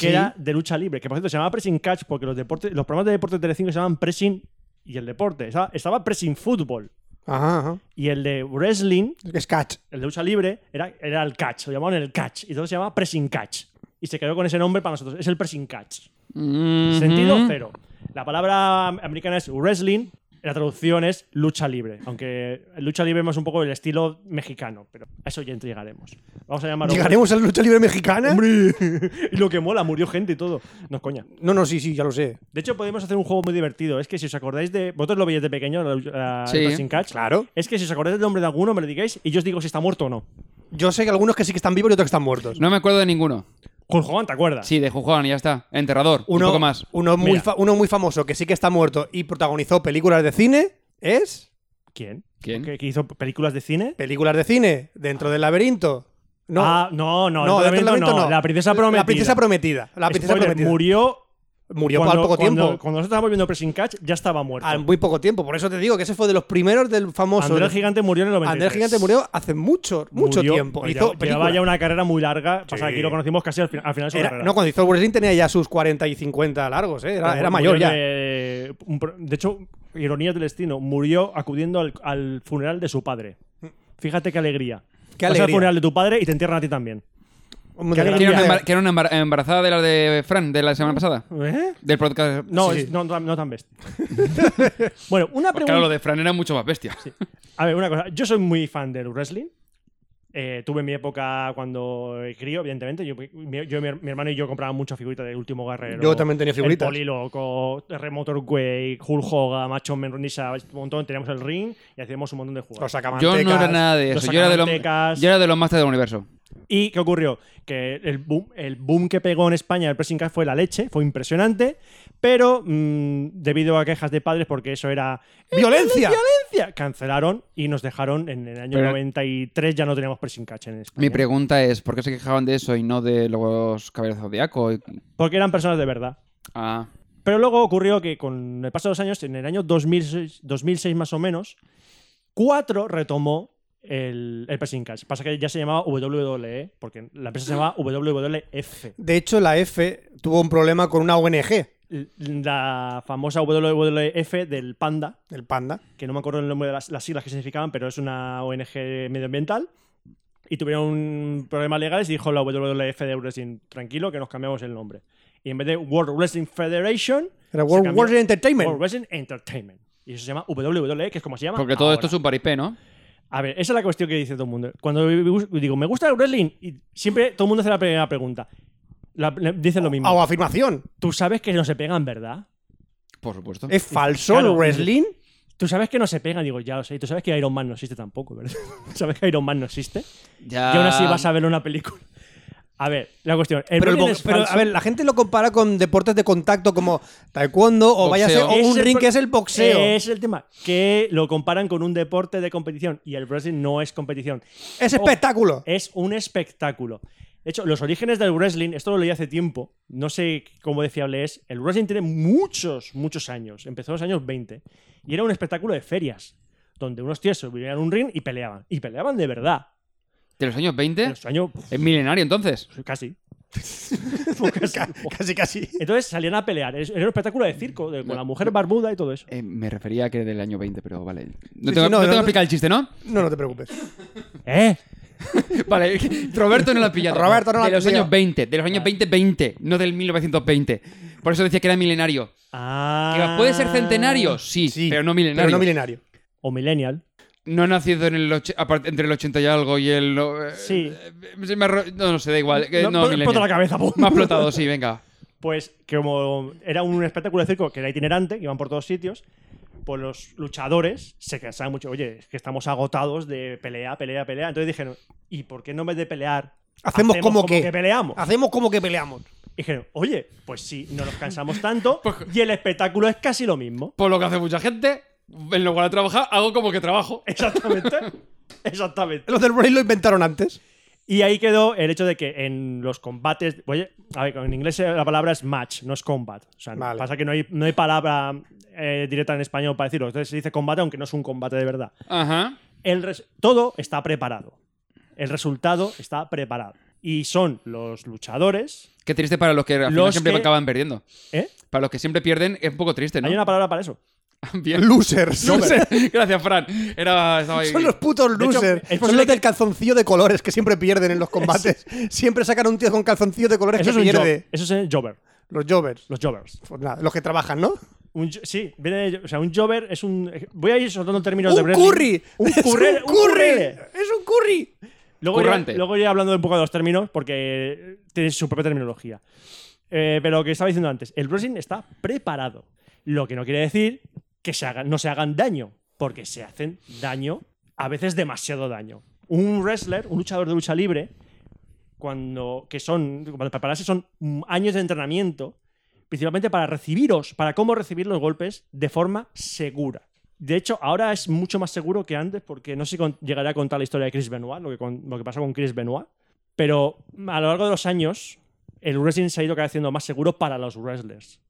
[SPEAKER 4] que era de lucha libre, que por cierto se llamaba Pressing Catch porque los, deportes, los programas de deporte de Telecinco se llamaban Pressing y el deporte. Estaba, estaba Pressing Fútbol
[SPEAKER 6] Ajá, ajá.
[SPEAKER 4] y el de Wrestling
[SPEAKER 6] Es catch.
[SPEAKER 4] el de lucha libre era, era el catch, lo llamaban el catch, y todo se llamaba pressing catch. Y se quedó con ese nombre para nosotros, es el pressing catch.
[SPEAKER 5] Mm-hmm.
[SPEAKER 4] Sentido cero. La palabra americana es wrestling, la traducción es lucha libre, aunque lucha libre es un poco el estilo mexicano, pero a eso ya llegaremos. Vamos a llamarlo.
[SPEAKER 6] ¿Llegaremos a la lucha libre mexicana?
[SPEAKER 4] Y lo que mola, murió gente y todo. No es coña.
[SPEAKER 6] No, no, sí, sí, ya lo sé.
[SPEAKER 4] De hecho, podemos hacer un juego muy divertido. Es que si os acordáis de. Vosotros lo veíais de pequeño, la, la-
[SPEAKER 5] Sí.
[SPEAKER 4] el pressing catch.
[SPEAKER 6] Claro.
[SPEAKER 4] Es que si os acordáis del nombre de alguno, me lo digáis y yo os digo si está muerto o no.
[SPEAKER 6] Yo sé que algunos que sí que están vivos y otros que están muertos.
[SPEAKER 5] No me acuerdo de ninguno.
[SPEAKER 4] Hulk Hogan, ¿te acuerdas?
[SPEAKER 5] Sí, de Jujón, ya está. Enterrador. un poco más.
[SPEAKER 6] Uno muy,
[SPEAKER 4] Mira.
[SPEAKER 6] fa- uno muy famoso que sí que está muerto y protagonizó películas de cine es.
[SPEAKER 4] ¿Quién?
[SPEAKER 5] ¿Quién?
[SPEAKER 4] ¿Que, que hizo películas de cine?
[SPEAKER 6] Películas de cine, dentro del laberinto. No,
[SPEAKER 4] Ah, no, no,
[SPEAKER 6] no,
[SPEAKER 4] el
[SPEAKER 6] dentro del
[SPEAKER 4] Lamento
[SPEAKER 6] laberinto no.
[SPEAKER 4] La princesa prometida.
[SPEAKER 6] La princesa prometida. La princesa
[SPEAKER 4] Spoiler,
[SPEAKER 6] prometida.
[SPEAKER 4] Murió,
[SPEAKER 6] Murió
[SPEAKER 4] cuando,
[SPEAKER 6] al poco
[SPEAKER 4] cuando-
[SPEAKER 6] tiempo.
[SPEAKER 4] Cuando nosotros estábamos viendo Pressing Catch, ya estaba muerto.
[SPEAKER 6] Al muy poco tiempo. Por eso te digo que ese fue de los primeros del famoso.
[SPEAKER 4] André el Gigante murió en el 93.
[SPEAKER 6] André el Gigante murió hace mucho, mucho
[SPEAKER 4] Murió,
[SPEAKER 6] tiempo.
[SPEAKER 4] pues
[SPEAKER 6] Hizo
[SPEAKER 4] ya- llevaba
[SPEAKER 6] películas.
[SPEAKER 4] ya una carrera muy larga. Pasa que aquí lo conocimos casi al, fin- al final de su
[SPEAKER 6] Era-
[SPEAKER 4] carrera.
[SPEAKER 6] no, cuando hizo Wrestling tenía ya sus 40 y 50 largos, ¿eh? era, era
[SPEAKER 4] Murió
[SPEAKER 6] mayor ya.
[SPEAKER 4] De, un pro- de hecho, ironía del destino, murió acudiendo al, al funeral de su padre. Fíjate qué alegría.
[SPEAKER 6] Qué
[SPEAKER 4] Vas al
[SPEAKER 6] alegría.
[SPEAKER 4] funeral de tu padre y te entierran a ti también.
[SPEAKER 6] Hombre,
[SPEAKER 4] Qué
[SPEAKER 6] de gran-
[SPEAKER 5] Que era una
[SPEAKER 4] alegría.
[SPEAKER 5] embar- que era una embar- embarazada de la de Fran, de la semana pasada.
[SPEAKER 4] ¿Eh?
[SPEAKER 5] Del podcast.
[SPEAKER 4] No,
[SPEAKER 5] Sí,
[SPEAKER 4] es-
[SPEAKER 5] sí.
[SPEAKER 4] no, no tan bestia. bueno, una pregunta.
[SPEAKER 5] Porque, Pues claro, lo de Fran era mucho más bestia.
[SPEAKER 4] A ver, una cosa. Yo soy muy fan del wrestling. Eh, tuve mi época cuando crío, evidentemente. Yo, mi, yo- mi- mi hermano y yo comprábamos muchas figuritas del último guerrero.
[SPEAKER 6] Yo también tenía figuritas.
[SPEAKER 4] El Poliloco, Remotor Wake, Hulk Hogan, Macho Man, Randy Savage, un montón. Teníamos el ring y hacíamos un montón de jugadas.
[SPEAKER 6] Los sacamantecas.
[SPEAKER 5] Yo no era nada de
[SPEAKER 4] los
[SPEAKER 5] eso. Yo era de, los,
[SPEAKER 4] sacamantecas.
[SPEAKER 5] yo era de los masters del universo.
[SPEAKER 4] ¿Y qué ocurrió? Que el boom, el boom que pegó en España el pressing catch fue la leche, fue impresionante, pero mm, debido a quejas de padres, porque eso era
[SPEAKER 6] ¡Violencia!
[SPEAKER 4] violencia, cancelaron y nos dejaron en el año
[SPEAKER 5] Pero-
[SPEAKER 4] 93 ya no teníamos pressing catch en España.
[SPEAKER 5] Mi pregunta es: ¿por qué se quejaban de eso y no de los caballeros zodiaco? Y-
[SPEAKER 4] porque eran personas de verdad.
[SPEAKER 5] Ah.
[SPEAKER 4] Pero luego ocurrió que con el paso de los años, en el año 2006, 2006 más o menos, Cuatro retomó el, el pressing catch. Pasa que ya se llamaba WWE, porque la empresa se llamaba WWF.
[SPEAKER 6] De hecho, la F tuvo un problema con una ONG,
[SPEAKER 4] la famosa WWF del Panda,
[SPEAKER 6] el Panda.
[SPEAKER 4] que no me acuerdo el nombre de las, las siglas que significaban, pero es una ONG medioambiental. Y tuvieron un problema legales y dijo la WWF de Wrestling, tranquilo, que nos cambiamos el nombre. Y en vez de World Wrestling Federation, se
[SPEAKER 6] Era World
[SPEAKER 4] cambió
[SPEAKER 6] Wrestling Entertainment.
[SPEAKER 4] World Wrestling Entertainment. Y eso se llama WWE, que es como se llama.
[SPEAKER 5] Porque todo esto es
[SPEAKER 4] ahora.
[SPEAKER 5] un paripé, ¿no?
[SPEAKER 4] A ver, esa es la cuestión que dice todo el mundo. Cuando digo, me gusta el wrestling, y siempre todo el mundo hace la primera pregunta. La- le- dicen lo mismo.
[SPEAKER 6] O afirmación.
[SPEAKER 4] Tú sabes que no se pegan, ¿verdad?
[SPEAKER 5] Por supuesto.
[SPEAKER 6] ¿Es falso
[SPEAKER 4] Claro.
[SPEAKER 6] el wrestling?
[SPEAKER 4] Tú sabes que no se pega, digo, ya lo sé. Y tú sabes que Iron Man no existe tampoco, ¿verdad? ¿Sabes que Iron Man no existe?
[SPEAKER 5] Ya.
[SPEAKER 4] Y aún así vas a ver una película. A ver, la cuestión. El
[SPEAKER 6] Ah. Pero, el
[SPEAKER 4] wrestling
[SPEAKER 6] bo-
[SPEAKER 4] es
[SPEAKER 6] pero,
[SPEAKER 4] falso.
[SPEAKER 6] a ver, la gente lo compara con deportes de contacto como taekwondo o vaya a ser o
[SPEAKER 5] Boxeo.
[SPEAKER 6] un
[SPEAKER 4] el
[SPEAKER 6] ring
[SPEAKER 4] pro-
[SPEAKER 6] que es el boxeo.
[SPEAKER 4] Es el tema. Que lo comparan con un deporte de competición. Y el wrestling no es competición.
[SPEAKER 6] Es espectáculo.
[SPEAKER 4] Es un espectáculo. De hecho, los orígenes del wrestling, esto lo leí hace tiempo, no sé cómo de fiable es, el wrestling tiene muchos, muchos años, empezó en los años 20, y era un espectáculo de ferias, donde unos tíos se subían a un ring y peleaban, y peleaban de verdad.
[SPEAKER 5] ¿De los años
[SPEAKER 4] En
[SPEAKER 5] 20?
[SPEAKER 4] los años
[SPEAKER 5] Es milenario entonces.
[SPEAKER 4] Casi. Casi.
[SPEAKER 6] casi, casi.
[SPEAKER 4] Entonces salían a pelear. Es- Era un espectáculo de circo, de- con la mujer barbuda y todo eso.
[SPEAKER 5] Eh, me refería a que del año 20, pero vale. No tengo, no
[SPEAKER 6] sí, no, no,
[SPEAKER 5] tengo que
[SPEAKER 6] no.
[SPEAKER 5] explicar el chiste, ¿no?
[SPEAKER 6] No, no te preocupes.
[SPEAKER 4] ¿Eh?
[SPEAKER 5] Vale, Roberto no lo ha pillado. Ah.
[SPEAKER 6] Roberto no lo
[SPEAKER 5] De
[SPEAKER 6] ha
[SPEAKER 5] los
[SPEAKER 6] pillado.
[SPEAKER 5] años 20, de los años 20, 20, no del 1920. Por eso decía que era milenario.
[SPEAKER 4] Ah.
[SPEAKER 5] ¿Puede ser centenario? Sí, pero no milenario.
[SPEAKER 6] Pero no milenario.
[SPEAKER 4] O millennial.
[SPEAKER 5] No he nacido en el och- aparte- entre el 80 y algo y el. eh,
[SPEAKER 4] Sí.
[SPEAKER 5] eh, se me ha ro- no, no sé, da igual. que
[SPEAKER 4] No,
[SPEAKER 5] no,
[SPEAKER 4] explota
[SPEAKER 5] milenio.
[SPEAKER 4] la cabeza, pum.
[SPEAKER 5] Me ha explotado, sí, venga.
[SPEAKER 4] Pues que como era un espectáculo de circo que era itinerante, que iban por todos sitios, pues los luchadores se cansaban mucho. Oye, es que estamos agotados de pelea, pelea, pelea. Entonces dijeron, ¿y por qué no en vez de pelear?
[SPEAKER 6] Hacemos como que-
[SPEAKER 4] peleamos.
[SPEAKER 6] Hacemos como que peleamos.
[SPEAKER 4] Y dijeron, oye, pues sí, no nos cansamos tanto
[SPEAKER 6] Pues
[SPEAKER 4] y el espectáculo es casi lo mismo.
[SPEAKER 5] Por lo que hace mucha gente, en lugar de trabajar, hago como que trabajo.
[SPEAKER 4] Exactamente. Exactamente.
[SPEAKER 6] Los del Brain lo inventaron antes.
[SPEAKER 4] Y ahí quedó el hecho de que en los combates. Oye, a ver, en inglés la palabra es match, no es combat. O sea,
[SPEAKER 6] Vale.
[SPEAKER 4] pasa que no hay, no hay palabra eh, directa en español para decirlo. Entonces se dice combate, aunque no es un combate de verdad.
[SPEAKER 5] Ajá.
[SPEAKER 4] El res- todo está preparado. El resultado está preparado. Y son los luchadores.
[SPEAKER 5] Qué triste para los que al final
[SPEAKER 4] Los
[SPEAKER 5] siempre
[SPEAKER 4] que-
[SPEAKER 5] acaban perdiendo.
[SPEAKER 4] ¿Eh?
[SPEAKER 5] Para los que siempre pierden, es un poco triste, ¿no?
[SPEAKER 4] Hay una palabra para eso.
[SPEAKER 5] Bien.
[SPEAKER 6] Losers.
[SPEAKER 5] No sé. Gracias, Fran. Era, estaba ahí.
[SPEAKER 6] Son los putos
[SPEAKER 4] De hecho,
[SPEAKER 6] losers.
[SPEAKER 4] es
[SPEAKER 6] Son
[SPEAKER 4] posible
[SPEAKER 6] los
[SPEAKER 4] que-
[SPEAKER 6] del calzoncillo de colores que siempre pierden en los combates. siempre sacan a un tío con calzoncillo de colores
[SPEAKER 4] Eso es,
[SPEAKER 6] que
[SPEAKER 4] un job-
[SPEAKER 6] pierde.
[SPEAKER 4] eso es el jobber.
[SPEAKER 6] Los jobbers.
[SPEAKER 4] Los jobbers.
[SPEAKER 6] Pues nada, los que trabajan, ¿no?
[SPEAKER 4] Un jo- sí, viene de, o sea, un jobber es un. Voy a ir soltando términos de
[SPEAKER 6] ¡Un
[SPEAKER 4] wrestling.
[SPEAKER 6] curry!
[SPEAKER 4] Un
[SPEAKER 6] ¡Es
[SPEAKER 4] currele,
[SPEAKER 6] un curry!
[SPEAKER 4] currele.
[SPEAKER 6] ¡Es un curry!
[SPEAKER 4] Luego
[SPEAKER 5] Currante.
[SPEAKER 4] iré, luego iré hablando un poco de los términos porque eh, tiene su propia terminología. Eh, pero lo que estaba diciendo antes, el wrestling está preparado. Lo que no quiere decir que se hagan- no se hagan daño, porque se hacen daño, a veces demasiado daño. Un wrestler, un luchador de lucha libre, cuando que son cuando prepararse son mm, años de entrenamiento, principalmente para recibiros, para cómo recibir los golpes de forma segura. De hecho, ahora es mucho más seguro que antes, porque no sé si con- llegaré a contar la historia de Chris Benoit, lo que, con- lo que pasó con Chris Benoit, pero a lo largo de los años, el wrestling se ha ido cada vez siendo más seguro para los wrestlers.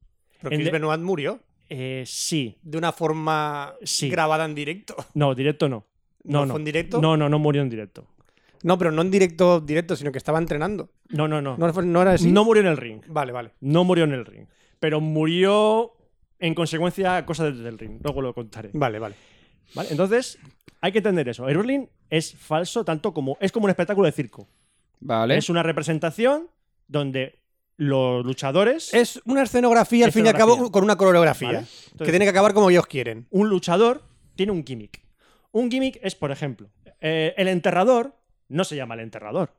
[SPEAKER 6] Pero
[SPEAKER 4] En
[SPEAKER 6] Chris
[SPEAKER 4] de-
[SPEAKER 6] Benoit murió
[SPEAKER 4] Eh, sí,
[SPEAKER 6] de una forma
[SPEAKER 4] Sí.
[SPEAKER 6] grabada en directo.
[SPEAKER 4] no, directo no. No,
[SPEAKER 6] ¿No
[SPEAKER 4] no.
[SPEAKER 6] fue en directo?
[SPEAKER 4] No, no, no murió en directo.
[SPEAKER 6] No, pero no en directo, directo, sino que estaba entrenando.
[SPEAKER 4] No, no, no.
[SPEAKER 6] No, fue- no era así.
[SPEAKER 4] No murió en el ring.
[SPEAKER 6] Vale, vale.
[SPEAKER 4] No murió en el ring. Pero murió en consecuencia a cosas del ring. Luego lo contaré.
[SPEAKER 6] Vale, vale.
[SPEAKER 4] ¿Vale? Entonces, hay que entender eso. El wrestling es falso tanto como. Es como un espectáculo de circo.
[SPEAKER 5] Vale.
[SPEAKER 4] Es una representación donde los luchadores.
[SPEAKER 6] Es una escenografía, al fin y al cabo,
[SPEAKER 4] Escenografía.
[SPEAKER 6] con una coreografía.
[SPEAKER 4] Vale.
[SPEAKER 6] que
[SPEAKER 4] Entonces-
[SPEAKER 6] tiene que acabar como ellos quieren.
[SPEAKER 4] Un luchador tiene un gimmick. Un gimmick es, por ejemplo, eh, el enterrador no se llama el enterrador.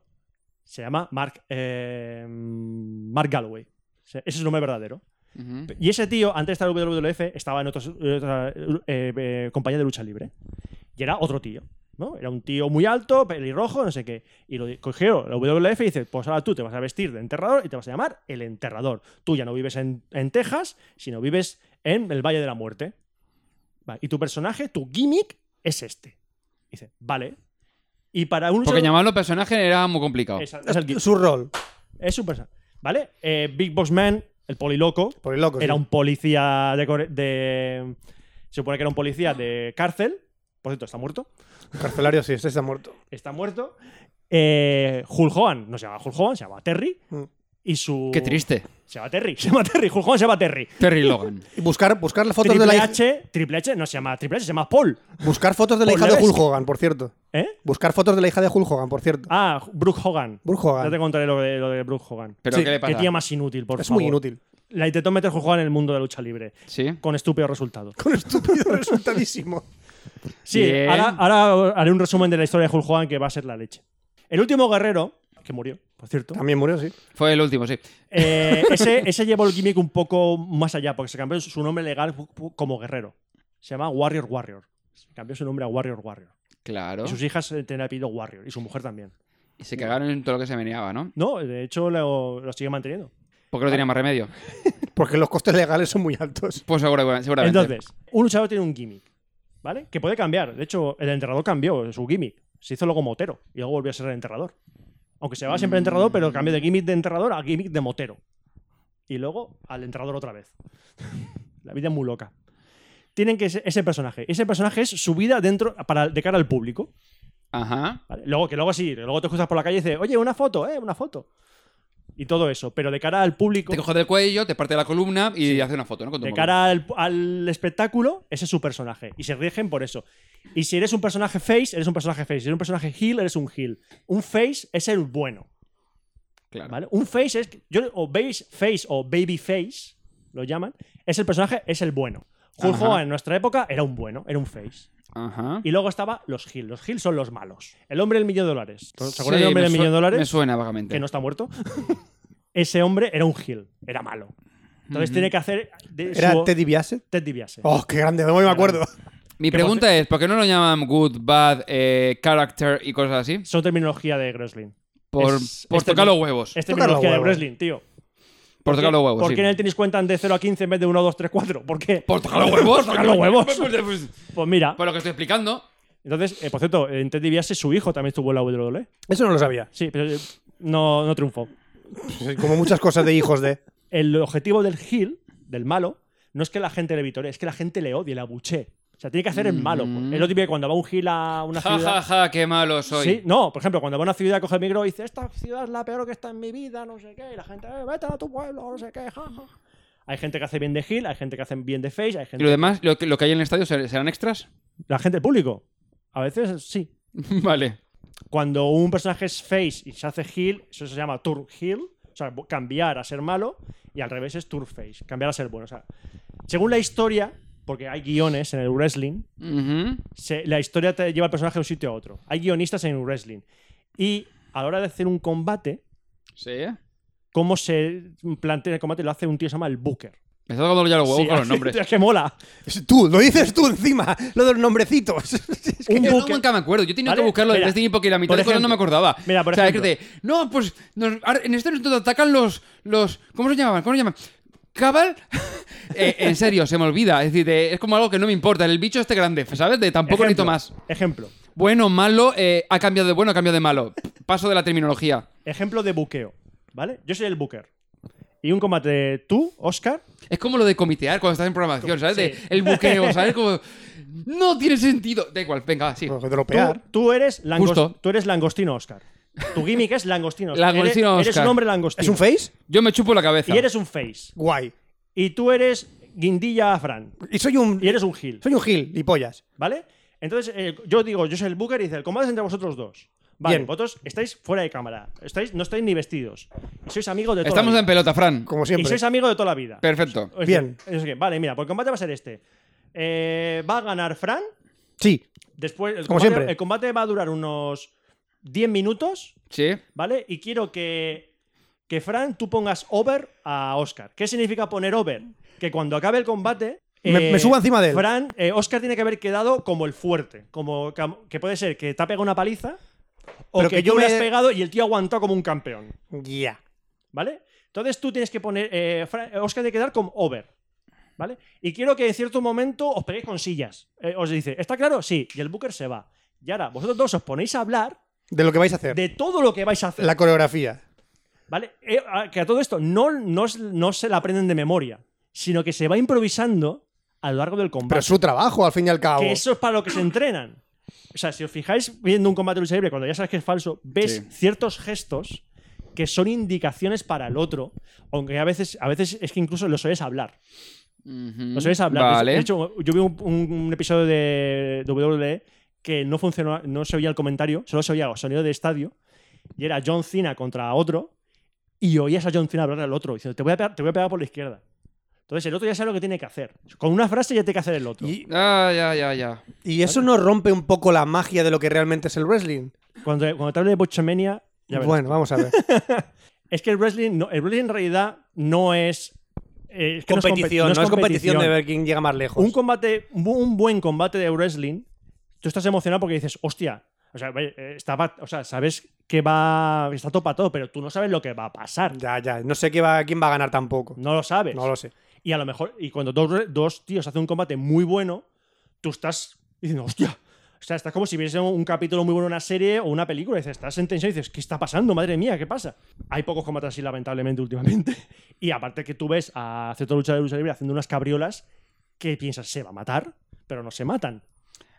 [SPEAKER 4] Se llama Mark, eh, Mark Galloway. O sea, Ese es el nombre verdadero.
[SPEAKER 5] Ujú.
[SPEAKER 4] Y ese tío, antes de estar en WWF, estaba en otros- en otra eh, eh, compañía de lucha libre. Y era otro tío. ¿no? Era un tío muy alto, pelirrojo, no sé qué. Y lo cogió la WWF y dice, pues ahora tú te vas a vestir de enterrador y te vas a llamar el enterrador. Tú ya no vives en, en Texas, sino vives en el Valle de la Muerte. Vale, Y tu personaje, tu gimmick, es este. Dice, vale. Y para un...
[SPEAKER 5] Porque llamarlo personaje era muy complicado.
[SPEAKER 4] Es, es el gimmick.
[SPEAKER 6] Su rol.
[SPEAKER 4] Es su personaje. ¿Vale? Eh, Big Boss Man, el poliloco,
[SPEAKER 6] Por el loco.
[SPEAKER 4] era
[SPEAKER 6] Pues sí.
[SPEAKER 4] un policía de, Core- de- Se supone que era un policía de cárcel. Por cierto, está muerto.
[SPEAKER 6] Carcelario, sí, este está muerto.
[SPEAKER 4] Está muerto. Eh, Hulk Hogan. No se llama Hulk Hogan, se llama Terry.
[SPEAKER 6] Mm.
[SPEAKER 4] Y su...
[SPEAKER 5] Qué triste.
[SPEAKER 4] Se llama Terry. Se llama Terry. Hulk Hogan se llama Terry.
[SPEAKER 5] Terry Logan.
[SPEAKER 6] Y buscar, buscar las fotos
[SPEAKER 4] Triple
[SPEAKER 6] de la hija-
[SPEAKER 4] H, Triple H no se llama Triple H, se llama Paul.
[SPEAKER 6] Buscar fotos de la
[SPEAKER 4] Pues
[SPEAKER 6] hija
[SPEAKER 4] ya
[SPEAKER 6] de
[SPEAKER 4] ves.
[SPEAKER 6] Hulk Hogan, por cierto.
[SPEAKER 4] ¿Eh?
[SPEAKER 6] Buscar fotos de la hija de Hulk Hogan, por cierto.
[SPEAKER 4] Ah, Brooke Hogan.
[SPEAKER 6] Hulk Hogan.
[SPEAKER 4] Ya te contaré lo de, lo de Brooke Hogan.
[SPEAKER 5] ¿Pero
[SPEAKER 6] Sí,
[SPEAKER 5] qué le
[SPEAKER 4] Qué
[SPEAKER 5] pasa?
[SPEAKER 4] tía más inútil, por
[SPEAKER 6] es
[SPEAKER 4] favor.
[SPEAKER 6] muy inútil.
[SPEAKER 4] La intentó meter Hulk Hogan en el mundo de la lucha libre.
[SPEAKER 5] Sí.
[SPEAKER 4] Con estúpidos resultados.
[SPEAKER 6] Con estúpido resultadísimo.
[SPEAKER 4] Sí,
[SPEAKER 5] Bien.
[SPEAKER 4] ahora, ahora haré un resumen de la historia de Hulk Hogan que va a ser la leche. El último guerrero, que murió, por cierto,
[SPEAKER 6] También murió, sí.
[SPEAKER 5] Fue el último, sí.
[SPEAKER 4] eh, ese, ese llevó el gimmick un poco más allá, porque se cambió su nombre legal como guerrero. Se llama Warrior Warrior. Se cambió su nombre a Warrior Warrior.
[SPEAKER 5] Claro.
[SPEAKER 4] Y sus hijas eh, tenían el apellido Warrior, y su mujer también.
[SPEAKER 5] Y se cagaron en todo lo que se meneaba, ¿no?
[SPEAKER 4] No, de hecho lo, lo sigue manteniendo.
[SPEAKER 5] Porque no tenía más remedio.
[SPEAKER 6] Porque los costes legales son muy altos.
[SPEAKER 5] Pues seguro- seguramente.
[SPEAKER 4] Entonces, un luchador tiene un gimmick, ¿vale? Que puede cambiar. De hecho, el enterrador cambió su gimmick. Se hizo luego motero y luego volvió a ser el enterrador. Aunque se va siempre enterrador, pero cambió de gimmick de enterrador a gimmick de motero. Y luego al enterrador otra vez. La vida es muy loca. Tienen que ser ese personaje. Ese personaje es su vida dentro para, de cara al público.
[SPEAKER 5] Ajá.
[SPEAKER 4] ¿vale? Luego, que luego sí, luego te cruzas por la calle y dices, oye, una foto, eh, una foto. Y todo eso. Pero de cara al público.
[SPEAKER 5] Te coge del cuello, te parte la columna y hace una foto, ¿no? Con tu
[SPEAKER 4] De
[SPEAKER 5] móvil.
[SPEAKER 4] cara al, al espectáculo, ese es su personaje. Y se rigen por eso. Y si eres un personaje face, eres un personaje face. Si eres un personaje heel, eres un heel. Un face es el bueno.
[SPEAKER 5] Claro.
[SPEAKER 4] ¿vale? Un face es. Yo, o base face o baby face, lo llaman. Es el personaje, es el bueno. Hulk
[SPEAKER 5] Ajá.
[SPEAKER 4] Hogan en nuestra época era un bueno, era un face.
[SPEAKER 5] Ajá.
[SPEAKER 4] Y luego estaba los heel. Los heel son los malos. El hombre del millón de dólares. ¿Se acuerdan
[SPEAKER 5] Sí,
[SPEAKER 4] del hombre
[SPEAKER 5] me
[SPEAKER 4] del millón de
[SPEAKER 5] su-
[SPEAKER 4] dólares?
[SPEAKER 5] Me suena vagamente.
[SPEAKER 4] que no está muerto. Ese hombre era un heel, era malo. Entonces tiene que hacer. de
[SPEAKER 6] ¿Era
[SPEAKER 4] su-
[SPEAKER 6] Teddy Biase?
[SPEAKER 4] Ted DiBiase.
[SPEAKER 6] Oh, qué grande, no me acuerdo.
[SPEAKER 5] Mi pregunta es, ¿por qué no lo llaman good, bad, eh, character y cosas así?
[SPEAKER 4] Son terminología de wrestling.
[SPEAKER 5] Por,
[SPEAKER 4] Es-
[SPEAKER 5] por
[SPEAKER 4] este-
[SPEAKER 5] tocar los huevos.
[SPEAKER 4] Es
[SPEAKER 6] Tocar los
[SPEAKER 4] terminología de
[SPEAKER 6] huevos.
[SPEAKER 4] wrestling, tío.
[SPEAKER 5] Por tocar los huevos,
[SPEAKER 4] ¿Por
[SPEAKER 5] sí.
[SPEAKER 4] qué en el tenis cuentan de 0 a 15 en vez de 1, 2, 3, 4? ¿Por qué?
[SPEAKER 5] ¿Por tocar los huevos?
[SPEAKER 4] Por tocar los huevos. Pues mira,
[SPEAKER 5] Por lo que estoy explicando.
[SPEAKER 4] entonces, eh, por cierto, en Ted DiBiase su hijo también estuvo en la WWE.
[SPEAKER 6] Eso no lo sabía.
[SPEAKER 4] Sí, pero eh, no, no triunfó.
[SPEAKER 6] Como muchas cosas de hijos de.
[SPEAKER 4] El objetivo del heel, del malo, no es que la gente le vitore, es que la gente le odie, le abuche. O sea, tiene que hacer el malo. pues.
[SPEAKER 5] Mm.
[SPEAKER 4] Es lo típico que cuando va un heel a una
[SPEAKER 5] Ja, ja,
[SPEAKER 4] ciudad...
[SPEAKER 5] ja, qué malo soy.
[SPEAKER 4] Sí, no, por ejemplo, cuando va a una ciudad, coge el micro y dice, esta ciudad es la peor que está en mi vida, no sé qué, y la gente, "Eh, vete a tu pueblo, no sé qué, ja, ja". Hay gente que hace bien de heel, hay gente que hace bien de face, hay
[SPEAKER 5] ¿Y lo
[SPEAKER 4] gente...
[SPEAKER 5] demás, lo que, lo que hay en el estadio, ser- serán extras?
[SPEAKER 4] La gente, el público. A veces sí.
[SPEAKER 5] vale.
[SPEAKER 4] Cuando un personaje es face y se hace heel, eso se llama turn heel, o sea, bu- cambiar a ser malo, y al revés es turn face, cambiar a ser bueno. O sea, según la historia, porque hay guiones en el wrestling,
[SPEAKER 5] Ujú.
[SPEAKER 4] se- la historia te lleva al personaje de un sitio a otro. Hay guionistas en el wrestling. Y a la hora de hacer un combate,
[SPEAKER 5] Sí.
[SPEAKER 4] cómo se plantea el combate lo hace un tío que se llama el Booker.
[SPEAKER 5] Me está tocando ya los huevos
[SPEAKER 4] Sí,
[SPEAKER 5] Oh, con los nombres.
[SPEAKER 4] Es que mola.
[SPEAKER 6] Es Tú, lo dices tú encima, lo de los nombrecitos. Es que-
[SPEAKER 4] Un
[SPEAKER 5] Yo
[SPEAKER 4] Booker-
[SPEAKER 5] nunca me acuerdo. Yo tenía
[SPEAKER 4] ¿Vale?
[SPEAKER 5] que buscarlo de
[SPEAKER 4] Mira,
[SPEAKER 5] Destiny porque la mitad
[SPEAKER 4] por
[SPEAKER 5] de cosas no me
[SPEAKER 4] ejemplo.
[SPEAKER 5] acordaba.
[SPEAKER 4] Mira, por
[SPEAKER 5] o sea,
[SPEAKER 4] ejemplo.
[SPEAKER 5] es que te- no, pues nos- ahora- en este nos atacan los, los... ¿Cómo se llamaban? ¿Cómo se llaman? ¿Cabal? Eh, en serio, se me olvida. Es decir, eh, es como algo que no me importa. El bicho este grande, ¿sabes? De tampoco necesito
[SPEAKER 4] Ejemplo,
[SPEAKER 5] más.
[SPEAKER 4] Ejemplo.
[SPEAKER 5] Bueno, malo, eh, ha cambiado de bueno, ha cambiado de malo. Paso de la terminología.
[SPEAKER 4] Ejemplo de buqueo. ¿Vale? Yo soy el Booker. Y un combate tú, Oscar.
[SPEAKER 5] Es como lo de comitear cuando estás en programación, ¿sabes? De
[SPEAKER 4] Sí.
[SPEAKER 5] el buqueo, ¿sabes? Como... No tiene sentido. Da igual, venga, va, sí.
[SPEAKER 6] Lo
[SPEAKER 4] Tú,
[SPEAKER 6] de dropear.
[SPEAKER 4] tú eres langos-
[SPEAKER 5] Justo.
[SPEAKER 4] tú eres langostino, Oscar. Tu gimmick es langostino. Oscar.
[SPEAKER 5] Langostino,
[SPEAKER 4] Eres- Eres
[SPEAKER 5] Oscar.
[SPEAKER 4] un hombre langostino.
[SPEAKER 6] ¿Es un face?
[SPEAKER 5] Yo me chupo la cabeza.
[SPEAKER 4] Y eres un face.
[SPEAKER 6] Guay.
[SPEAKER 4] Y tú eres guindilla Fran.
[SPEAKER 6] Y soy un.
[SPEAKER 4] Y eres un heel.
[SPEAKER 6] Soy un gil, y pollas.
[SPEAKER 4] ¿Vale? Entonces, eh, yo digo, yo soy el Booker y dice, el combate es entre vosotros dos. Vale,
[SPEAKER 6] Bien.
[SPEAKER 4] vosotros estáis fuera de cámara. Estáis, no estáis ni vestidos. Y sois amigos de toda
[SPEAKER 5] Estamos
[SPEAKER 4] la
[SPEAKER 5] en
[SPEAKER 4] vida.
[SPEAKER 5] pelota, Fran.
[SPEAKER 6] Como
[SPEAKER 4] Y
[SPEAKER 6] siempre.
[SPEAKER 4] sois amigos de toda la vida.
[SPEAKER 5] Perfecto.
[SPEAKER 4] O sea,
[SPEAKER 6] Bien.
[SPEAKER 4] es que, vale, mira, pues el combate va a ser este. Eh, va a ganar Fran.
[SPEAKER 6] Sí.
[SPEAKER 4] Después, el
[SPEAKER 6] Como
[SPEAKER 4] combate,
[SPEAKER 6] siempre.
[SPEAKER 4] el combate va a durar unos 10 minutos,
[SPEAKER 5] Sí.
[SPEAKER 4] ¿vale? Y quiero que, que Fran tú pongas over a Oscar. ¿Qué significa poner over? Que cuando acabe el combate.
[SPEAKER 6] Me- me subo encima de él.
[SPEAKER 4] Fran, eh, Oscar tiene que haber quedado como el fuerte. Como cam- que puede ser que te ha pegado una paliza o
[SPEAKER 6] Pero
[SPEAKER 4] que,
[SPEAKER 6] que
[SPEAKER 4] yo
[SPEAKER 6] yo
[SPEAKER 4] tú le
[SPEAKER 6] me-
[SPEAKER 4] has pegado y el tío ha aguantado como un campeón.
[SPEAKER 6] Ya.
[SPEAKER 4] ¿vale? Entonces tú tienes que poner. Eh, Fra- Oscar tiene que dar como over. ¿Vale? Y quiero que en cierto momento os peguéis con sillas. Eh, os dice, ¿está claro? Sí. Y el Booker se va. Y ahora vosotros dos os ponéis a hablar
[SPEAKER 6] De lo que vais a hacer.
[SPEAKER 4] de todo lo que vais a hacer.
[SPEAKER 6] La coreografía.
[SPEAKER 4] ¿Vale? Eh, a- que a todo esto no, no, s- no se la aprenden de memoria, sino que se va improvisando a lo largo del
[SPEAKER 6] Pero
[SPEAKER 4] combate.
[SPEAKER 6] es su trabajo, al fin y al cabo.
[SPEAKER 4] que eso es para lo que se entrenan. O sea, si os fijáis viendo un combate de lucha libre, cuando ya sabes que es falso, ves
[SPEAKER 5] Sí.
[SPEAKER 4] ciertos gestos que son indicaciones para el otro, aunque a veces, a veces es que incluso los oyes hablar.
[SPEAKER 5] Ujú.
[SPEAKER 4] Los oyes hablar.
[SPEAKER 5] Vale.
[SPEAKER 4] De hecho, yo vi un, un- un episodio de WWE que no funcionó, no se oía el comentario, solo se oía el sonido de estadio, y era John Cena contra otro, y oías a John Cena hablar al otro, diciendo, te voy a pegar, te voy a pegar por la izquierda. Entonces el otro ya sabe lo que tiene que hacer. Con una frase ya tiene que hacer el otro.
[SPEAKER 6] Y,
[SPEAKER 5] Ah, ya, ya, ya.
[SPEAKER 6] y eso no rompe un poco la magia de lo que realmente es el wrestling.
[SPEAKER 4] Cuando, cuando te hable de Botchamania, ya verás.
[SPEAKER 6] Bueno, vamos a ver.
[SPEAKER 4] Es que el wrestling, no- el wrestling en realidad no es. eh, es que no es compe-
[SPEAKER 6] competición, no es competición de ver quién llega más lejos.
[SPEAKER 4] Un combate, un bu- un buen combate de wrestling, tú estás emocionado porque dices, hostia, o sea, vaya, eh, está pa- o sea sabes que va. Está todo para todo, pero tú no sabes lo que va a pasar.
[SPEAKER 6] Ya, ya. No sé qué va, quién va a ganar tampoco.
[SPEAKER 4] No lo sabes.
[SPEAKER 6] No lo sé.
[SPEAKER 4] Y a lo mejor, y cuando dos, re- dos tíos hacen un combate muy bueno, tú estás diciendo, hostia. O sea, estás como si viese un capítulo muy bueno de una serie o una película. y Dices, estás en tensión y dices, ¿qué está pasando? Madre mía, ¿qué pasa? Hay pocos combates así, lamentablemente, últimamente. Y aparte que tú ves a cierto luchador de lucha libre haciendo unas cabriolas que piensas, se va a matar, pero no se matan.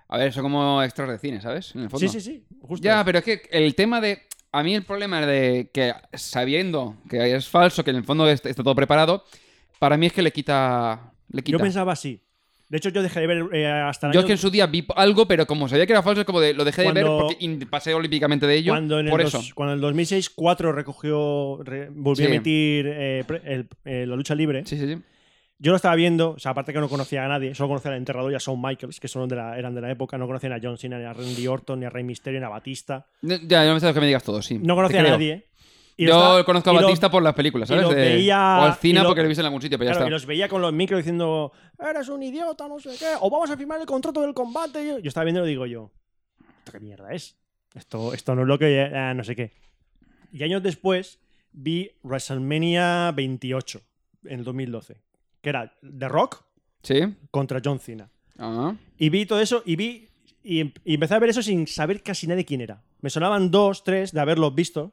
[SPEAKER 5] A ver, son como extras de cine, ¿sabes? En el fondo.
[SPEAKER 4] Sí, sí, sí. Justo.
[SPEAKER 5] Pues Ya, pero es que el tema de. A mí el problema es de que sabiendo que es falso, que en el fondo est- está todo preparado, para mí es que le quita. Le quita.
[SPEAKER 4] yo pensaba así. De hecho, yo dejé de ver eh, hasta el
[SPEAKER 5] Yo es
[SPEAKER 4] año-
[SPEAKER 5] que en su día vi algo, pero como sabía que era falso, es como de lo dejé de ver
[SPEAKER 4] Cuando-
[SPEAKER 5] porque in- pasé olímpicamente de ello.
[SPEAKER 4] cuando en el
[SPEAKER 5] por
[SPEAKER 4] dos-
[SPEAKER 5] eso.
[SPEAKER 4] cuando en el 2006 4 recogió, re- volvió a
[SPEAKER 5] Sí.
[SPEAKER 4] emitir eh, pre- el- eh, la lucha libre.
[SPEAKER 5] Sí, sí, sí.
[SPEAKER 4] Yo lo estaba viendo, o sea, aparte que no conocía a nadie, solo conocía al enterrador y a Shawn Michaels, que son de la- eran de la época, no conocían a John Cena, ni a Randy Orton, ni a Rey Mysterio, ni a Batista.
[SPEAKER 5] No, Ya, no me sabes que me digas todo, sí.
[SPEAKER 4] No conocía
[SPEAKER 5] Te
[SPEAKER 4] a
[SPEAKER 5] creo.
[SPEAKER 4] nadie. Y
[SPEAKER 5] Yo
[SPEAKER 4] lo estaba-
[SPEAKER 5] conozco a
[SPEAKER 4] y lo-
[SPEAKER 5] Batista por las
[SPEAKER 4] y
[SPEAKER 5] películas, ¿sabes?
[SPEAKER 4] lo
[SPEAKER 5] De-
[SPEAKER 4] veía-
[SPEAKER 5] o al
[SPEAKER 4] y
[SPEAKER 5] cine
[SPEAKER 4] lo-
[SPEAKER 5] porque lo viste en algún sitio, pero ya
[SPEAKER 4] Claro, y
[SPEAKER 5] está.
[SPEAKER 4] los veía con los micros diciendo, eres un idiota, no sé qué, o vamos a firmar el contrato del combate. Yo, yo estaba viendo y digo yo, ¿esto qué mierda es? Esto, esto no es lo que... ah, no sé qué. Y años después vi WrestleMania 28, en el 2012, que era The Rock
[SPEAKER 5] Sí.
[SPEAKER 4] contra John Cena.
[SPEAKER 5] Ah.
[SPEAKER 4] Y vi todo eso y vi... Y, em- y empecé a ver eso sin saber casi nadie quién era. Me sonaban dos, tres de haberlos visto.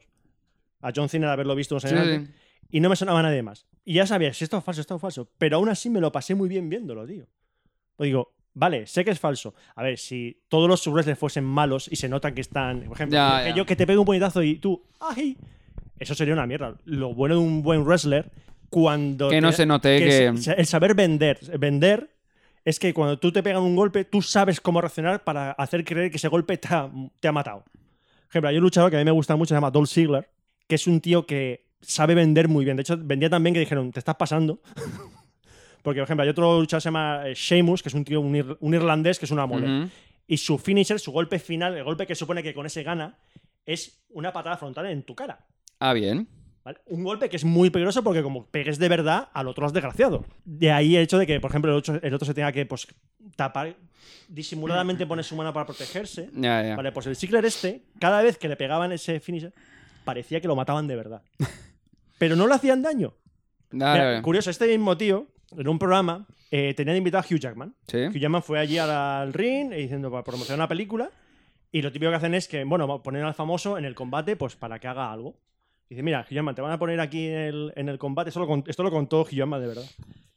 [SPEAKER 4] A John Cena Pues de haberlo visto unos
[SPEAKER 5] Sí,
[SPEAKER 4] años antes
[SPEAKER 5] sí.
[SPEAKER 4] y no me sonaba nadie más. Y ya sabía, si esto es falso, esto es falso. Pero aún así me lo pasé muy bien viéndolo, tío. Pues digo, vale, sé que es falso. A ver, si todos los subwrestlers fuesen malos y se notan que están, por ejemplo,
[SPEAKER 5] Ya,
[SPEAKER 4] que
[SPEAKER 5] ya.
[SPEAKER 4] yo que te pegue un puñetazo y tú, ¡ay! Eso sería una mierda. Lo bueno de un buen wrestler cuando.
[SPEAKER 5] Que
[SPEAKER 4] te-
[SPEAKER 5] no se note que-
[SPEAKER 4] sa- El saber vender. Vender es que cuando tú te pegan un golpe, tú sabes cómo reaccionar para hacer creer que ese golpe te ha, te ha matado. Por ejemplo, hay un luchador que a mí me gusta mucho, se llama Dolph Ziggler, que es un tío que sabe vender muy bien. De hecho, vendía también que dijeron, te estás pasando. Porque, por ejemplo, hay otro luchador que se llama eh, Sheamus, que es un tío, un, ir- un irlandés, que es una mole.
[SPEAKER 5] Ujú.
[SPEAKER 4] Y su finisher, su golpe final, el golpe que supone que con ese gana, es una patada frontal en tu cara.
[SPEAKER 5] Ah, bien.
[SPEAKER 4] ¿vale? Un golpe que es muy peligroso porque como pegues de verdad, al otro has desgraciado. De ahí el hecho de que, por ejemplo, el otro, el otro se tenga que pues, tapar, disimuladamente pone su mano para protegerse.
[SPEAKER 5] Ya, ya.
[SPEAKER 4] Vale, pues el Ziggler este, cada vez que le pegaban ese finisher, parecía que lo mataban de verdad. Pero no le hacían daño.
[SPEAKER 5] Dale,
[SPEAKER 4] Mira,
[SPEAKER 5] dale.
[SPEAKER 4] Curioso, este mismo tío, en un programa, eh, tenían invitado a Hugh Jackman. Hugh
[SPEAKER 5] Sí.
[SPEAKER 4] Jackman fue allí al ring eh, diciendo para promocionar una película. Y lo típico que hacen es que, bueno, ponen al famoso en el combate pues para que haga algo. Dice, mira, Hugh Jackman, te van a poner aquí en el, en el combate. Esto lo, con- esto lo contó Hugh Jackman de verdad.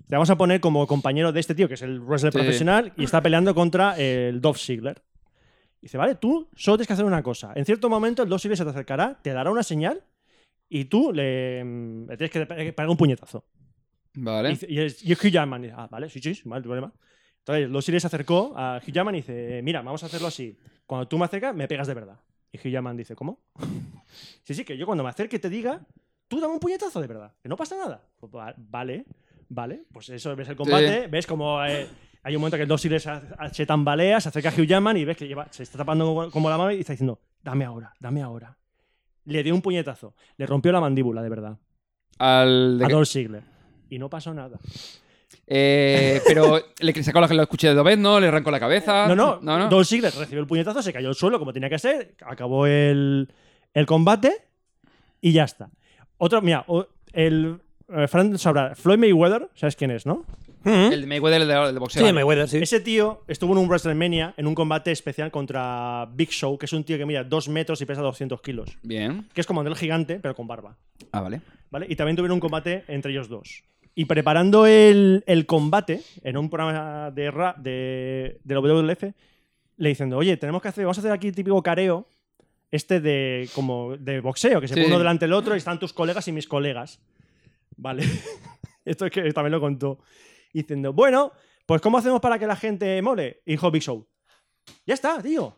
[SPEAKER 4] Te vamos a poner como compañero de este tío, que es el wrestler
[SPEAKER 5] Sí.
[SPEAKER 4] profesional, y está peleando contra el Dolph Ziggler. Dice, vale, tú solo tienes que hacer una cosa. En cierto momento el Dolph Ziggler se te acercará, te dará una señal y tú le, mm, le tienes que pe- pegar un puñetazo.
[SPEAKER 5] Vale.
[SPEAKER 4] Y, es- y es Hugh Jackman. Y dice, ah, vale, sí, sí, sí, vale, no hay problema. Entonces, Los Sirius se acercó a Hugh Jackman y dice, mira, vamos a hacerlo así. Cuando tú me acercas, me pegas de verdad. Y Hugh Jackman dice, ¿cómo? sí, sí, que yo cuando me acerque te diga, tú dame un puñetazo de verdad, que no pasa nada. Pues, va- vale, vale. Pues eso, ves el combate, ves como... eh, hay un momento que Los Sirius se, se tambalea, se acerca a Hugh Jackman y ves que lleva, se está tapando como, como la mano y está diciendo, dame ahora, dame ahora. Le dio un puñetazo, le rompió la mandíbula, de verdad,
[SPEAKER 5] Al de-
[SPEAKER 4] a Dolph Ziggler. Y no pasó nada.
[SPEAKER 5] Eh, pero le sacó la, lo escuché de vez, ¿no? Le arrancó la cabeza.
[SPEAKER 4] No, no,
[SPEAKER 5] Ah, no, no.
[SPEAKER 4] Dolph Ziggler recibió el puñetazo, se cayó al suelo como tenía que ser, acabó el, el combate y ya está. Otro, mira, o- el eh, Fran sabrá, Floyd Mayweather, ¿sabes quién es, no?
[SPEAKER 6] Mm-hmm.
[SPEAKER 5] El de Mayweather, el de, el de boxeo.
[SPEAKER 6] Sí, Mayweather, sí.
[SPEAKER 4] Ese tío estuvo en un WrestleMania en un combate especial contra Big Show, que es un tío que mide dos metros y pesa 200 kilos,
[SPEAKER 5] Bien.
[SPEAKER 4] que es como André el gigante, pero con barba.
[SPEAKER 5] Ah, vale.
[SPEAKER 4] ¿vale? Y también tuvieron un combate entre ellos dos. Y preparando el, el combate en un programa de, ra, de, de la WWF, le diciendo, oye, tenemos que hacer, vamos a hacer aquí el típico careo, este de como de boxeo, que se
[SPEAKER 5] Sí.
[SPEAKER 4] pone uno delante del otro y están tus colegas y mis colegas. Vale. Esto es que también lo contó. Diciendo, bueno, pues ¿cómo hacemos para que la gente mole? Hijo Big Show. Ya está, tío.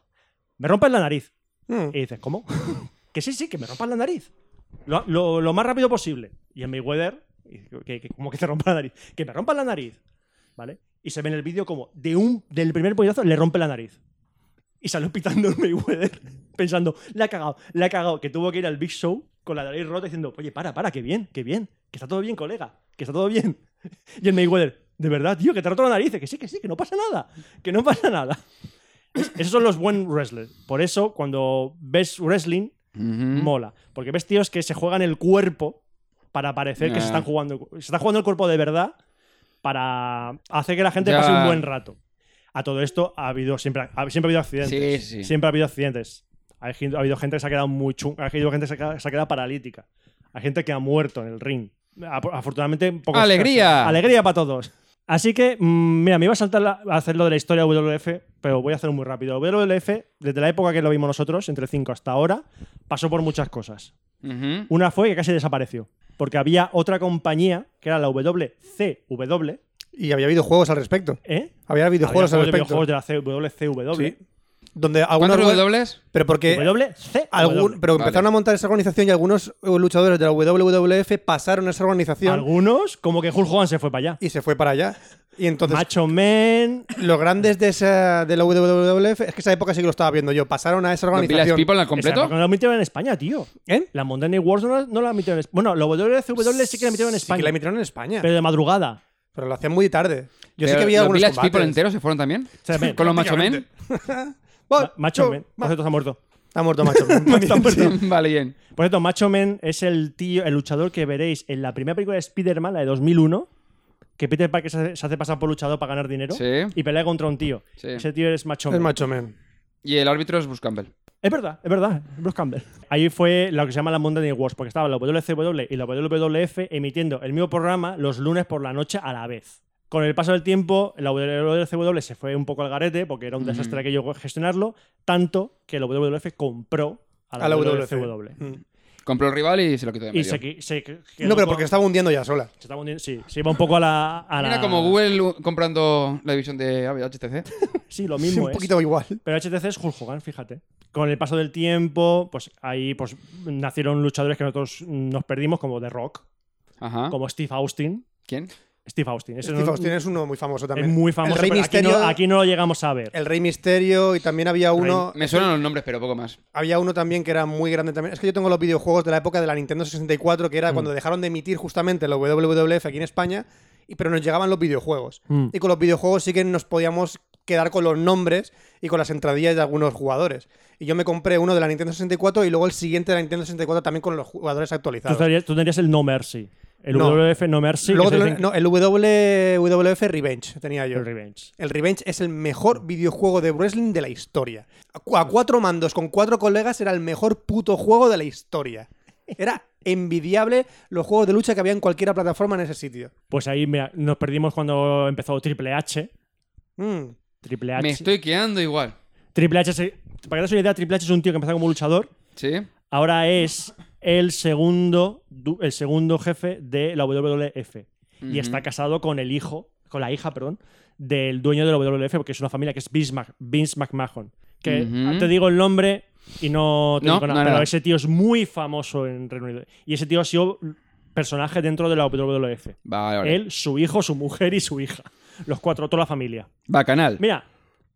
[SPEAKER 4] Me rompes la nariz.
[SPEAKER 6] Mm.
[SPEAKER 4] Y dices, ¿cómo? que sí, sí, que me rompas la nariz. Lo, lo- lo más rápido posible. Y en Mayweather, y dice, que, que, como que te rompa la nariz. Que me rompas la nariz. ¿Vale? Y se ve en el vídeo como de un, del primer puñetazo le rompe la nariz. Y salió pitando el Mayweather pensando, la ha cagado, la ha cagado. Que tuvo que ir al Big Show con la nariz rota diciendo, oye, para, para, que bien, que bien. Que está todo bien, colega. Que está todo bien. Y el Mayweather, de verdad, tío, que te ha roto la nariz. Que sí, que sí, que no pasa nada. Que no pasa nada. Es- Esos son los buen wrestlers. Por eso, cuando ves wrestling,
[SPEAKER 5] Ujú.
[SPEAKER 4] mola. Porque ves tíos que se juegan el cuerpo para parecer que
[SPEAKER 5] Nah.
[SPEAKER 4] se están jugando. Se está jugando el cuerpo de verdad para hacer que la gente
[SPEAKER 5] Ya.
[SPEAKER 4] pase un buen rato. A todo esto ha habido siempre, ha, siempre ha habido accidentes.
[SPEAKER 5] Sí, sí.
[SPEAKER 4] Siempre ha habido accidentes. Hay gen- ha habido gente que se ha quedado muy chunga. Ha habido gente que se ha quedado, se ha quedado paralítica. Hay gente que ha muerto en el ring. Af- Afortunadamente, pocos
[SPEAKER 5] ¡Alegría!
[SPEAKER 4] casos. Alegría para todos. Así que, mm, mira, me iba a saltar la- a hacer lo de la historia de WWF, pero voy a hacerlo muy rápido. WWF, desde la época que lo vimos nosotros, entre 5 hasta ahora, pasó por muchas cosas.
[SPEAKER 5] Ujú.
[SPEAKER 4] Una fue que casi desapareció, porque había otra compañía, que era la WCW,
[SPEAKER 6] Y había habido juegos al respecto.
[SPEAKER 4] ¿eh?
[SPEAKER 6] Había habido
[SPEAKER 4] Había
[SPEAKER 6] juegos al
[SPEAKER 4] juegos de
[SPEAKER 6] respecto.
[SPEAKER 4] videojuegos de la CW,
[SPEAKER 6] Sí. donde algunos
[SPEAKER 5] ¿Cuántos dobles?
[SPEAKER 6] pero porque
[SPEAKER 4] WC.
[SPEAKER 6] algún, pero
[SPEAKER 5] Vale.
[SPEAKER 6] empezaron a montar esa organización y algunos eh, luchadores de la WWF pasaron a esa organización
[SPEAKER 4] Algunos, como que Hulk Hogan se fue para allá.
[SPEAKER 6] y se fue para allá. Y entonces
[SPEAKER 4] Macho Man.
[SPEAKER 6] los grandes de esa de la WWF, es que esa época sí que lo estaba viendo yo, pasaron a esa
[SPEAKER 5] ¿Los Village
[SPEAKER 6] organización.
[SPEAKER 5] People al completo?
[SPEAKER 4] Esa, No la emitieron en España, tío.
[SPEAKER 6] ¿Eh?
[SPEAKER 4] La Monday Wars no, la- no la emitieron en España. Bueno, la WCW sí que la emitieron en
[SPEAKER 6] Sí
[SPEAKER 4] España.
[SPEAKER 6] que la emitieron en España,
[SPEAKER 4] Pero de madrugada.
[SPEAKER 6] pero lo hacían muy tarde. Yo
[SPEAKER 5] Pero
[SPEAKER 6] sí que había
[SPEAKER 5] ¿Los
[SPEAKER 6] algunos
[SPEAKER 5] Village
[SPEAKER 6] combates.
[SPEAKER 5] People enteros se fueron también?
[SPEAKER 4] sea, ven,
[SPEAKER 5] ¿Con los Macho Men?
[SPEAKER 6] Va,
[SPEAKER 4] Ma- Macho
[SPEAKER 6] no,
[SPEAKER 4] Man.
[SPEAKER 6] va.
[SPEAKER 4] Por cierto, está muerto.
[SPEAKER 6] Está muerto Macho Man.
[SPEAKER 5] vale, bien.
[SPEAKER 4] Por cierto, Macho Man es el tío, el luchador que veréis en la primera película de Spider-Man, la de 2001, que Peter Parker se hace, se hace pasar por luchador para ganar dinero
[SPEAKER 5] Sí.
[SPEAKER 4] y pelea contra un tío.
[SPEAKER 5] Sí.
[SPEAKER 4] Ese tío es Macho Man.
[SPEAKER 6] Es Macho Man.
[SPEAKER 5] Y el árbitro es Bruce Campbell.
[SPEAKER 4] Es verdad, es verdad, Bruce Campbell. Ahí fue lo que se llama la Monday Night Wars, porque estaba la WCW y la WWF emitiendo el mismo programa los lunes por la noche a la vez. Con el paso del tiempo, la WCW se fue un poco al garete, porque era un
[SPEAKER 5] Ujú.
[SPEAKER 4] desastre aquello gestionarlo, tanto que la WWF compró a la,
[SPEAKER 6] A la
[SPEAKER 4] WCW.
[SPEAKER 6] Mm.
[SPEAKER 5] Compró el rival y se lo quitó de en
[SPEAKER 4] Y
[SPEAKER 5] medio.
[SPEAKER 4] se, qui- se qu- quedó
[SPEAKER 6] No, pero
[SPEAKER 4] con-
[SPEAKER 6] porque estaba hundiendo ya sola.
[SPEAKER 4] se estaba hundiendo- sí, se iba un poco a la... a la-
[SPEAKER 5] Mira, como Google u- comprando la división de HTC.
[SPEAKER 4] Sí, lo
[SPEAKER 6] Es
[SPEAKER 4] mismo
[SPEAKER 6] un
[SPEAKER 4] es.
[SPEAKER 6] poquito igual.
[SPEAKER 4] Pero HTC es Hulk Hogan, fíjate. Con el paso del tiempo, pues ahí pues, nacieron luchadores que nosotros nos perdimos, como The Rock,
[SPEAKER 5] Ajá.
[SPEAKER 4] como Steve Austin.
[SPEAKER 5] ¿Quién?
[SPEAKER 4] Steve Austin. Ese
[SPEAKER 6] Steve
[SPEAKER 4] no-
[SPEAKER 6] Austin es uno muy famoso
[SPEAKER 4] es
[SPEAKER 6] también.
[SPEAKER 4] muy famoso.
[SPEAKER 6] El Rey
[SPEAKER 4] pero aquí, no,
[SPEAKER 6] Misterio.
[SPEAKER 4] aquí no lo llegamos a ver.
[SPEAKER 6] El Rey Misterio y también había uno,
[SPEAKER 5] Me suenan los nombres, pero poco más.
[SPEAKER 6] había uno también que era muy grande también. Es que yo tengo los videojuegos de la época de la Nintendo 64,
[SPEAKER 4] Mm.
[SPEAKER 6] que era cuando dejaron de emitir justamente la WWF aquí en España, y, pero nos llegaban los videojuegos.
[SPEAKER 4] Mm.
[SPEAKER 6] Y con los videojuegos sí que nos podíamos quedar con los nombres y con las entradillas de algunos jugadores. Y yo me compré uno de la Nintendo 64 y luego el siguiente de la Nintendo 64 también con los jugadores
[SPEAKER 4] Tú,
[SPEAKER 6] actualizados.
[SPEAKER 4] tendrías, tú tendrías el No Mercy. El
[SPEAKER 6] No.
[SPEAKER 4] WF No Mercy.
[SPEAKER 6] luego
[SPEAKER 4] que
[SPEAKER 6] te
[SPEAKER 4] se
[SPEAKER 6] lo-
[SPEAKER 4] dicen-
[SPEAKER 6] no, el WWF Revenge tenía yo.
[SPEAKER 4] el Revenge.
[SPEAKER 6] El Revenge es el mejor videojuego de wrestling de la historia. A cu- a cuatro mandos, con cuatro colegas, era el mejor puto juego de la historia. Era envidiable los juegos de lucha que había en cualquier plataforma en ese sitio.
[SPEAKER 4] Pues ahí mira, nos perdimos cuando empezó Triple H.
[SPEAKER 6] Mm.
[SPEAKER 4] Triple H.
[SPEAKER 5] Me estoy quedando igual.
[SPEAKER 4] Triple H. se- Para que te hagas una idea, Triple H es un tío que empezó como luchador.
[SPEAKER 5] ¿Sí?
[SPEAKER 4] Ahora es el segundo, du- el segundo jefe de la WWF. Y
[SPEAKER 5] Ujú.
[SPEAKER 4] está casado con el hijo, con la hija, perdón, del dueño de la WWF, porque es una familia que es Vince, Mac- Vince McMahon. Que
[SPEAKER 5] Ujú.
[SPEAKER 4] te digo el nombre y no te
[SPEAKER 5] No,
[SPEAKER 4] digo nada,
[SPEAKER 5] no,
[SPEAKER 4] pero
[SPEAKER 5] nada.
[SPEAKER 4] ese tío es muy famoso en Reino Unido. Y ese tío ha sido personaje dentro de la WWF.
[SPEAKER 5] Vale, vale.
[SPEAKER 4] Él, su hijo, su mujer y su hija. Los cuatro, toda la familia.
[SPEAKER 5] Bacanal.
[SPEAKER 4] Mira,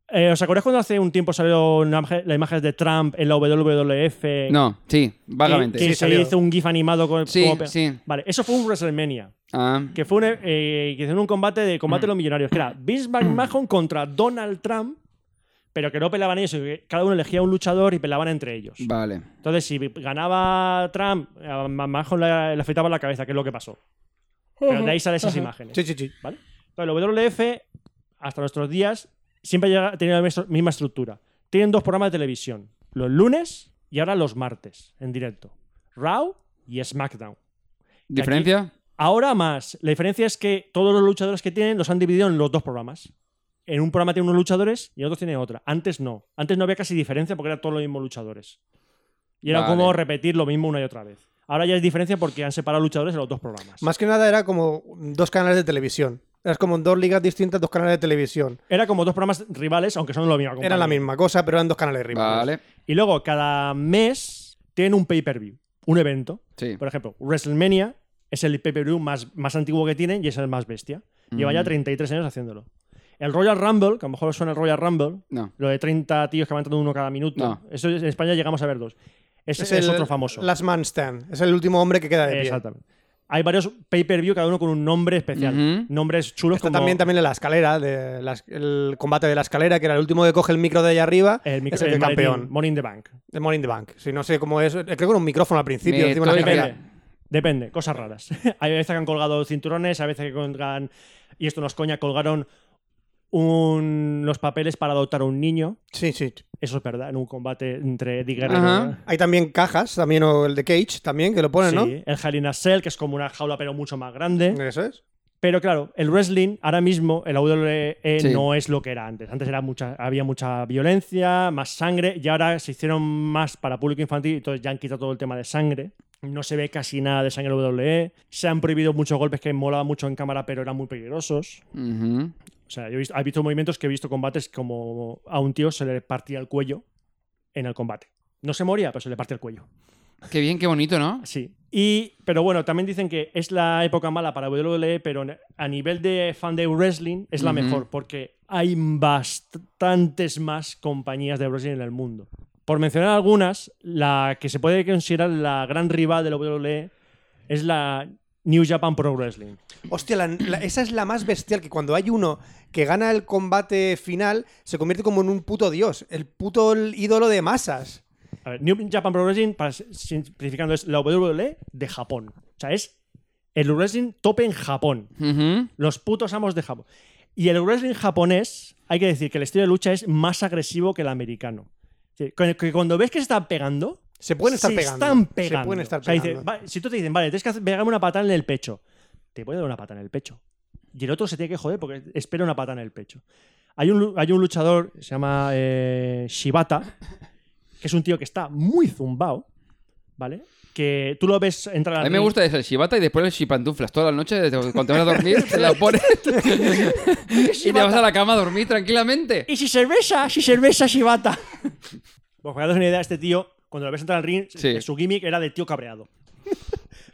[SPEAKER 4] eh, ¿os acuerdáis cuando hace un tiempo salió una imagen- las imágenes de Trump en la WWF?
[SPEAKER 5] No, sí, vagamente.
[SPEAKER 4] eh, Que, que
[SPEAKER 6] Sí,
[SPEAKER 4] se
[SPEAKER 6] salió.
[SPEAKER 4] hizo un GIF animado con
[SPEAKER 5] Sí,
[SPEAKER 4] como pe-
[SPEAKER 5] sí.
[SPEAKER 4] Vale, eso fue un WrestleMania.
[SPEAKER 5] Ah,
[SPEAKER 4] Que fue un, eh, que hicieron un combate de combate de los millonarios. Que era Vince McMahon contra Donald Trump, pero que no peleaban ellos, sino que cada uno elegía un luchador y peleaban entre ellos.
[SPEAKER 5] vale.
[SPEAKER 4] Entonces, si ganaba Trump, a McMahon le, le afeitaba la cabeza, que es lo que pasó. Pero de ahí salen esas imágenes.
[SPEAKER 6] Sí, sí, sí.
[SPEAKER 4] ¿vale? Entonces, la WWF, hasta nuestros días, siempre llega- ha tenido la mes- misma estructura. Tienen dos programas de televisión, los lunes y ahora los martes, en directo. Raw y SmackDown.
[SPEAKER 5] ¿Diferencia?
[SPEAKER 4] Ahora más, la diferencia es que todos los luchadores que tienen los han dividido en los dos programas. En un programa tienen unos luchadores y en otro tienen otra. Antes no. Antes no había casi diferencia porque eran todos los mismos luchadores. Y era
[SPEAKER 5] Vale.
[SPEAKER 4] como repetir lo mismo una y otra vez. Ahora ya es diferencia porque han separado luchadores en los dos programas.
[SPEAKER 6] Más que nada era como dos canales de televisión. Eras como dos ligas distintas, dos canales de televisión.
[SPEAKER 4] Era como dos programas rivales, aunque son lo mismo.
[SPEAKER 6] Era la misma cosa, pero eran dos canales rivales.
[SPEAKER 5] Vale.
[SPEAKER 4] Y luego cada mes tienen un pay-per-view, un evento.
[SPEAKER 5] Sí.
[SPEAKER 4] Por ejemplo, WrestleMania es el pay-per-view más, más antiguo que tienen y es el más bestia. Lleva
[SPEAKER 6] Mm.
[SPEAKER 4] ya
[SPEAKER 5] Ujú.
[SPEAKER 4] 33 años haciéndolo. El Royal Rumble, que a lo mejor os suena el Royal Rumble,
[SPEAKER 5] No.
[SPEAKER 4] lo de 30 tíos que van entrando uno cada minuto.
[SPEAKER 5] No.
[SPEAKER 4] Eso es- en España llegamos a ver dos. Ese es, otro famoso.
[SPEAKER 6] Last Man Stand. Es el último hombre que queda de pie.
[SPEAKER 4] Exactamente. Hay varios pay-per-view, cada uno con un nombre especial.
[SPEAKER 5] Ujú.
[SPEAKER 4] Nombres chulos
[SPEAKER 6] Está
[SPEAKER 4] como
[SPEAKER 6] Este también, también en la escalera, de la- el combate de la escalera, que era el último que coge el micro de ahí arriba,
[SPEAKER 4] el, micro,
[SPEAKER 6] es el, que
[SPEAKER 4] el maletín,
[SPEAKER 6] campeón.
[SPEAKER 4] Money in the Bank.
[SPEAKER 6] El Morning the Bank. Si no sé cómo es. eh, Creo que era un micrófono al principio.
[SPEAKER 5] Me
[SPEAKER 6] encima de la
[SPEAKER 5] estoy-
[SPEAKER 6] escalera.
[SPEAKER 4] Depende. Depende, cosas raras. Hay veces que han colgado cinturones, hay veces que colgan, y esto no es coña, colgaron un- unos papeles para adoptar a un niño.
[SPEAKER 6] Sí, sí.
[SPEAKER 4] Eso es verdad, en un combate entre Eddie Guerrero.
[SPEAKER 5] Ajá.
[SPEAKER 6] Hay también cajas, también o el de Cage, también, que lo ponen,
[SPEAKER 4] Sí, el Hell in a Cell, que es como una jaula pero mucho más
[SPEAKER 6] ¿no?
[SPEAKER 4] grande.
[SPEAKER 6] Eso es.
[SPEAKER 4] Pero claro, el wrestling ahora mismo, el WWE
[SPEAKER 5] Sí.
[SPEAKER 4] no es lo que era antes. Antes era mucha, había mucha violencia, más sangre, y ahora se hicieron más para público infantil, entonces ya han quitado todo el tema de sangre. No se ve casi nada de E. sangre en WWE. Se han prohibido muchos golpes que molaban mucho en cámara, pero eran muy peligrosos.
[SPEAKER 5] Ujú.
[SPEAKER 4] O sea, yo he visto, he visto movimientos que he visto combates como a un tío se le partía el cuello en el combate. No se moría, pero se le partía el cuello.
[SPEAKER 5] Qué bien, qué bonito, ¿no?
[SPEAKER 4] Sí. Y, pero bueno, también dicen que es la época mala para WWE, pero a nivel de fan de wrestling es la
[SPEAKER 5] Ujú.
[SPEAKER 4] mejor porque hay bastantes más compañías de wrestling en el mundo. Por mencionar algunas, la que se puede considerar la gran rival de la WWE es la New Japan Pro Wrestling.
[SPEAKER 6] Hostia, la- la- esa es la más bestial, que cuando hay uno que gana el combate final, se convierte como en un puto dios, el puto ídolo de masas.
[SPEAKER 4] A ver, New Japan Pro Wrestling, para simplificando, es la WWE de Japón. O sea, es el wrestling tope en Japón.
[SPEAKER 5] Ujú.
[SPEAKER 4] Los putos amos de Japón. Y el wrestling japonés, hay que decir que el estilo de lucha es más agresivo que el americano. Es decir, con- Que cuando ves que se están pegando,
[SPEAKER 6] Se pueden estar
[SPEAKER 4] se
[SPEAKER 6] pegando.
[SPEAKER 4] están pegando.
[SPEAKER 6] Se pueden estar
[SPEAKER 4] O sea, dice,
[SPEAKER 6] pegando.
[SPEAKER 4] va- si tú te dicen, vale, tienes que hacer- pegarme una patada en el pecho, te puede dar una patada en el pecho. Y el otro se tiene que joder porque espera una patada en el pecho. Hay un, lu- hay un luchador, se llama eh, Shibata, que es un tío que está muy zumbao, ¿vale? Que tú lo ves entrar
[SPEAKER 5] A
[SPEAKER 4] al
[SPEAKER 5] mí me
[SPEAKER 4] ring-
[SPEAKER 5] gusta eso, el shibata y después el shipantuflas. Toda la noche, desde cuando te vas a dormir, te lo pones y te vas a la cama a dormir tranquilamente.
[SPEAKER 4] Y si cerveza, si cerveza, Shibata. Pues para daros una idea, este tío, cuando lo ves entrar al ring, eh,
[SPEAKER 5] Sí.
[SPEAKER 4] su gimmick era de tío cabreado.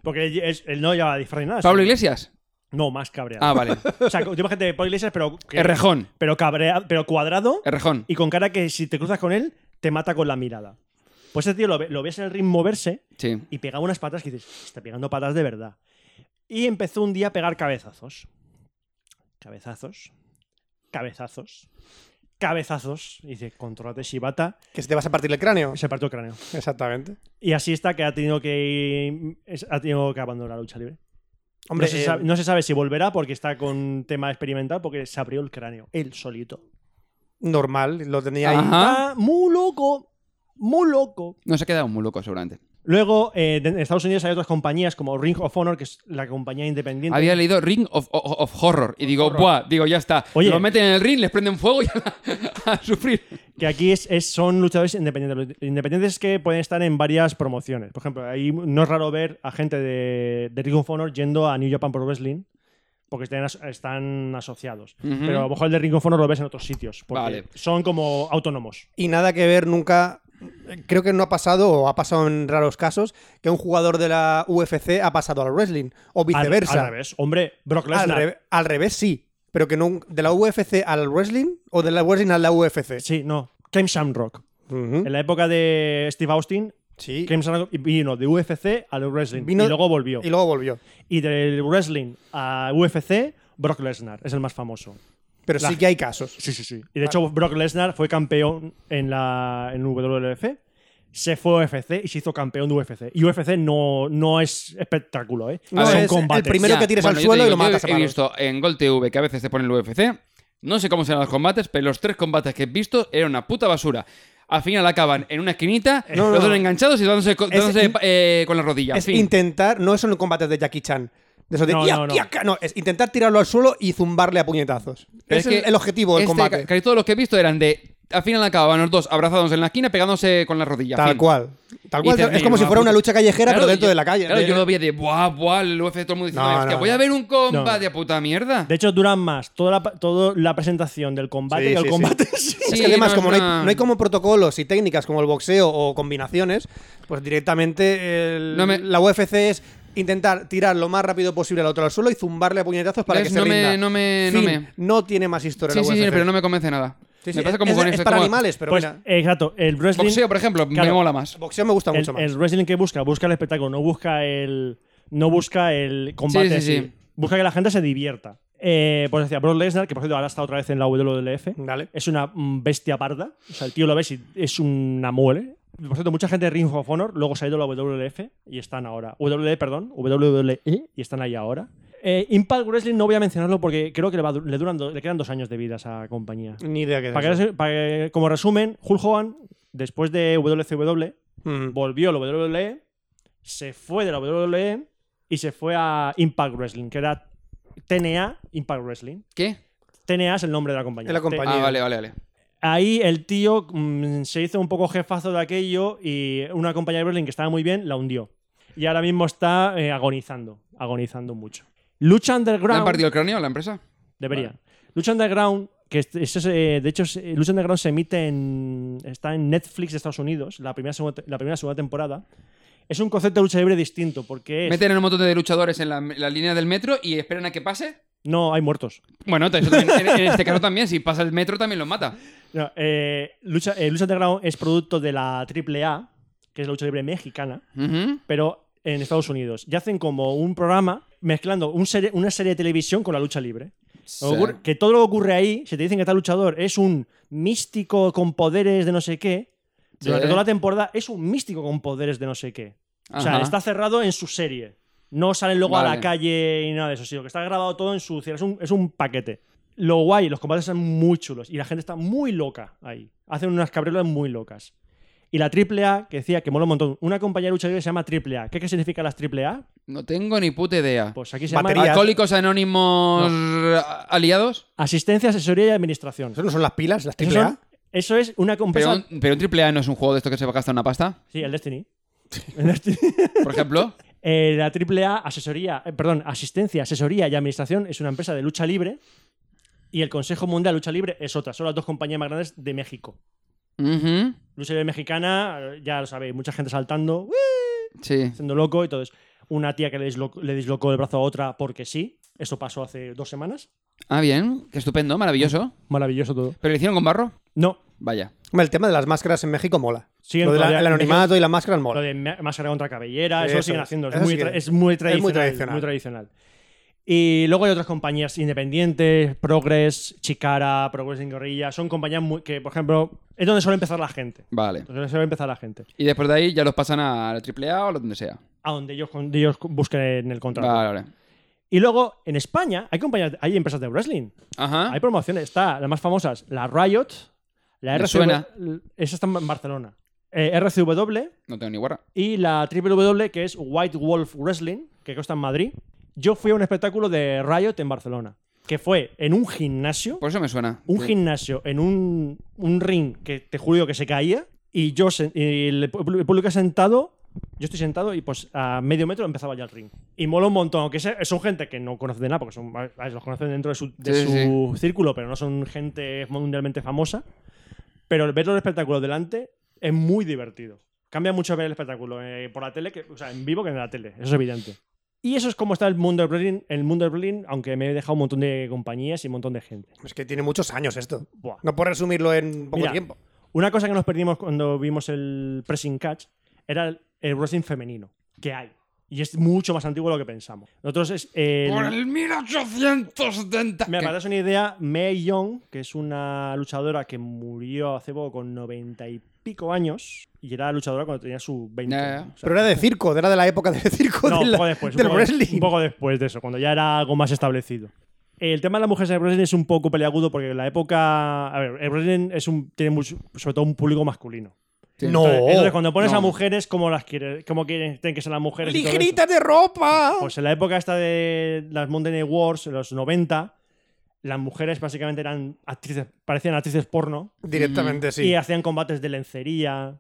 [SPEAKER 4] Porque él, él- él no llevaba disfraz ni nada.
[SPEAKER 5] ¿Pablo
[SPEAKER 4] sino-
[SPEAKER 5] Iglesias?
[SPEAKER 4] No, más cabreado.
[SPEAKER 5] Ah, vale.
[SPEAKER 4] O sea, yo gente de Pablo Iglesias, pero. que-
[SPEAKER 5] Errejón.
[SPEAKER 4] Pero cabreado, pero cuadrado
[SPEAKER 5] Errejón.
[SPEAKER 4] y con cara que si te cruzas con él, te mata con la mirada. Pues este tío lo, ve- lo ves en el ring moverse
[SPEAKER 5] Sí.
[SPEAKER 4] y pegaba unas patas que dices, está pegando patas de verdad. Y empezó un día a pegar cabezazos. Cabezazos. Cabezazos. Cabezazos. Y dice, controlate Shibata.
[SPEAKER 6] Que se te vas a partir el cráneo.
[SPEAKER 4] Se partió el cráneo.
[SPEAKER 6] Exactamente.
[SPEAKER 4] Y así está que ha tenido que, es- ha tenido que abandonar la lucha libre.
[SPEAKER 6] Hombre,
[SPEAKER 4] no, se
[SPEAKER 6] eh,
[SPEAKER 4] sabe, no se sabe si volverá porque está con tema experimental porque se abrió el cráneo. Él solito.
[SPEAKER 6] normal, lo tenía
[SPEAKER 4] Ah,
[SPEAKER 6] ahí.
[SPEAKER 5] Ajá.
[SPEAKER 4] Está muy loco. Muy loco.
[SPEAKER 5] No se ha quedado muy loco, seguramente.
[SPEAKER 4] Luego, eh, en Estados Unidos hay otras compañías como Ring of Honor, que es la compañía independiente.
[SPEAKER 5] Había leído Ring of, of- of Horror y digo, buah, digo, ya está.
[SPEAKER 4] Oye.
[SPEAKER 5] Lo meten en el ring, les prenden fuego y a, sufrir.
[SPEAKER 4] Que aquí es, es- son luchadores independientes. Los Independientes que pueden estar en varias promociones. Por ejemplo, ahí no es raro ver a gente de, de Ring of Honor yendo a New Japan Pro Wrestling porque están, as- están asociados.
[SPEAKER 5] Ujú.
[SPEAKER 4] Pero a lo mejor el de Ring of Honor lo ves en otros sitios porque
[SPEAKER 5] Vale.
[SPEAKER 4] son como autónomos.
[SPEAKER 6] Y nada que ver nunca. Creo que no ha pasado, o ha pasado en raros casos, que un jugador de la UFC ha pasado al wrestling. O
[SPEAKER 4] Al-
[SPEAKER 6] viceversa.
[SPEAKER 4] Al, revés. Hombre, Brock
[SPEAKER 6] Al,
[SPEAKER 4] Lesnar.
[SPEAKER 6] re- al revés, sí. Pero que no, de la UFC al wrestling o de la wrestling a la UFC.
[SPEAKER 4] Sí, no. Ken Shamrock.
[SPEAKER 6] Ujú.
[SPEAKER 4] En la época de Steve Austin,
[SPEAKER 6] ¿Mm? Sí.
[SPEAKER 4] Ken Shamrock vino de UFC al wrestling
[SPEAKER 6] Vino-
[SPEAKER 4] y luego volvió.
[SPEAKER 6] Y luego volvió.
[SPEAKER 4] y del wrestling a UFC, Brock Lesnar es el más famoso.
[SPEAKER 6] Pero
[SPEAKER 4] La-
[SPEAKER 6] sí que hay casos.
[SPEAKER 4] Sí, sí, sí. Y de hecho, Brock Lesnar fue campeón en la en WWF, se fue a UFC y se hizo campeón de UFC. Y UFC no, no es espectáculo, ¿eh?
[SPEAKER 6] No,
[SPEAKER 4] Son
[SPEAKER 6] es el
[SPEAKER 4] combates.
[SPEAKER 6] primero- que tires al
[SPEAKER 5] yo te
[SPEAKER 6] suelo y lo
[SPEAKER 5] yo
[SPEAKER 6] matas a
[SPEAKER 5] He
[SPEAKER 6] palos.
[SPEAKER 5] visto en Gol TV que a veces se pone el UFC. No sé cómo serán los combates, pero los tres combates que he visto eran una puta basura. Al final acaban en una esquinita,
[SPEAKER 6] Eh, No,
[SPEAKER 5] los
[SPEAKER 6] no.
[SPEAKER 5] dos enganchados y dándose, co-
[SPEAKER 6] Es
[SPEAKER 5] dándose,
[SPEAKER 6] in-
[SPEAKER 5] eh, con la rodilla.
[SPEAKER 6] Es
[SPEAKER 5] fin.
[SPEAKER 6] intentar, no son combates de Jackie Chan. De esos de
[SPEAKER 4] No,
[SPEAKER 6] "Ya,
[SPEAKER 4] no, no.
[SPEAKER 6] ya, ca-". no, es intentar tirarlo al suelo y zumbarle a puñetazos.
[SPEAKER 5] Pero
[SPEAKER 6] es
[SPEAKER 5] que
[SPEAKER 6] el, el objetivo del
[SPEAKER 5] este,
[SPEAKER 6] combate.
[SPEAKER 5] ca- Casi todos los que he visto eran de. Al final acababan los dos abrazados en la esquina pegándose con la rodilla.
[SPEAKER 6] Tal
[SPEAKER 5] fin.
[SPEAKER 6] cual. Tal
[SPEAKER 5] Y
[SPEAKER 6] cual.
[SPEAKER 5] dices,
[SPEAKER 6] Es como si
[SPEAKER 5] "Venga,
[SPEAKER 6] fuera una
[SPEAKER 5] puta".
[SPEAKER 6] lucha callejera,
[SPEAKER 5] Claro,
[SPEAKER 6] pero dentro
[SPEAKER 5] yo-
[SPEAKER 6] de la calle.
[SPEAKER 5] Claro,
[SPEAKER 6] De-
[SPEAKER 5] yo lo vi de buah, buah, el UFC todo el mundo diciendo,
[SPEAKER 6] No,
[SPEAKER 5] "Hostia,
[SPEAKER 6] no,
[SPEAKER 5] voy a
[SPEAKER 6] no.
[SPEAKER 5] ver un combate
[SPEAKER 4] No.
[SPEAKER 5] a puta mierda.
[SPEAKER 4] De hecho, duran más toda la, toda la presentación del combate
[SPEAKER 6] Sí,
[SPEAKER 4] que el
[SPEAKER 6] sí, sí.
[SPEAKER 4] combate.
[SPEAKER 6] Es
[SPEAKER 5] Sí,
[SPEAKER 6] que además,
[SPEAKER 5] no,
[SPEAKER 6] como no hay,
[SPEAKER 5] no.
[SPEAKER 6] no hay como protocolos y técnicas como el boxeo o combinaciones, pues directamente el-
[SPEAKER 5] No me-
[SPEAKER 6] la UFC es intentar tirar lo más rápido posible al otro al suelo y zumbarle a puñetazos para
[SPEAKER 5] ¿Ves?
[SPEAKER 6] que se
[SPEAKER 5] No me-
[SPEAKER 6] rinda.
[SPEAKER 5] no me- no
[SPEAKER 6] Fin.
[SPEAKER 5] me-
[SPEAKER 6] No tiene más historia
[SPEAKER 5] sí,
[SPEAKER 6] la
[SPEAKER 5] sí,
[SPEAKER 6] UFC.
[SPEAKER 5] sí, pero no me convence nada.
[SPEAKER 6] Sí, sí,
[SPEAKER 5] Me pasa como
[SPEAKER 6] es,
[SPEAKER 5] con
[SPEAKER 6] es
[SPEAKER 5] esto,
[SPEAKER 6] para
[SPEAKER 5] como-
[SPEAKER 6] animales, pero
[SPEAKER 4] Pues,
[SPEAKER 6] mira,
[SPEAKER 4] exacto, el wrestling,
[SPEAKER 5] Boxeo, por ejemplo, me
[SPEAKER 4] Claro.
[SPEAKER 5] mola más.
[SPEAKER 6] boxeo me gusta
[SPEAKER 4] el-
[SPEAKER 6] mucho más.
[SPEAKER 4] el wrestling que busca, busca el espectáculo, no busca el, no busca el combate.
[SPEAKER 5] Sí, sí,
[SPEAKER 4] así.
[SPEAKER 5] sí.
[SPEAKER 4] Busca que la gente se divierta. Eh, pues decía, Brock Lesnar, que por cierto ahora está otra vez en la WWF.
[SPEAKER 6] Dale.
[SPEAKER 4] es una mm, bestia parda. O sea, el tío lo ves y es una muele. Por cierto, mucha gente de Ring of Honor luego se ha ido a la WWF y están ahora. WWE, perdón, WWE y están ahí ahora. Eh, Impact Wrestling no voy a mencionarlo porque creo que le, va du- le duran do- le quedan dos años de vida a esa compañía.
[SPEAKER 6] Ni idea que es
[SPEAKER 4] Para que-
[SPEAKER 6] eso.
[SPEAKER 4] para que- como resumen, Hulk Hogan, después de WCW,
[SPEAKER 6] Mm.
[SPEAKER 4] volvió a la WWE, se fue de la WWE y se fue a Impact Wrestling, que era TNA Impact Wrestling.
[SPEAKER 5] ¿Qué?
[SPEAKER 4] TNA es el nombre de la compañía.
[SPEAKER 6] Es la compañía.
[SPEAKER 5] Ah, vale, vale, vale.
[SPEAKER 4] Ahí el tío mm, se hizo un poco jefazo de aquello y una compañía de Berlín que estaba muy bien la hundió. Y ahora mismo está eh, agonizando, agonizando mucho. Lucha
[SPEAKER 5] ¿Le han
[SPEAKER 4] Underground.
[SPEAKER 5] partido el cráneo a la empresa?
[SPEAKER 4] Debería. Lucha Underground, que es- es- es, eh, de hecho es- eh, Lucha Underground se emite en. está en Netflix de Estados Unidos, la primera segunda, la primera segunda temporada. Es un concepto de lucha libre distinto, porque es-
[SPEAKER 5] Meten a un montón de luchadores en la, en la línea del metro y esperan a que pase.
[SPEAKER 4] no hay muertos.
[SPEAKER 5] Bueno, eso también- en, en este caso también, si pasa el metro también los mata.
[SPEAKER 4] No, eh, lucha, eh, Lucha Underground es producto de la AAA, que es la lucha libre mexicana.
[SPEAKER 5] Ujú.
[SPEAKER 4] pero en Estados Unidos. Y hacen como un programa mezclando un serie- una serie de televisión con la lucha libre. Ocurre- Que todo lo que ocurre ahí, si te dicen que tal luchador es un místico con poderes de no sé qué, durante
[SPEAKER 5] Sí.
[SPEAKER 4] toda la temporada es un místico con poderes de no sé qué. O sea,
[SPEAKER 5] Ajá.
[SPEAKER 4] está cerrado en su serie. No salen luego a la
[SPEAKER 5] Vale.
[SPEAKER 4] calle y nada de eso, sino que está grabado todo en su serie. Es un, es un paquete. Lo guay, los combates son muy chulos y la gente está muy loca ahí. Hacen unas cabriolas muy locas. Y la AAA, que decía que mola un montón, una compañía de lucha libre se llama AAA. ¿Qué, qué significa las AAA?
[SPEAKER 5] No tengo ni puta idea.
[SPEAKER 4] Pues aquí se
[SPEAKER 6] Batería.
[SPEAKER 4] llama
[SPEAKER 5] ¿Alcohólicos anónimos a- aliados?
[SPEAKER 4] Asistencia, Asesoría y Administración.
[SPEAKER 6] ¿Eso no son las pilas, las
[SPEAKER 4] Eso,
[SPEAKER 6] triple
[SPEAKER 4] son- eso es una
[SPEAKER 5] Pero
[SPEAKER 4] compañía...
[SPEAKER 5] un, pero un triple A no es un juego de esto que se va a gastar una pasta,
[SPEAKER 4] Sí, el Destiny. El Destiny.
[SPEAKER 5] por ejemplo.
[SPEAKER 4] Eh, la AAA, asesoría, eh, perdón, asistencia, asesoría y administración es una empresa de lucha libre y el Consejo Mundial de Lucha Libre es otra. Son las dos compañías más grandes de México.
[SPEAKER 5] Ujú.
[SPEAKER 4] Lucha libre mexicana, eh, ya lo sabéis, mucha gente saltando, ¡uy!
[SPEAKER 5] Sí.
[SPEAKER 4] haciendo loco y todo eso. Una tía que le dislo- le dislocó el brazo a otra porque sí. Eso pasó hace dos semanas.
[SPEAKER 5] Ah, bien. Qué estupendo, maravilloso.
[SPEAKER 4] Maravilloso todo.
[SPEAKER 5] ¿Pero lo hicieron con barro?
[SPEAKER 4] No,
[SPEAKER 5] Vaya.
[SPEAKER 6] Hombre, el tema de las máscaras en México mola.
[SPEAKER 4] Siguen
[SPEAKER 6] lo del
[SPEAKER 4] todavía-
[SPEAKER 6] el anonimato y las máscaras
[SPEAKER 4] Lo
[SPEAKER 6] mola.
[SPEAKER 4] de ma- máscara contra cabellera, eso,
[SPEAKER 6] Eso
[SPEAKER 4] lo siguen
[SPEAKER 6] es,
[SPEAKER 4] haciendo. Es,
[SPEAKER 6] eso
[SPEAKER 4] muy,
[SPEAKER 6] sí
[SPEAKER 4] tra-
[SPEAKER 6] que-
[SPEAKER 4] es muy tradicional, muy tradicional.
[SPEAKER 6] tradicional.
[SPEAKER 4] Y luego hay otras compañías independientes, Progress, Chicara, Progress en Guerrilla. Son compañías muy- que, por ejemplo, es donde suele empezar la gente.
[SPEAKER 5] Vale.
[SPEAKER 4] Donde suele empezar la gente.
[SPEAKER 5] Y después de ahí ya los pasan a la triple A o lo donde sea.
[SPEAKER 4] A donde ellos, donde ellos busquen en el contrato.
[SPEAKER 5] Vale, vale.
[SPEAKER 4] Y luego, en España, hay compañías, hay empresas de wrestling.
[SPEAKER 5] Ajá.
[SPEAKER 4] Hay promociones. Está, las más famosas, la Riot, la
[SPEAKER 5] Me
[SPEAKER 4] RCW.
[SPEAKER 5] suena.
[SPEAKER 4] Esa está en Barcelona. Eh, RCW,
[SPEAKER 5] No tengo ni guarra.
[SPEAKER 4] y la W que es White Wolf Wrestling, que consta en Madrid. Yo fui a un espectáculo de Riot en Barcelona, que fue en un gimnasio,
[SPEAKER 5] Por eso me suena.
[SPEAKER 4] un
[SPEAKER 5] Sí.
[SPEAKER 4] gimnasio, en un, un ring que te juro que se caía, y yo, sen- y el pu- el público sentado, yo estoy sentado y pues a medio metro empezaba ya el ring. Y mola un montón, aunque se- son gente que no conoce de nada, porque son, ¿sabes? los conocen dentro de su, de
[SPEAKER 5] Sí, sí,
[SPEAKER 4] su círculo, pero no son gente mundialmente famosa. Pero el ver los espectáculos delante es muy divertido. Cambia mucho ver el espectáculo eh, por la tele, que, o sea, en vivo que en la tele, eso es evidente. Y eso es como está el mundo de Berlín, el mundo de Berlín, aunque me he dejado un montón de compañías y un montón de gente.
[SPEAKER 6] Es que tiene muchos años esto.
[SPEAKER 4] Buah.
[SPEAKER 6] No por resumirlo en poco
[SPEAKER 4] Mira,
[SPEAKER 6] tiempo.
[SPEAKER 4] Una cosa que nos perdimos cuando vimos el pressing catch era el, el wrestling femenino, que hay. Y es mucho más antiguo de lo que pensamos. Nosotros es... eh,
[SPEAKER 5] Por el 1870.
[SPEAKER 4] Mira,
[SPEAKER 5] ¿Qué?
[SPEAKER 4] para daros una idea, Mae Young, que es una luchadora que murió hace poco con noventa y pico años, y era luchadora cuando tenía su 20.
[SPEAKER 5] Ya, ya.
[SPEAKER 4] años. O sea,
[SPEAKER 6] Pero era de circo, era de la época del circo
[SPEAKER 4] no,
[SPEAKER 6] de
[SPEAKER 4] un
[SPEAKER 6] la-
[SPEAKER 4] poco después. un
[SPEAKER 6] del
[SPEAKER 4] poco-
[SPEAKER 6] wrestling.
[SPEAKER 4] Un poco después de eso, cuando ya era algo más establecido. El tema de las mujeres en el wrestling es un poco peleagudo porque en la época. A ver, el wrestling es un, tiene mucho- sobre todo un público masculino.
[SPEAKER 5] Sí.
[SPEAKER 6] No.
[SPEAKER 4] Entonces, entonces, cuando pones
[SPEAKER 5] no.
[SPEAKER 4] a mujeres, ¿cómo las quieres? ¿Cómo quieren tienen que ser las mujeres? y todo eso?
[SPEAKER 6] ¡Ligeritas de ropa!
[SPEAKER 4] Pues en la época esta de las Mountain Wars, en los 90, las mujeres básicamente eran actrices, parecían actrices porno
[SPEAKER 6] Directamente, sí.
[SPEAKER 4] y hacían combates de lencería,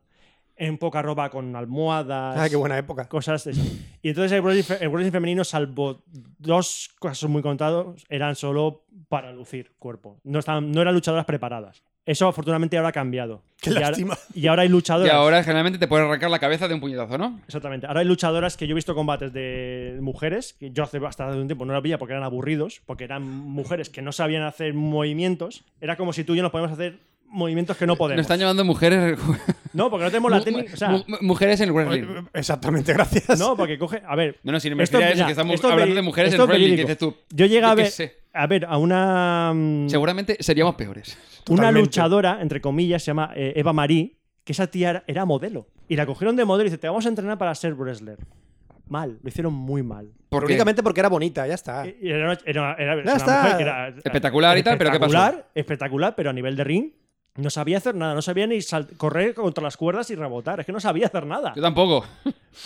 [SPEAKER 4] en poca ropa con almohadas,
[SPEAKER 6] Ah, qué buena época.
[SPEAKER 4] cosas de esas. Y entonces el wrestling, fe- el wrestling femenino, salvo dos casos muy contados, eran solo para lucir cuerpo. No, estaban, no eran luchadoras preparadas. Eso afortunadamente ahora ha cambiado.
[SPEAKER 6] Qué
[SPEAKER 4] y ahora-
[SPEAKER 6] lástima.
[SPEAKER 4] y ahora hay
[SPEAKER 5] Y
[SPEAKER 4] luchadoras.
[SPEAKER 5] ahora generalmente te pueden arrancar la cabeza de un puñetazo, ¿no?
[SPEAKER 4] Exactamente. Ahora hay luchadoras que yo he visto combates de mujeres, que yo hace hasta hace un tiempo no las veía porque eran aburridos, porque eran mujeres que no sabían hacer movimientos. Era como si tú y yo nos podemos hacer movimientos que no
[SPEAKER 5] Nos
[SPEAKER 4] podemos.
[SPEAKER 5] están llamando mujeres.
[SPEAKER 4] No, porque no tenemos la técnica. O sea,
[SPEAKER 5] mu- mu- mujeres en el wrestling.
[SPEAKER 6] Exactamente, gracias.
[SPEAKER 4] no, porque coge. A ver.
[SPEAKER 5] No, no, sin
[SPEAKER 4] esto-
[SPEAKER 5] investigar eso,
[SPEAKER 4] mira,
[SPEAKER 5] que estamos
[SPEAKER 4] esto es
[SPEAKER 5] hablando
[SPEAKER 4] veri-
[SPEAKER 5] de mujeres en
[SPEAKER 4] esto es
[SPEAKER 5] el wrestling, que
[SPEAKER 4] verídico.
[SPEAKER 5] dices tú.
[SPEAKER 4] Yo llegué a
[SPEAKER 5] qué
[SPEAKER 4] ver,
[SPEAKER 5] sé.
[SPEAKER 4] a ver a una. mm,
[SPEAKER 5] Seguramente seríamos peores.
[SPEAKER 4] una
[SPEAKER 6] Totalmente.
[SPEAKER 4] luchadora, entre comillas, se llama eh, Eva Marie, que esa tía era, era modelo. Y la cogieron de modelo y dice: Te vamos a entrenar para ser wrestler. Mal, lo hicieron muy mal.
[SPEAKER 5] Porque
[SPEAKER 6] Únicamente porque era bonita, ya está.
[SPEAKER 4] Eh, Era, una- era- era- era
[SPEAKER 6] Ya
[SPEAKER 4] una
[SPEAKER 6] está.
[SPEAKER 4] mujer que era- eh,
[SPEAKER 5] Espectacular y tal, pero ¿qué pasó?
[SPEAKER 4] espectacular, Espectacular, pero a nivel de ring no sabía hacer nada. No sabía ni sal- correr contra las cuerdas y rebotar. Es que no sabía hacer nada.
[SPEAKER 5] yo tampoco.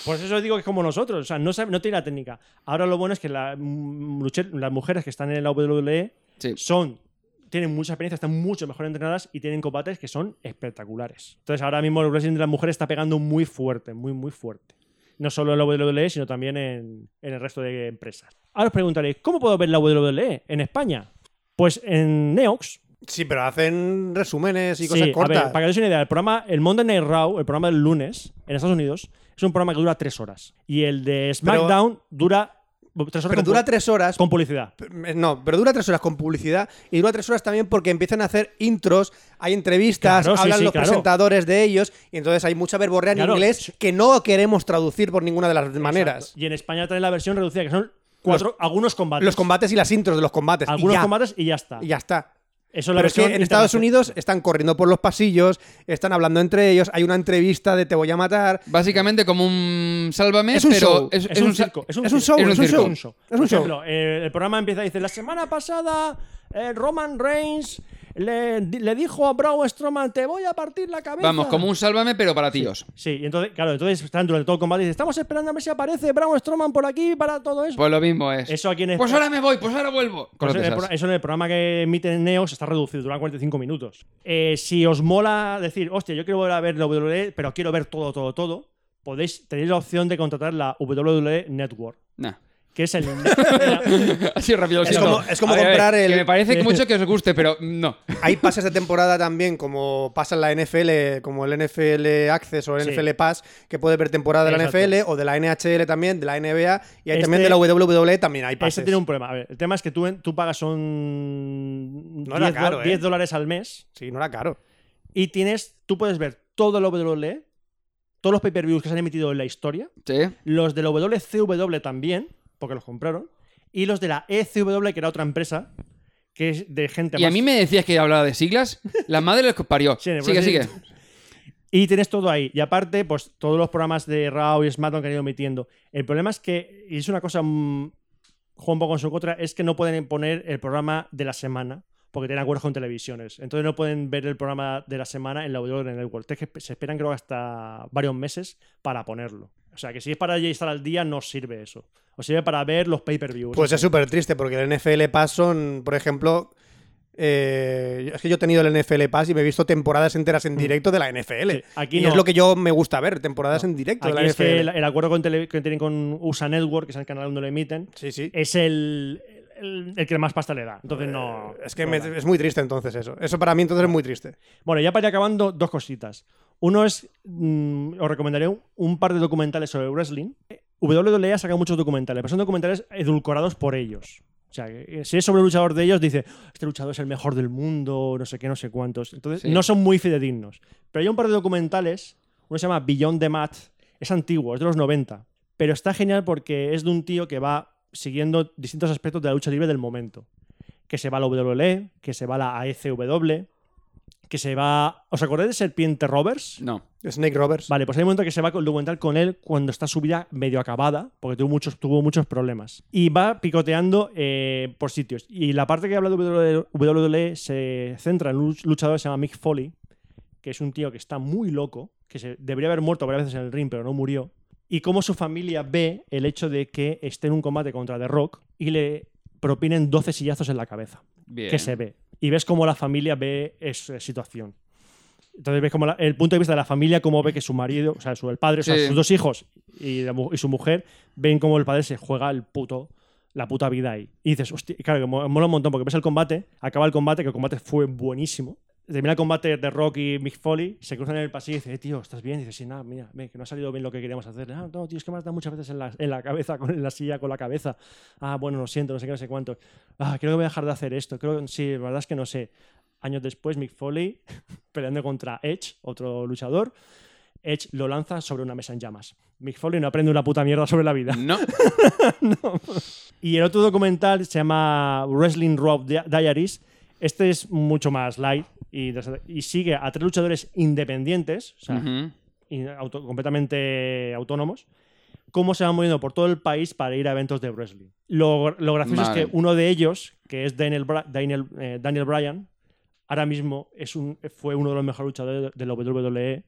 [SPEAKER 4] Por eso digo que es como nosotros. O sea, no, sabe- no tiene la técnica. Ahora lo bueno es que la, mm, luche- las mujeres que están en la WWE
[SPEAKER 5] Sí.
[SPEAKER 4] son tienen mucha experiencia, están mucho mejor entrenadas y tienen combates que son espectaculares. Entonces ahora mismo el wrestling de las mujeres está pegando muy fuerte, muy, muy fuerte. No solo en la WWE, sino también E en, en el resto de empresas. Ahora os preguntaréis, ¿cómo puedo ver la WWE en España? Pues en Neox.
[SPEAKER 6] Sí, pero hacen resúmenes y
[SPEAKER 4] sí,
[SPEAKER 6] cosas
[SPEAKER 4] a
[SPEAKER 6] cortas.
[SPEAKER 4] ver, para que os deis una idea, el programa, el Monday Night Raw, el programa del lunes, en Estados Unidos, es un programa que dura tres horas. Y el de SmackDown dura tres horas.
[SPEAKER 6] pero
[SPEAKER 4] con
[SPEAKER 6] dura
[SPEAKER 4] pu-
[SPEAKER 6] tres horas. Eh,
[SPEAKER 4] Con publicidad.
[SPEAKER 6] No, pero dura tres horas con publicidad y dura tres horas también porque empiezan a hacer intros, hay entrevistas,
[SPEAKER 4] Claro, sí,
[SPEAKER 6] hablan
[SPEAKER 4] sí,
[SPEAKER 6] los
[SPEAKER 4] claro.
[SPEAKER 6] presentadores de ellos y entonces hay mucha verborrea en
[SPEAKER 4] Claro.
[SPEAKER 6] inglés que no queremos traducir por ninguna de las maneras.
[SPEAKER 4] Exacto. Y en España traen la versión reducida, que son cuatro, algunos combates.
[SPEAKER 6] Los combates y las intros de los combates. y
[SPEAKER 4] algunos
[SPEAKER 6] ya,
[SPEAKER 4] combates y ya está.
[SPEAKER 6] y ya está.
[SPEAKER 4] Eso es la
[SPEAKER 6] Pero es que
[SPEAKER 4] versión
[SPEAKER 6] en Estados
[SPEAKER 4] internacional.
[SPEAKER 6] Unidos están corriendo por los pasillos, están hablando entre ellos, hay una entrevista de te voy a matar.
[SPEAKER 5] Básicamente como un sálvame,
[SPEAKER 6] Es un
[SPEAKER 5] pero
[SPEAKER 6] show.
[SPEAKER 5] Es,
[SPEAKER 4] Es,
[SPEAKER 5] es
[SPEAKER 4] un,
[SPEAKER 5] un sa-
[SPEAKER 4] circo, es un,
[SPEAKER 6] es un
[SPEAKER 4] circo,
[SPEAKER 6] show,
[SPEAKER 5] es un
[SPEAKER 4] circo,
[SPEAKER 5] show.
[SPEAKER 6] Es un
[SPEAKER 4] Por
[SPEAKER 6] show.
[SPEAKER 4] ejemplo, eh, el programa empieza y dice, la semana pasada eh, Roman Reigns le, le dijo a Braun Strowman, te voy a partir la cabeza.
[SPEAKER 5] Vamos, como un sálvame, pero para tíos.
[SPEAKER 4] Sí, y entonces, claro, entonces están durante todo el combate y dicen, estamos esperando a ver si aparece Braun Strowman por aquí para todo eso.
[SPEAKER 5] Pues lo mismo es.
[SPEAKER 4] Eso aquí en
[SPEAKER 5] Pues
[SPEAKER 4] España-
[SPEAKER 5] ahora me voy, pues ahora vuelvo.
[SPEAKER 4] Pues
[SPEAKER 5] Cosas
[SPEAKER 4] en
[SPEAKER 5] de
[SPEAKER 4] el
[SPEAKER 5] esas.
[SPEAKER 4] pro- eso en el programa que emite Neos está reducido, dura 45 minutos. Eh, si os mola decir, hostia, yo quiero volver a ver la WWE, pero quiero ver todo, todo, todo, podéis tener la opción de contratar la WWE Network,
[SPEAKER 5] Nah.
[SPEAKER 4] que es el...
[SPEAKER 5] Así rápido lo
[SPEAKER 6] Es
[SPEAKER 5] siento.
[SPEAKER 6] como- es como
[SPEAKER 5] A ver, a ver,
[SPEAKER 6] comprar el-
[SPEAKER 5] Que me parece mucho que os guste, pero no.
[SPEAKER 6] Hay pases de temporada también, como pasa en la NFL, como el NFL Access o el
[SPEAKER 4] Sí.
[SPEAKER 6] NFL Pass, que puedes ver temporada de la
[SPEAKER 4] Exacto.
[SPEAKER 6] NFL o de la NHL también, de la NBA, y hay
[SPEAKER 4] Este-
[SPEAKER 6] también de la WWE también hay pases.
[SPEAKER 4] Ese tiene un problema. A ver, el tema es que tú, en- tú pagas son
[SPEAKER 6] No era
[SPEAKER 4] 10, do-
[SPEAKER 6] caro, ¿eh?
[SPEAKER 4] 10 dólares al mes
[SPEAKER 6] Sí, no era caro.
[SPEAKER 4] y tienes, tú puedes ver todo el WWE, E, todos los pay-per-views que se han emitido en la historia,
[SPEAKER 5] Sí.
[SPEAKER 4] los de la WCW también, porque los compraron, y los de la ECW, que era otra empresa, que es de gente
[SPEAKER 5] Y a
[SPEAKER 4] más-
[SPEAKER 5] mí me decías que hablaba de siglas. La madre les parió.
[SPEAKER 4] Sí, en el
[SPEAKER 5] sigue, sigue.
[SPEAKER 4] Brasil- Y tienes todo ahí. Y aparte, pues todos los programas de Raw y SmackDown que han ido emitiendo. El problema es que, y es una cosa mm, juega un poco en su contra, es que no pueden poner el programa de la semana porque tienen acuerdos con televisiones. Entonces no pueden ver el programa de la semana en la WWE Network. Tienes que- Se esperan creo hasta varios meses para ponerlo. O sea que si es para ya estar al día, no sirve eso. O sirve para ver los pay-per-views.
[SPEAKER 6] Pues es súper triste, porque el NFL Pass son, por ejemplo. eh, es que yo he tenido el NFL Pass y me he visto temporadas enteras en directo de la NFL.
[SPEAKER 4] Mm. Sí, aquí
[SPEAKER 6] y
[SPEAKER 4] no.
[SPEAKER 6] es lo que yo me gusta ver, temporadas en directo
[SPEAKER 4] Aquí
[SPEAKER 6] de la
[SPEAKER 4] es
[SPEAKER 6] NFL.
[SPEAKER 4] que el, el acuerdo con tele- que tienen con USA Network, que es el canal donde lo emiten,
[SPEAKER 6] Sí, sí.
[SPEAKER 4] es el, el, el que más pasta le da. Entonces no.
[SPEAKER 6] Eh, Es que
[SPEAKER 4] no
[SPEAKER 6] me-
[SPEAKER 4] da.
[SPEAKER 6] es muy triste entonces eso. Eso para mí entonces es muy triste.
[SPEAKER 4] Bueno, ya para ir acabando, dos cositas. Uno es. mm, os recomendaré un, un par de documentales sobre wrestling. WWE ha sacado muchos documentales, pero son documentales edulcorados por ellos. O sea, que, eh, si es sobre un luchador de ellos, dice, este luchador es el mejor del mundo, no sé qué, no sé cuántos. Entonces,
[SPEAKER 5] Sí.
[SPEAKER 4] no son muy fidedignos. Pero hay un par de documentales, uno se llama Beyond the Mat, es antiguo, es de los 90, pero está genial porque es de un tío que va siguiendo distintos aspectos de la lucha libre del momento. Que se va a la WWE, que se va a la AECW, que se va. ¿Os acordáis de Serpiente Roberts?
[SPEAKER 5] No.
[SPEAKER 6] Snake Roberts.
[SPEAKER 4] Vale, pues hay un momento que se va con- el documental con él cuando está su vida medio acabada, porque tuvo muchos, tuvo muchos problemas. Y va picoteando eh, por sitios. Y la parte que habla de WWE, WWE E se centra en un luchador que se llama Mick Foley, que es un tío que está muy loco, que se, debería haber muerto varias veces en el ring, pero no murió. Y cómo su familia ve el hecho de que esté en un combate contra The Rock y le propinen 12 sillazos en la cabeza
[SPEAKER 5] Bien.
[SPEAKER 4] que se ve. Y ves cómo la familia ve esa situación. Entonces ves como la- el punto de vista de la familia, cómo ve que su marido, o sea, su, el padre, o sea,
[SPEAKER 5] Sí.
[SPEAKER 4] sus dos hijos y, la mu- y su mujer, ven cómo el padre se juega el puto, la puta vida ahí. Y dices, hostia, y claro, que mo- mola un montón porque ves el combate, acaba el combate, que el combate fue buenísimo. Termina el combate de Rock y Mick Foley, se cruzan en el pasillo y dice, eh, tío, ¿estás bien? Y dice, sí, nada, mira, ve, que no ha salido bien lo que queríamos hacer. Ah, no, tío, es que me has dado muchas veces en la, en la cabeza, con, en la silla, con la cabeza. Ah, bueno, lo siento, no sé qué, no sé cuánto. Ah, creo que voy a dejar de hacer esto. Creo que sí, la verdad es que no sé. Años después, Mick Foley peleando contra Edge, otro luchador. Edge lo lanza sobre una mesa en llamas. Mick Foley no aprende una puta mierda sobre la vida.
[SPEAKER 5] No.
[SPEAKER 4] Y el otro documental se llama Wrestling Rob Diaries. Este es mucho más light y, interesante. Y sigue a tres luchadores independientes, o sea,
[SPEAKER 5] Ujú.
[SPEAKER 4] y auto- completamente autónomos, cómo se van moviendo por todo el país para ir a eventos de wrestling. Lo, lo gracioso
[SPEAKER 5] Vale.
[SPEAKER 4] es que uno de ellos, que es Daniel, Bra- Daniel, eh, Daniel Bryan, ahora mismo es un, fue uno de los mejores luchadores de la WWE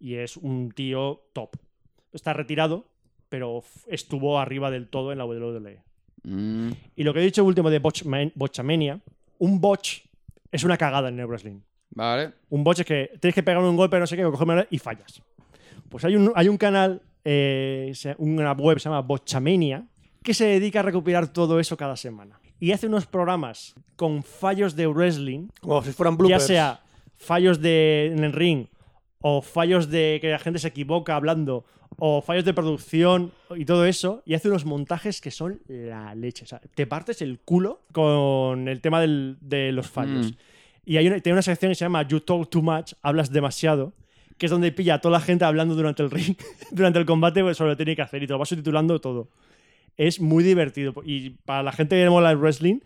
[SPEAKER 4] y es un tío top. Está retirado, pero f- estuvo arriba del todo en la WWE.
[SPEAKER 5] Mm.
[SPEAKER 4] Y lo que he dicho último de Botchman- Botchamania, un botch es una cagada en el wrestling.
[SPEAKER 5] Vale.
[SPEAKER 4] Un botch es que tienes que pegar un golpe, no sé qué, o coger una- y fallas. Pues hay un, hay un canal, eh, se- una web se llama Botchamania, que se dedica a recuperar todo eso cada semana. y hace unos programas con fallos de wrestling,
[SPEAKER 6] Como si fueran bloopers.
[SPEAKER 4] ya sea fallos de, en el ring o fallos de que la gente se equivoca hablando o fallos de producción y todo eso y hace unos montajes que son la leche. O sea, te partes el culo con el tema del- de los fallos.
[SPEAKER 5] Mm.
[SPEAKER 4] Y hay una, tiene una sección que se llama You Talk Too Much, hablas demasiado, que es donde pilla a toda la gente hablando durante el ring, durante el combate pues, sobre lo que tiene que hacer y te lo va subtitulando todo. Es muy divertido y para la gente que le mola el wrestling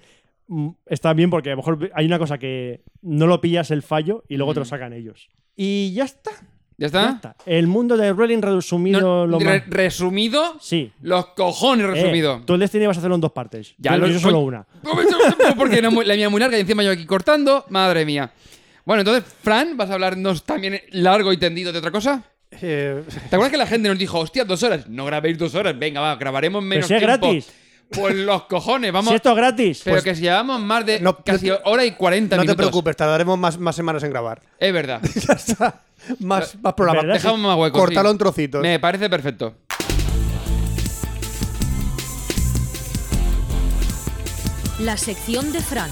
[SPEAKER 4] mm, está bien porque a lo mejor hay una cosa que no lo pillas el fallo y luego te lo sacan ellos. Y ya está.
[SPEAKER 5] Mm. ¿Ya
[SPEAKER 4] Ya
[SPEAKER 5] está?
[SPEAKER 4] está. El mundo del wrestling resumido
[SPEAKER 5] No,
[SPEAKER 4] lo
[SPEAKER 5] re-
[SPEAKER 4] más.
[SPEAKER 5] ¿Resumido?
[SPEAKER 4] Sí.
[SPEAKER 5] Los cojones
[SPEAKER 4] Eh,
[SPEAKER 5] resumido.
[SPEAKER 4] tú el Destiny vas a hacerlo en dos partes.
[SPEAKER 5] Ya,
[SPEAKER 4] yo,
[SPEAKER 5] lo- pues,
[SPEAKER 4] yo solo
[SPEAKER 5] coño.
[SPEAKER 4] una.
[SPEAKER 5] Porque no, la mía muy larga y encima yo aquí cortando. Madre mía. Bueno, entonces, Fran, ¿vas a hablarnos también largo y tendido de otra cosa?
[SPEAKER 6] Eh,
[SPEAKER 5] ¿Te acuerdas que la gente nos dijo, hostia, dos horas? No grabéis dos horas. Venga, va, grabaremos menos
[SPEAKER 4] si es
[SPEAKER 5] tiempo.
[SPEAKER 4] gratis.
[SPEAKER 5] Pues los cojones, vamos.
[SPEAKER 4] Si esto es gratis.
[SPEAKER 5] Pero
[SPEAKER 4] pues
[SPEAKER 5] que si llevamos más de
[SPEAKER 6] no-
[SPEAKER 5] casi
[SPEAKER 6] no
[SPEAKER 5] hora y 40
[SPEAKER 6] no te
[SPEAKER 5] minutos.
[SPEAKER 6] preocupes, tardaremos más, más semanas en grabar.
[SPEAKER 5] Es verdad.
[SPEAKER 6] ya está. Más, más programas.
[SPEAKER 4] ¿Verdad?
[SPEAKER 5] Dejamos más huecos.
[SPEAKER 6] Cortalo
[SPEAKER 5] sí.
[SPEAKER 6] en trocitos.
[SPEAKER 5] Me parece perfecto.
[SPEAKER 10] La sección de Fran.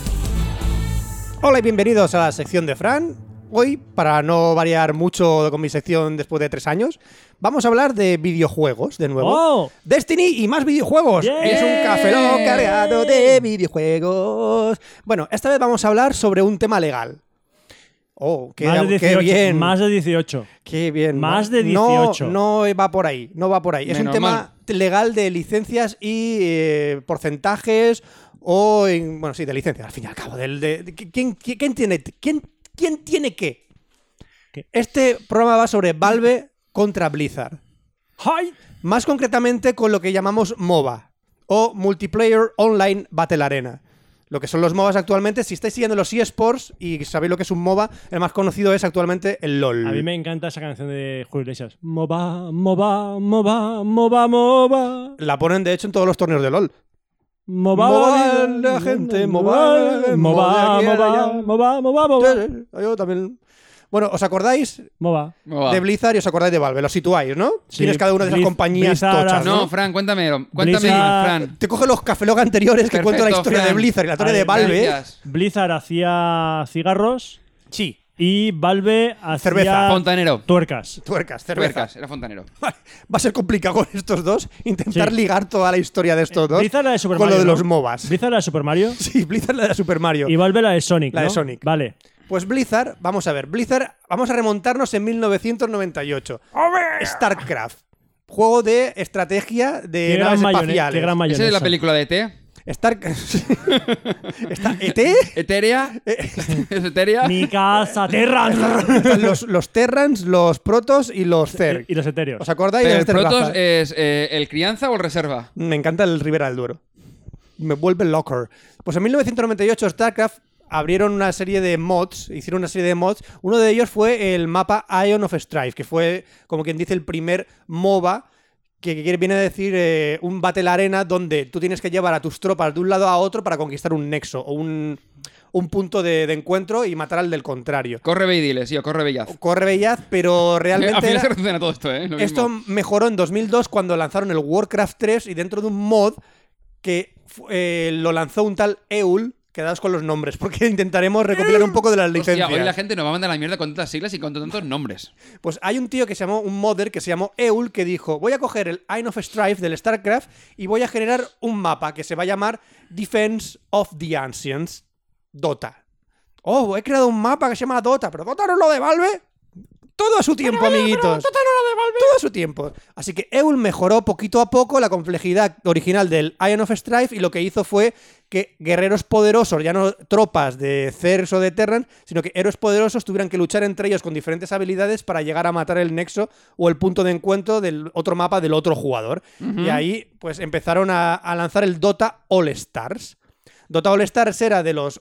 [SPEAKER 6] Hola y bienvenidos a la sección de Fran. Hoy, para no variar mucho con mi sección después de tres años, vamos a hablar de videojuegos de nuevo.
[SPEAKER 4] ¡Oh!
[SPEAKER 6] Destiny y más videojuegos.
[SPEAKER 4] ¡Bien!
[SPEAKER 6] Es un café Lock cargado de videojuegos. Bueno, esta vez vamos a hablar sobre un tema legal. Oh, qué,
[SPEAKER 4] más, de
[SPEAKER 6] qué
[SPEAKER 4] 18,
[SPEAKER 6] bien.
[SPEAKER 4] más de 18.
[SPEAKER 6] Qué bien.
[SPEAKER 4] Más
[SPEAKER 6] No-
[SPEAKER 4] de 18.
[SPEAKER 6] No, no va por ahí, no va por ahí. es un
[SPEAKER 5] Menos
[SPEAKER 6] tema legal de licencias y eh, porcentajes o, en- bueno, sí, de licencias, al fin y al cabo. Del, de, de- ¿quién, quién- quién tiene, quién, quién tiene qué?
[SPEAKER 4] ¿Qué?
[SPEAKER 6] Este programa va sobre Valve contra Blizzard.
[SPEAKER 4] ¡Ay!
[SPEAKER 6] Más concretamente con lo que llamamos MOBA o Multiplayer Online Battle Arena. Lo que son los MOBAs actualmente, si estáis siguiendo los eSports y sabéis lo que es un MOBA, el más conocido es actualmente el LOL.
[SPEAKER 4] A mí me encanta esa canción de Julio Iglesias. Mova, mova, mova, mova, mova.
[SPEAKER 6] La ponen, de hecho, en todos los torneos de LOL.
[SPEAKER 4] Mova,
[SPEAKER 6] Mova la gente, mova,
[SPEAKER 4] mova,
[SPEAKER 6] mova de aquí a allá.
[SPEAKER 4] mova, mova, mova, mova.
[SPEAKER 6] Yo también. Bueno, ¿os acordáis
[SPEAKER 4] Mova.
[SPEAKER 5] Vamos, va.
[SPEAKER 6] de Blizzard y os acordáis de Valve? Los situáis, ¿no?
[SPEAKER 4] Sí,
[SPEAKER 6] Tienes cada una de esas
[SPEAKER 4] Blizz-
[SPEAKER 6] compañías
[SPEAKER 4] Blizzard,
[SPEAKER 6] tochas, ¿no?
[SPEAKER 5] No, Fran, cuéntamelo. Cuéntame
[SPEAKER 4] Blizzard-
[SPEAKER 5] más, Fran.
[SPEAKER 6] Te coge los cafelog anteriores que
[SPEAKER 5] Perfecto,
[SPEAKER 6] cuentan la historia
[SPEAKER 5] Fran.
[SPEAKER 6] de Blizzard y la historia
[SPEAKER 4] A
[SPEAKER 6] de
[SPEAKER 4] ver,
[SPEAKER 6] Valve.
[SPEAKER 5] Gracias.
[SPEAKER 4] Blizzard hacía cigarros
[SPEAKER 6] Sí.
[SPEAKER 4] y Valve hacía
[SPEAKER 6] Cerveza.
[SPEAKER 5] Fontanero.
[SPEAKER 4] tuercas.
[SPEAKER 6] Tuercas, cerveza.
[SPEAKER 5] Tuercas, era fontanero.
[SPEAKER 6] Va a ser complicado con estos dos intentar
[SPEAKER 4] Sí.
[SPEAKER 6] ligar toda la historia de estos dos
[SPEAKER 4] Blizzard la de Super
[SPEAKER 6] con
[SPEAKER 4] Mario.
[SPEAKER 6] lo de
[SPEAKER 4] ¿no?
[SPEAKER 6] los MOBAs.
[SPEAKER 4] Blizzard la de Super Mario
[SPEAKER 6] Sí, Blizzard la de Super Mario.
[SPEAKER 4] y Valve la de Sonic.
[SPEAKER 6] La de
[SPEAKER 4] ¿no?
[SPEAKER 6] Sonic.
[SPEAKER 4] Vale.
[SPEAKER 6] Pues Blizzard, vamos a ver, Blizzard, vamos a remontarnos en 1998. StarCraft, juego de estrategia de
[SPEAKER 4] Qué gran,
[SPEAKER 6] Eh, naves
[SPEAKER 4] mayone-
[SPEAKER 6] espaciales.
[SPEAKER 4] qué gran mayonesa.
[SPEAKER 5] Esa es la película de E ET.
[SPEAKER 6] Star... Está- ¿E ET,
[SPEAKER 5] ¿Eteria?
[SPEAKER 6] Eh,
[SPEAKER 5] ¿Es eteria? Eh,
[SPEAKER 4] Mi casa, Terra.
[SPEAKER 6] están los, los Terrans, los Protos y los Zerg.
[SPEAKER 4] y los etéreos.
[SPEAKER 6] ¿Os acordáis
[SPEAKER 5] Pero
[SPEAKER 6] de
[SPEAKER 5] el
[SPEAKER 6] este
[SPEAKER 5] Protos es eh, el crianza o el reserva.
[SPEAKER 6] Me encanta el Rivera del Duero. Me vuelve locker. Pues en 1998 StarCraft abrieron una serie de mods, hicieron una serie de mods. Uno de ellos fue el mapa Ion of Strife, que fue, como quien dice, el primer MOBA, que que viene a decir eh, un Battle Arena donde tú tienes que llevar a tus tropas de un lado a otro para conquistar un nexo o un, un punto de, de encuentro y matar al del contrario.
[SPEAKER 5] Corre ve y dile, sí, o corre Bellaz.
[SPEAKER 6] Corre Bellaz, pero realmente...
[SPEAKER 5] Al final
[SPEAKER 6] era-
[SPEAKER 5] se reducen a todo esto, ¿eh? Lo
[SPEAKER 6] esto
[SPEAKER 5] mismo.
[SPEAKER 6] mejoró en 2002 cuando lanzaron el Warcraft 3 y dentro de un mod que fu- eh, lo lanzó un tal Eul. Quedaos con los nombres porque intentaremos recopilar un poco de las
[SPEAKER 5] Hostia,
[SPEAKER 6] licencias.
[SPEAKER 5] hoy la gente nos va a mandar a la mierda con tantas siglas y con tantos nombres.
[SPEAKER 6] Pues hay un tío que se llamó, un modder que se llamó Eul, que dijo: Voy a coger el Eye of Strife del StarCraft y voy a generar un mapa que se va a llamar Defense of the Ancients Dota. Oh, he creado un mapa que se llama Dota, pero Dota no es lo de Valve. Todo a su tiempo, amiguitos. Todo a su tiempo. Así que Eul mejoró poquito a poco la complejidad original del Iron of Strife y lo que hizo fue que guerreros poderosos, ya no tropas de Zers o de Terran, sino que héroes poderosos tuvieran que luchar entre ellos con diferentes habilidades para llegar a matar el nexo o el punto de encuentro del otro mapa del otro jugador. Y ahí pues empezaron a, a lanzar el Dota All Stars. Dota All Stars era de los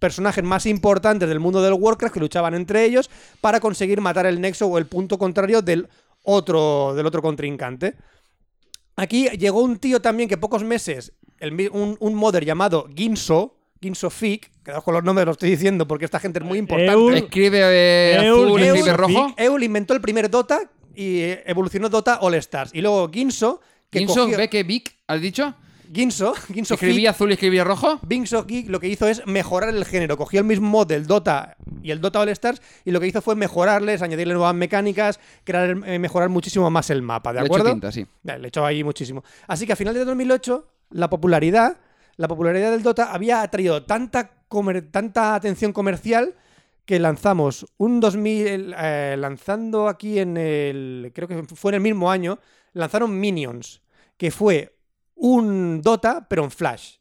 [SPEAKER 6] personajes más importantes del mundo del Warcraft que luchaban entre ellos para conseguir matar el nexo o el punto contrario del otro, del otro contrincante. Aquí llegó un tío también que pocos meses, el mi- un, un modder llamado Ginso, Ginso Fick, quedaos con los nombres, lo estoy diciendo porque esta gente es muy importante.
[SPEAKER 4] Eul-
[SPEAKER 5] Escribe eh,
[SPEAKER 4] Eul-
[SPEAKER 5] azul,
[SPEAKER 4] Eul-
[SPEAKER 5] escribe rojo.
[SPEAKER 4] Vic-
[SPEAKER 6] Eul inventó el primer Dota y eh, evolucionó Dota All Stars. Y luego Ginso, que
[SPEAKER 5] Ginso,
[SPEAKER 6] cogió-
[SPEAKER 5] Beke, Vic, ¿has dicho?
[SPEAKER 6] Ginso, Ginso
[SPEAKER 5] ¿Escribía azul y escribía rojo?
[SPEAKER 6] Binso Geek lo que hizo es mejorar el género. Cogió el mismo mod del Dota y el Dota All Stars y lo que hizo fue mejorarles, añadirle nuevas mecánicas, crear, eh, mejorar muchísimo más el mapa, ¿de
[SPEAKER 5] Le echó
[SPEAKER 6] acuerdo?
[SPEAKER 5] tinta, sí.
[SPEAKER 6] Ya, Le echó ahí muchísimo. Así que a final de 2008, la popularidad, la popularidad del Dota había atraído tanta, comer- tanta atención comercial que lanzamos un 2000, el, eh, lanzando aquí en el, creo que fue en el mismo año, lanzaron Minions, que fue un Dota, pero en Flash.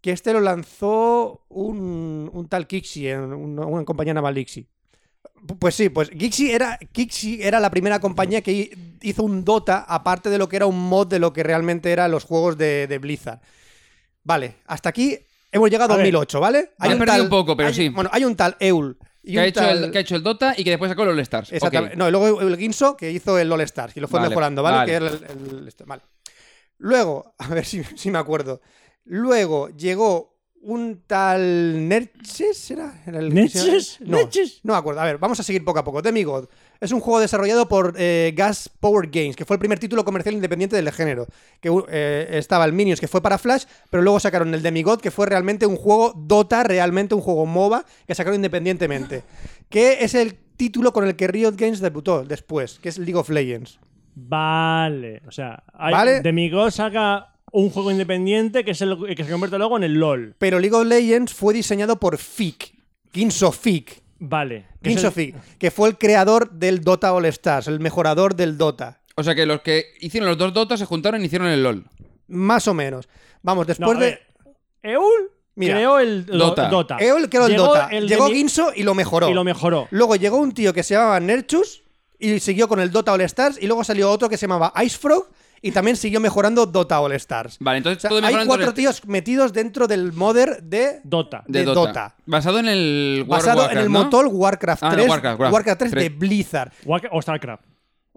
[SPEAKER 6] Que este lo lanzó un, un tal Kixi, en una, una compañía naval Ixi. Pues sí, pues Kixi era, Kixi era la primera compañía que hi- hizo un Dota, aparte de lo que era un mod de lo que realmente eran los juegos de, de Blizzard. Vale, hasta aquí hemos llegado a
[SPEAKER 7] A ver.
[SPEAKER 6] 2008, ¿vale?
[SPEAKER 5] Me he perdido un poco, pero
[SPEAKER 6] hay-
[SPEAKER 5] sí.
[SPEAKER 6] Bueno, hay un tal Eul. y
[SPEAKER 5] Que
[SPEAKER 6] un
[SPEAKER 5] ha, hecho
[SPEAKER 6] tal-
[SPEAKER 5] el, que ha hecho el Dota y que después sacó el All Stars.
[SPEAKER 6] Exactamente. No, y luego el Ginso que hizo el All Stars y lo fue
[SPEAKER 5] Vale,
[SPEAKER 6] mejorando, ¿vale?
[SPEAKER 5] vale.
[SPEAKER 6] Que era el- el- este, vale. Luego, a ver si, si me acuerdo. Luego llegó un tal Nerches, ¿era? ¿Era el-
[SPEAKER 4] ¿Nerches?
[SPEAKER 6] No,
[SPEAKER 4] ¿Nerches?
[SPEAKER 6] no me acuerdo. A ver, vamos a seguir poco a poco. Demigod es un juego desarrollado por eh, Gas Power Games, que fue el primer título comercial independiente del género. Que uh, eh, estaba el Minions, que fue para Flash, pero luego sacaron el Demigod, que fue realmente un juego Dota, realmente un juego MOBA, que sacaron independientemente. Que es el título con el que Riot Games debutó después, que es League of Legends.
[SPEAKER 4] Vale. O sea, hay,
[SPEAKER 6] Vale.
[SPEAKER 4] de mi God saca un juego independiente que, es el, que se convierte luego en el LOL.
[SPEAKER 6] Pero League of Legends fue diseñado por FIC, Ginso FIC.
[SPEAKER 4] Vale. Que es
[SPEAKER 6] Ginso
[SPEAKER 4] el-
[SPEAKER 6] FIC, que fue el creador del Dota All Stars, el mejorador del Dota.
[SPEAKER 5] O sea que los que hicieron los dos Dotas se juntaron y hicieron el LOL.
[SPEAKER 6] Más o menos. Vamos,
[SPEAKER 4] No,
[SPEAKER 6] después
[SPEAKER 4] a
[SPEAKER 6] de.
[SPEAKER 4] ver, EUL
[SPEAKER 6] Mira.
[SPEAKER 4] creó el do-
[SPEAKER 5] Dota.
[SPEAKER 4] Dota.
[SPEAKER 6] Eol creó el
[SPEAKER 4] Llegó
[SPEAKER 6] Dota.
[SPEAKER 4] el
[SPEAKER 6] llegó
[SPEAKER 4] de mi-
[SPEAKER 6] Ginso y lo mejoró.
[SPEAKER 4] y lo mejoró.
[SPEAKER 6] Luego llegó un tío que se llamaba Nerchus y siguió con el Dota All Stars. Y luego salió otro que se llamaba Ice Frog y también siguió mejorando Dota All Stars.
[SPEAKER 5] Vale, entonces
[SPEAKER 6] O sea,
[SPEAKER 5] todo
[SPEAKER 6] hay
[SPEAKER 5] mejoró en
[SPEAKER 6] cuatro
[SPEAKER 5] Dota.
[SPEAKER 6] tíos metidos dentro del modder de,
[SPEAKER 4] Dota.
[SPEAKER 6] de Dota.
[SPEAKER 5] Basado en el World
[SPEAKER 6] Basado
[SPEAKER 5] Warcraft,
[SPEAKER 6] en el
[SPEAKER 5] ¿no?
[SPEAKER 6] motor Warcraft
[SPEAKER 5] Ah, no,
[SPEAKER 6] 3.
[SPEAKER 5] Warcraft, Warcraft.
[SPEAKER 6] 3 de
[SPEAKER 5] Tres.
[SPEAKER 6] Blizzard.
[SPEAKER 4] Warcraft- o StarCraft.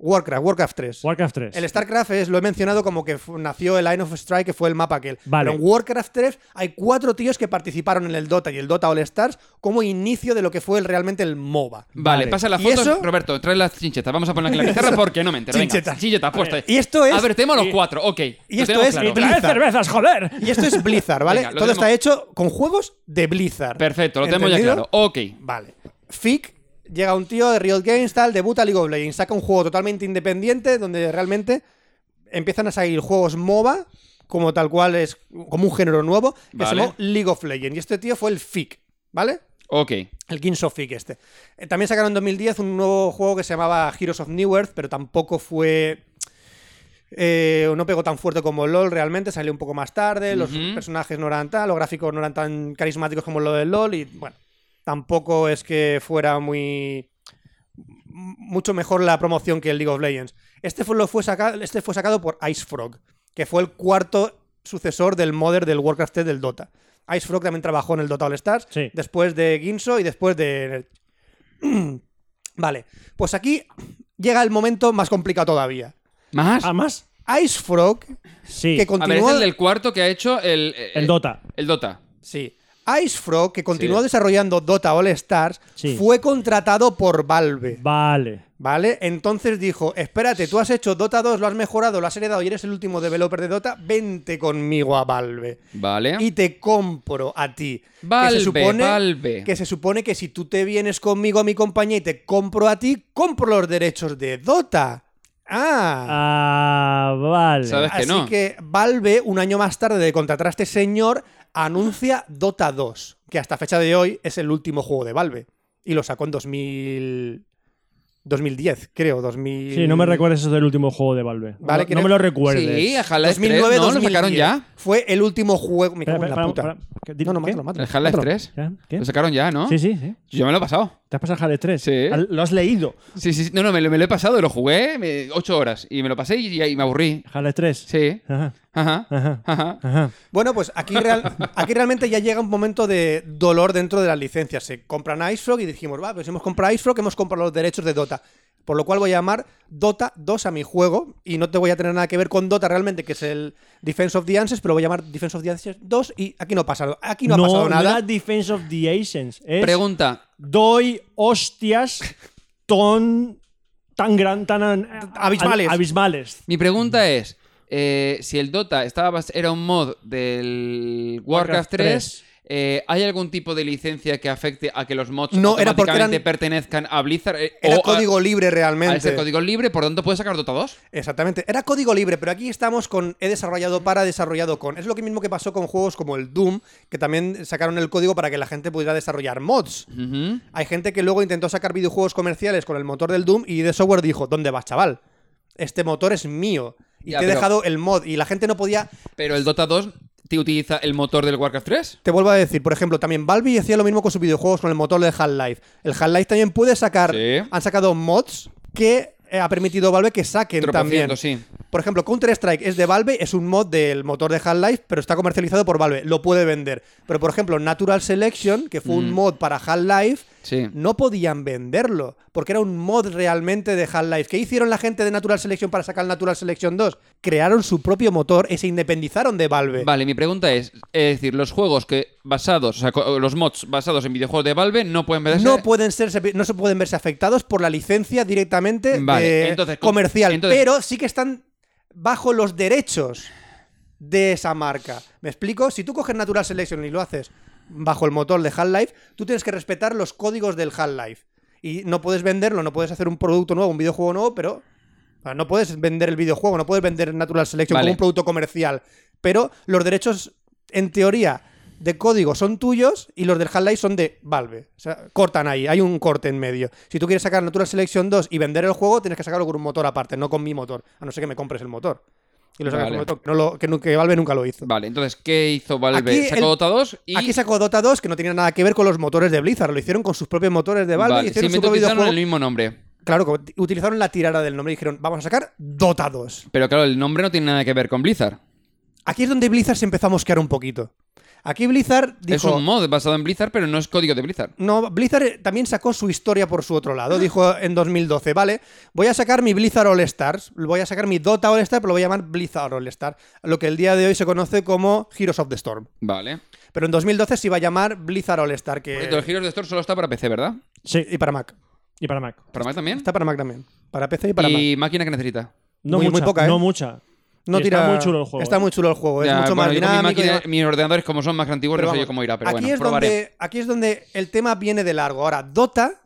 [SPEAKER 6] Warcraft, Warcraft 3.
[SPEAKER 4] Warcraft 3.
[SPEAKER 6] El StarCraft es, lo he mencionado como que fu- nació el Line of Strike, que fue el mapa aquel.
[SPEAKER 4] Vale.
[SPEAKER 6] Pero en Warcraft 3 hay cuatro tíos que participaron en el Dota y el Dota All Stars como inicio de lo que fue el- realmente el MOBA.
[SPEAKER 5] Vale, pasa las
[SPEAKER 6] ¿Y
[SPEAKER 5] fotos.
[SPEAKER 6] eso?
[SPEAKER 5] Roberto, trae las chinchetas. Vamos a poner aquí la pizarra porque no me entero. Venga,
[SPEAKER 6] Chinchetas.
[SPEAKER 5] Chinchetas, puesta.
[SPEAKER 6] Y esto es-
[SPEAKER 5] A ver, tenemos los
[SPEAKER 4] y-
[SPEAKER 5] cuatro, ok.
[SPEAKER 6] y
[SPEAKER 5] Lo
[SPEAKER 6] esto
[SPEAKER 5] tenemos
[SPEAKER 6] es-
[SPEAKER 5] claro.
[SPEAKER 4] ¡Y trae
[SPEAKER 6] Blizzard.
[SPEAKER 4] cervezas, joder!
[SPEAKER 6] Y esto es Blizzard, ¿vale?
[SPEAKER 5] Venga, lo
[SPEAKER 6] Todo
[SPEAKER 5] tenemos.
[SPEAKER 6] está hecho con juegos de Blizzard.
[SPEAKER 5] Perfecto, lo tenemos ya
[SPEAKER 6] ¿Entendido?
[SPEAKER 5] claro. Ok.
[SPEAKER 6] Vale. FIC, llega un tío de Riot Games, tal, debuta League of Legends, saca un juego totalmente independiente donde realmente empiezan a salir juegos MOBA, como tal cual es, como un género nuevo, que se
[SPEAKER 5] Vale.
[SPEAKER 6] llamó League of Legends. Y este tío fue el FIC, ¿vale?
[SPEAKER 5] Ok.
[SPEAKER 6] El Kings of Fic este. Eh, También sacaron en 2010 un nuevo juego que se llamaba Heroes of New Earth, pero tampoco fue... eh, no pegó tan fuerte como LOL realmente, salió un poco más tarde, los
[SPEAKER 5] Ujú.
[SPEAKER 6] personajes no eran tal, los gráficos no eran tan carismáticos como lo de LOL y bueno, tampoco es que fuera muy... m- mucho mejor la promoción que el League of Legends. Este fue, lo fue saca- este fue sacado por Ice Frog, que fue el cuarto sucesor del modder del Warcraft 3 del Dota. Ice Frog también trabajó en el Dota All Stars,
[SPEAKER 4] Sí.
[SPEAKER 6] después de Ginso y después de... vale, pues aquí llega el momento más complicado todavía.
[SPEAKER 5] ¿Más?
[SPEAKER 4] ¿Ah, más?
[SPEAKER 6] Ice Frog,
[SPEAKER 4] Sí.
[SPEAKER 5] A
[SPEAKER 6] que
[SPEAKER 5] ver, es
[SPEAKER 6] continuó...
[SPEAKER 5] el del cuarto que ha hecho el. eh,
[SPEAKER 4] El Dota.
[SPEAKER 5] El Dota.
[SPEAKER 6] Sí. Ice Frog, que continuó
[SPEAKER 5] Sí.
[SPEAKER 6] desarrollando Dota All Stars,
[SPEAKER 4] Sí.
[SPEAKER 6] fue contratado por Valve.
[SPEAKER 4] Vale.
[SPEAKER 6] ¿Vale? Entonces dijo, espérate, tú has hecho Dota 2, lo has mejorado, lo has heredado y eres el último developer de Dota, vente conmigo a Valve.
[SPEAKER 5] Vale.
[SPEAKER 6] Y te compro a ti.
[SPEAKER 5] Valve,
[SPEAKER 6] que se supone,
[SPEAKER 5] Valve.
[SPEAKER 6] Que se supone que si tú te vienes conmigo a mi compañía y te compro a ti, compro los derechos de Dota. Ah.
[SPEAKER 4] Ah, vale.
[SPEAKER 5] ¿Sabes? es que
[SPEAKER 6] así
[SPEAKER 5] no.
[SPEAKER 6] que Valve, un año más tarde de contratar a este señor, anuncia Dota 2, que hasta fecha de hoy es el último juego de Valve. Y lo sacó en 2000... 2010, creo, 2000...
[SPEAKER 4] Sí, no me recuerdes eso del último juego de Valve.
[SPEAKER 6] Vale,
[SPEAKER 4] no,
[SPEAKER 6] que
[SPEAKER 4] no
[SPEAKER 6] no-
[SPEAKER 4] me lo recuerdes.
[SPEAKER 5] Sí, a Half-Life 3.
[SPEAKER 6] 2009,
[SPEAKER 5] ¿No? ¿Lo sacaron
[SPEAKER 6] 2010.
[SPEAKER 5] ya?
[SPEAKER 6] Fue el último juego. Me
[SPEAKER 4] Espera,
[SPEAKER 6] cago en la
[SPEAKER 4] espera,
[SPEAKER 6] puta.
[SPEAKER 4] espera, espera. ¿Qué-
[SPEAKER 6] No, no,
[SPEAKER 4] qué?
[SPEAKER 6] mátalo, mátalo.
[SPEAKER 5] El Half-Life
[SPEAKER 6] mátalo.
[SPEAKER 5] 3.
[SPEAKER 4] ¿Ya? ¿Qué?
[SPEAKER 5] Lo sacaron ya, ¿no?
[SPEAKER 4] Sí, sí, sí.
[SPEAKER 5] Yo me lo he pasado.
[SPEAKER 4] ¿Te has pasado Hades 3?
[SPEAKER 5] Sí.
[SPEAKER 4] Al- Lo has leído.
[SPEAKER 5] Sí, sí, sí. No, no, me lo, me lo he pasado, lo jugué me- ocho horas y me lo pasé y, y me aburrí.
[SPEAKER 4] Hades 3.
[SPEAKER 5] Sí.
[SPEAKER 4] Ajá.
[SPEAKER 5] Ajá.
[SPEAKER 4] Ah. Ajá.
[SPEAKER 5] Ajá.
[SPEAKER 4] Ajá.
[SPEAKER 6] Bueno, pues aquí, real- aquí realmente ya llega un momento de dolor dentro de las licencias. Se compran Ice Frog y dijimos, va, pues hemos comprado Ice Frog, hemos comprado los derechos de Dota. Por lo cual voy a llamar Dota 2 a mi juego y no te voy a tener nada que ver con Dota realmente, que es el Defense of the Answers, pero voy a llamar Defense of the Answers 2 y aquí no pasa, aquí no, ha pasado
[SPEAKER 4] no
[SPEAKER 6] nada.
[SPEAKER 4] era Defense of the Asians. Es
[SPEAKER 5] Pregunta.
[SPEAKER 4] doy hostias ton, tan gran, tan an-
[SPEAKER 6] Abismales.
[SPEAKER 4] abismales.
[SPEAKER 5] Mi pregunta es: eh, si el Dota estaba, bas- era un mod del
[SPEAKER 4] Warcraft
[SPEAKER 5] Warcraft 3, eh, ¿hay algún tipo de licencia que afecte a que los mods
[SPEAKER 6] No, era porque
[SPEAKER 5] automáticamente
[SPEAKER 6] eran-
[SPEAKER 5] pertenezcan a Blizzard? eh,
[SPEAKER 6] Era
[SPEAKER 5] o a-
[SPEAKER 6] código libre
[SPEAKER 5] a,
[SPEAKER 6] realmente.
[SPEAKER 5] ese código libre, por lo tanto puedes sacar Dota 2.
[SPEAKER 6] Exactamente, era código libre, pero aquí estamos con he desarrollado para, desarrollado con. Es lo que mismo que pasó con juegos como el Doom, que también sacaron el código para que la gente pudiera desarrollar mods.
[SPEAKER 5] Ujú.
[SPEAKER 6] Hay gente que luego intentó sacar videojuegos comerciales con el motor del Doom y de software dijo, ¿dónde vas, chaval? Este motor es mío. Y
[SPEAKER 5] Ya,
[SPEAKER 6] te he
[SPEAKER 5] pero-
[SPEAKER 6] dejado el mod. Y la gente no podía...
[SPEAKER 5] Pero el Dota 2 te utiliza el motor del Warcraft 3.
[SPEAKER 6] Te vuelvo a decir, por ejemplo, también Valve hacía lo mismo con sus videojuegos con el motor de Half-Life. El Half-Life también puede sacar...
[SPEAKER 5] Sí.
[SPEAKER 6] Han sacado mods que eh, ha permitido Valve que saquen
[SPEAKER 5] Tropeciendo,
[SPEAKER 6] también.
[SPEAKER 5] sí.
[SPEAKER 6] Por ejemplo, Counter-Strike es de Valve, es un mod del motor de Half-Life, pero está comercializado por Valve, lo puede vender. Pero, por ejemplo, Natural Selection, que fue un
[SPEAKER 5] Mm.
[SPEAKER 6] mod para Half-Life,
[SPEAKER 5] Sí.
[SPEAKER 6] no podían venderlo, porque era un mod realmente de Half-Life. ¿Qué hicieron la gente de Natural Selection para sacar el Natural Selection 2? Crearon su propio motor y se independizaron de Valve.
[SPEAKER 5] Vale, mi pregunta es, es decir, los juegos que basados, o sea, co- los mods basados en videojuegos de Valve no pueden verse
[SPEAKER 6] No pueden, ser, no se pueden verse afectados por la licencia directamente
[SPEAKER 5] Vale,
[SPEAKER 6] de-
[SPEAKER 5] entonces, co-
[SPEAKER 6] comercial,
[SPEAKER 5] entonces-
[SPEAKER 6] pero sí que están bajo los derechos de esa marca. ¿Me explico? Si tú coges Natural Selection y lo haces bajo el motor de Half-Life, tú tienes que respetar los códigos del Half-Life. Y no puedes venderlo, no puedes hacer un producto nuevo, un videojuego nuevo, pero o sea, no puedes vender el videojuego, no puedes vender Natural Selection
[SPEAKER 5] Vale.
[SPEAKER 6] como un producto comercial. Pero los derechos, en teoría, de código son tuyos y los del Half-Life son de Valve. O sea, cortan ahí, hay un corte en medio. Si tú quieres sacar Natural Selection 2 y vender el juego, tienes que sacarlo con un motor aparte, no con mi motor. A no ser que me compres el motor. Y lo sacas
[SPEAKER 5] Vale.
[SPEAKER 6] con otro, que, no lo- que nu- que Valve nunca lo hizo.
[SPEAKER 5] Vale, entonces, ¿qué hizo Valve?
[SPEAKER 6] Aquí
[SPEAKER 5] Sacó
[SPEAKER 6] el-
[SPEAKER 5] Dota 2 y...
[SPEAKER 6] Aquí sacó Dota 2, que no tenía nada que ver con los motores de Blizzard. Lo hicieron con sus propios motores de Valve.
[SPEAKER 5] Vale,
[SPEAKER 6] y hicieron
[SPEAKER 5] simplemente
[SPEAKER 6] su propio
[SPEAKER 5] utilizaron
[SPEAKER 6] videojuego.
[SPEAKER 5] el mismo nombre.
[SPEAKER 6] Claro, como t- utilizaron la tirada del nombre y dijeron, vamos a sacar Dota 2.
[SPEAKER 5] Pero claro, el nombre no tiene nada que ver con Blizzard.
[SPEAKER 6] Aquí es donde Blizzard se empezó a mosquear un poquito. Aquí Blizzard dijo...
[SPEAKER 5] Es un mod basado en Blizzard, pero no es código de Blizzard.
[SPEAKER 6] No, Blizzard eh, también sacó su historia por su otro lado. Dijo en 2012, vale, voy a sacar mi Blizzard All Stars, voy a sacar mi Dota All Star, pero lo voy a llamar Blizzard All Star, lo que el día de hoy se conoce como Heroes of the Storm.
[SPEAKER 5] Vale.
[SPEAKER 6] Pero en 2012 se iba a llamar Blizzard All Star,
[SPEAKER 5] Por
[SPEAKER 6] que...
[SPEAKER 5] cierto, Los giros de Store solo está para PC, ¿verdad?
[SPEAKER 4] Sí,
[SPEAKER 6] Y para Mac.
[SPEAKER 4] y para Mac.
[SPEAKER 5] ¿Para Mac también?
[SPEAKER 6] Está para Mac también. Para PC y para Mac.
[SPEAKER 5] ¿Y máquina que necesita?
[SPEAKER 4] No
[SPEAKER 6] Muy- muy
[SPEAKER 4] mucha,
[SPEAKER 6] poca, ¿eh?
[SPEAKER 4] no mucha.
[SPEAKER 6] No
[SPEAKER 4] Y
[SPEAKER 6] tira...
[SPEAKER 4] Está muy chulo el juego.
[SPEAKER 6] Está
[SPEAKER 4] ¿eh?
[SPEAKER 6] muy chulo el juego,
[SPEAKER 5] Ya,
[SPEAKER 6] es Pues mucho
[SPEAKER 5] bueno,
[SPEAKER 6] más
[SPEAKER 5] yo con mi
[SPEAKER 6] dinámico. y
[SPEAKER 5] máquina-
[SPEAKER 6] demás.
[SPEAKER 5] mis ordenadores, como son más antiguos,
[SPEAKER 6] Pero
[SPEAKER 5] no sé
[SPEAKER 6] vamos,
[SPEAKER 5] yo cómo irá, pero
[SPEAKER 6] aquí
[SPEAKER 5] bueno,
[SPEAKER 6] es
[SPEAKER 5] probaré.
[SPEAKER 6] Donde, aquí es donde el tema viene de largo. Ahora, Dota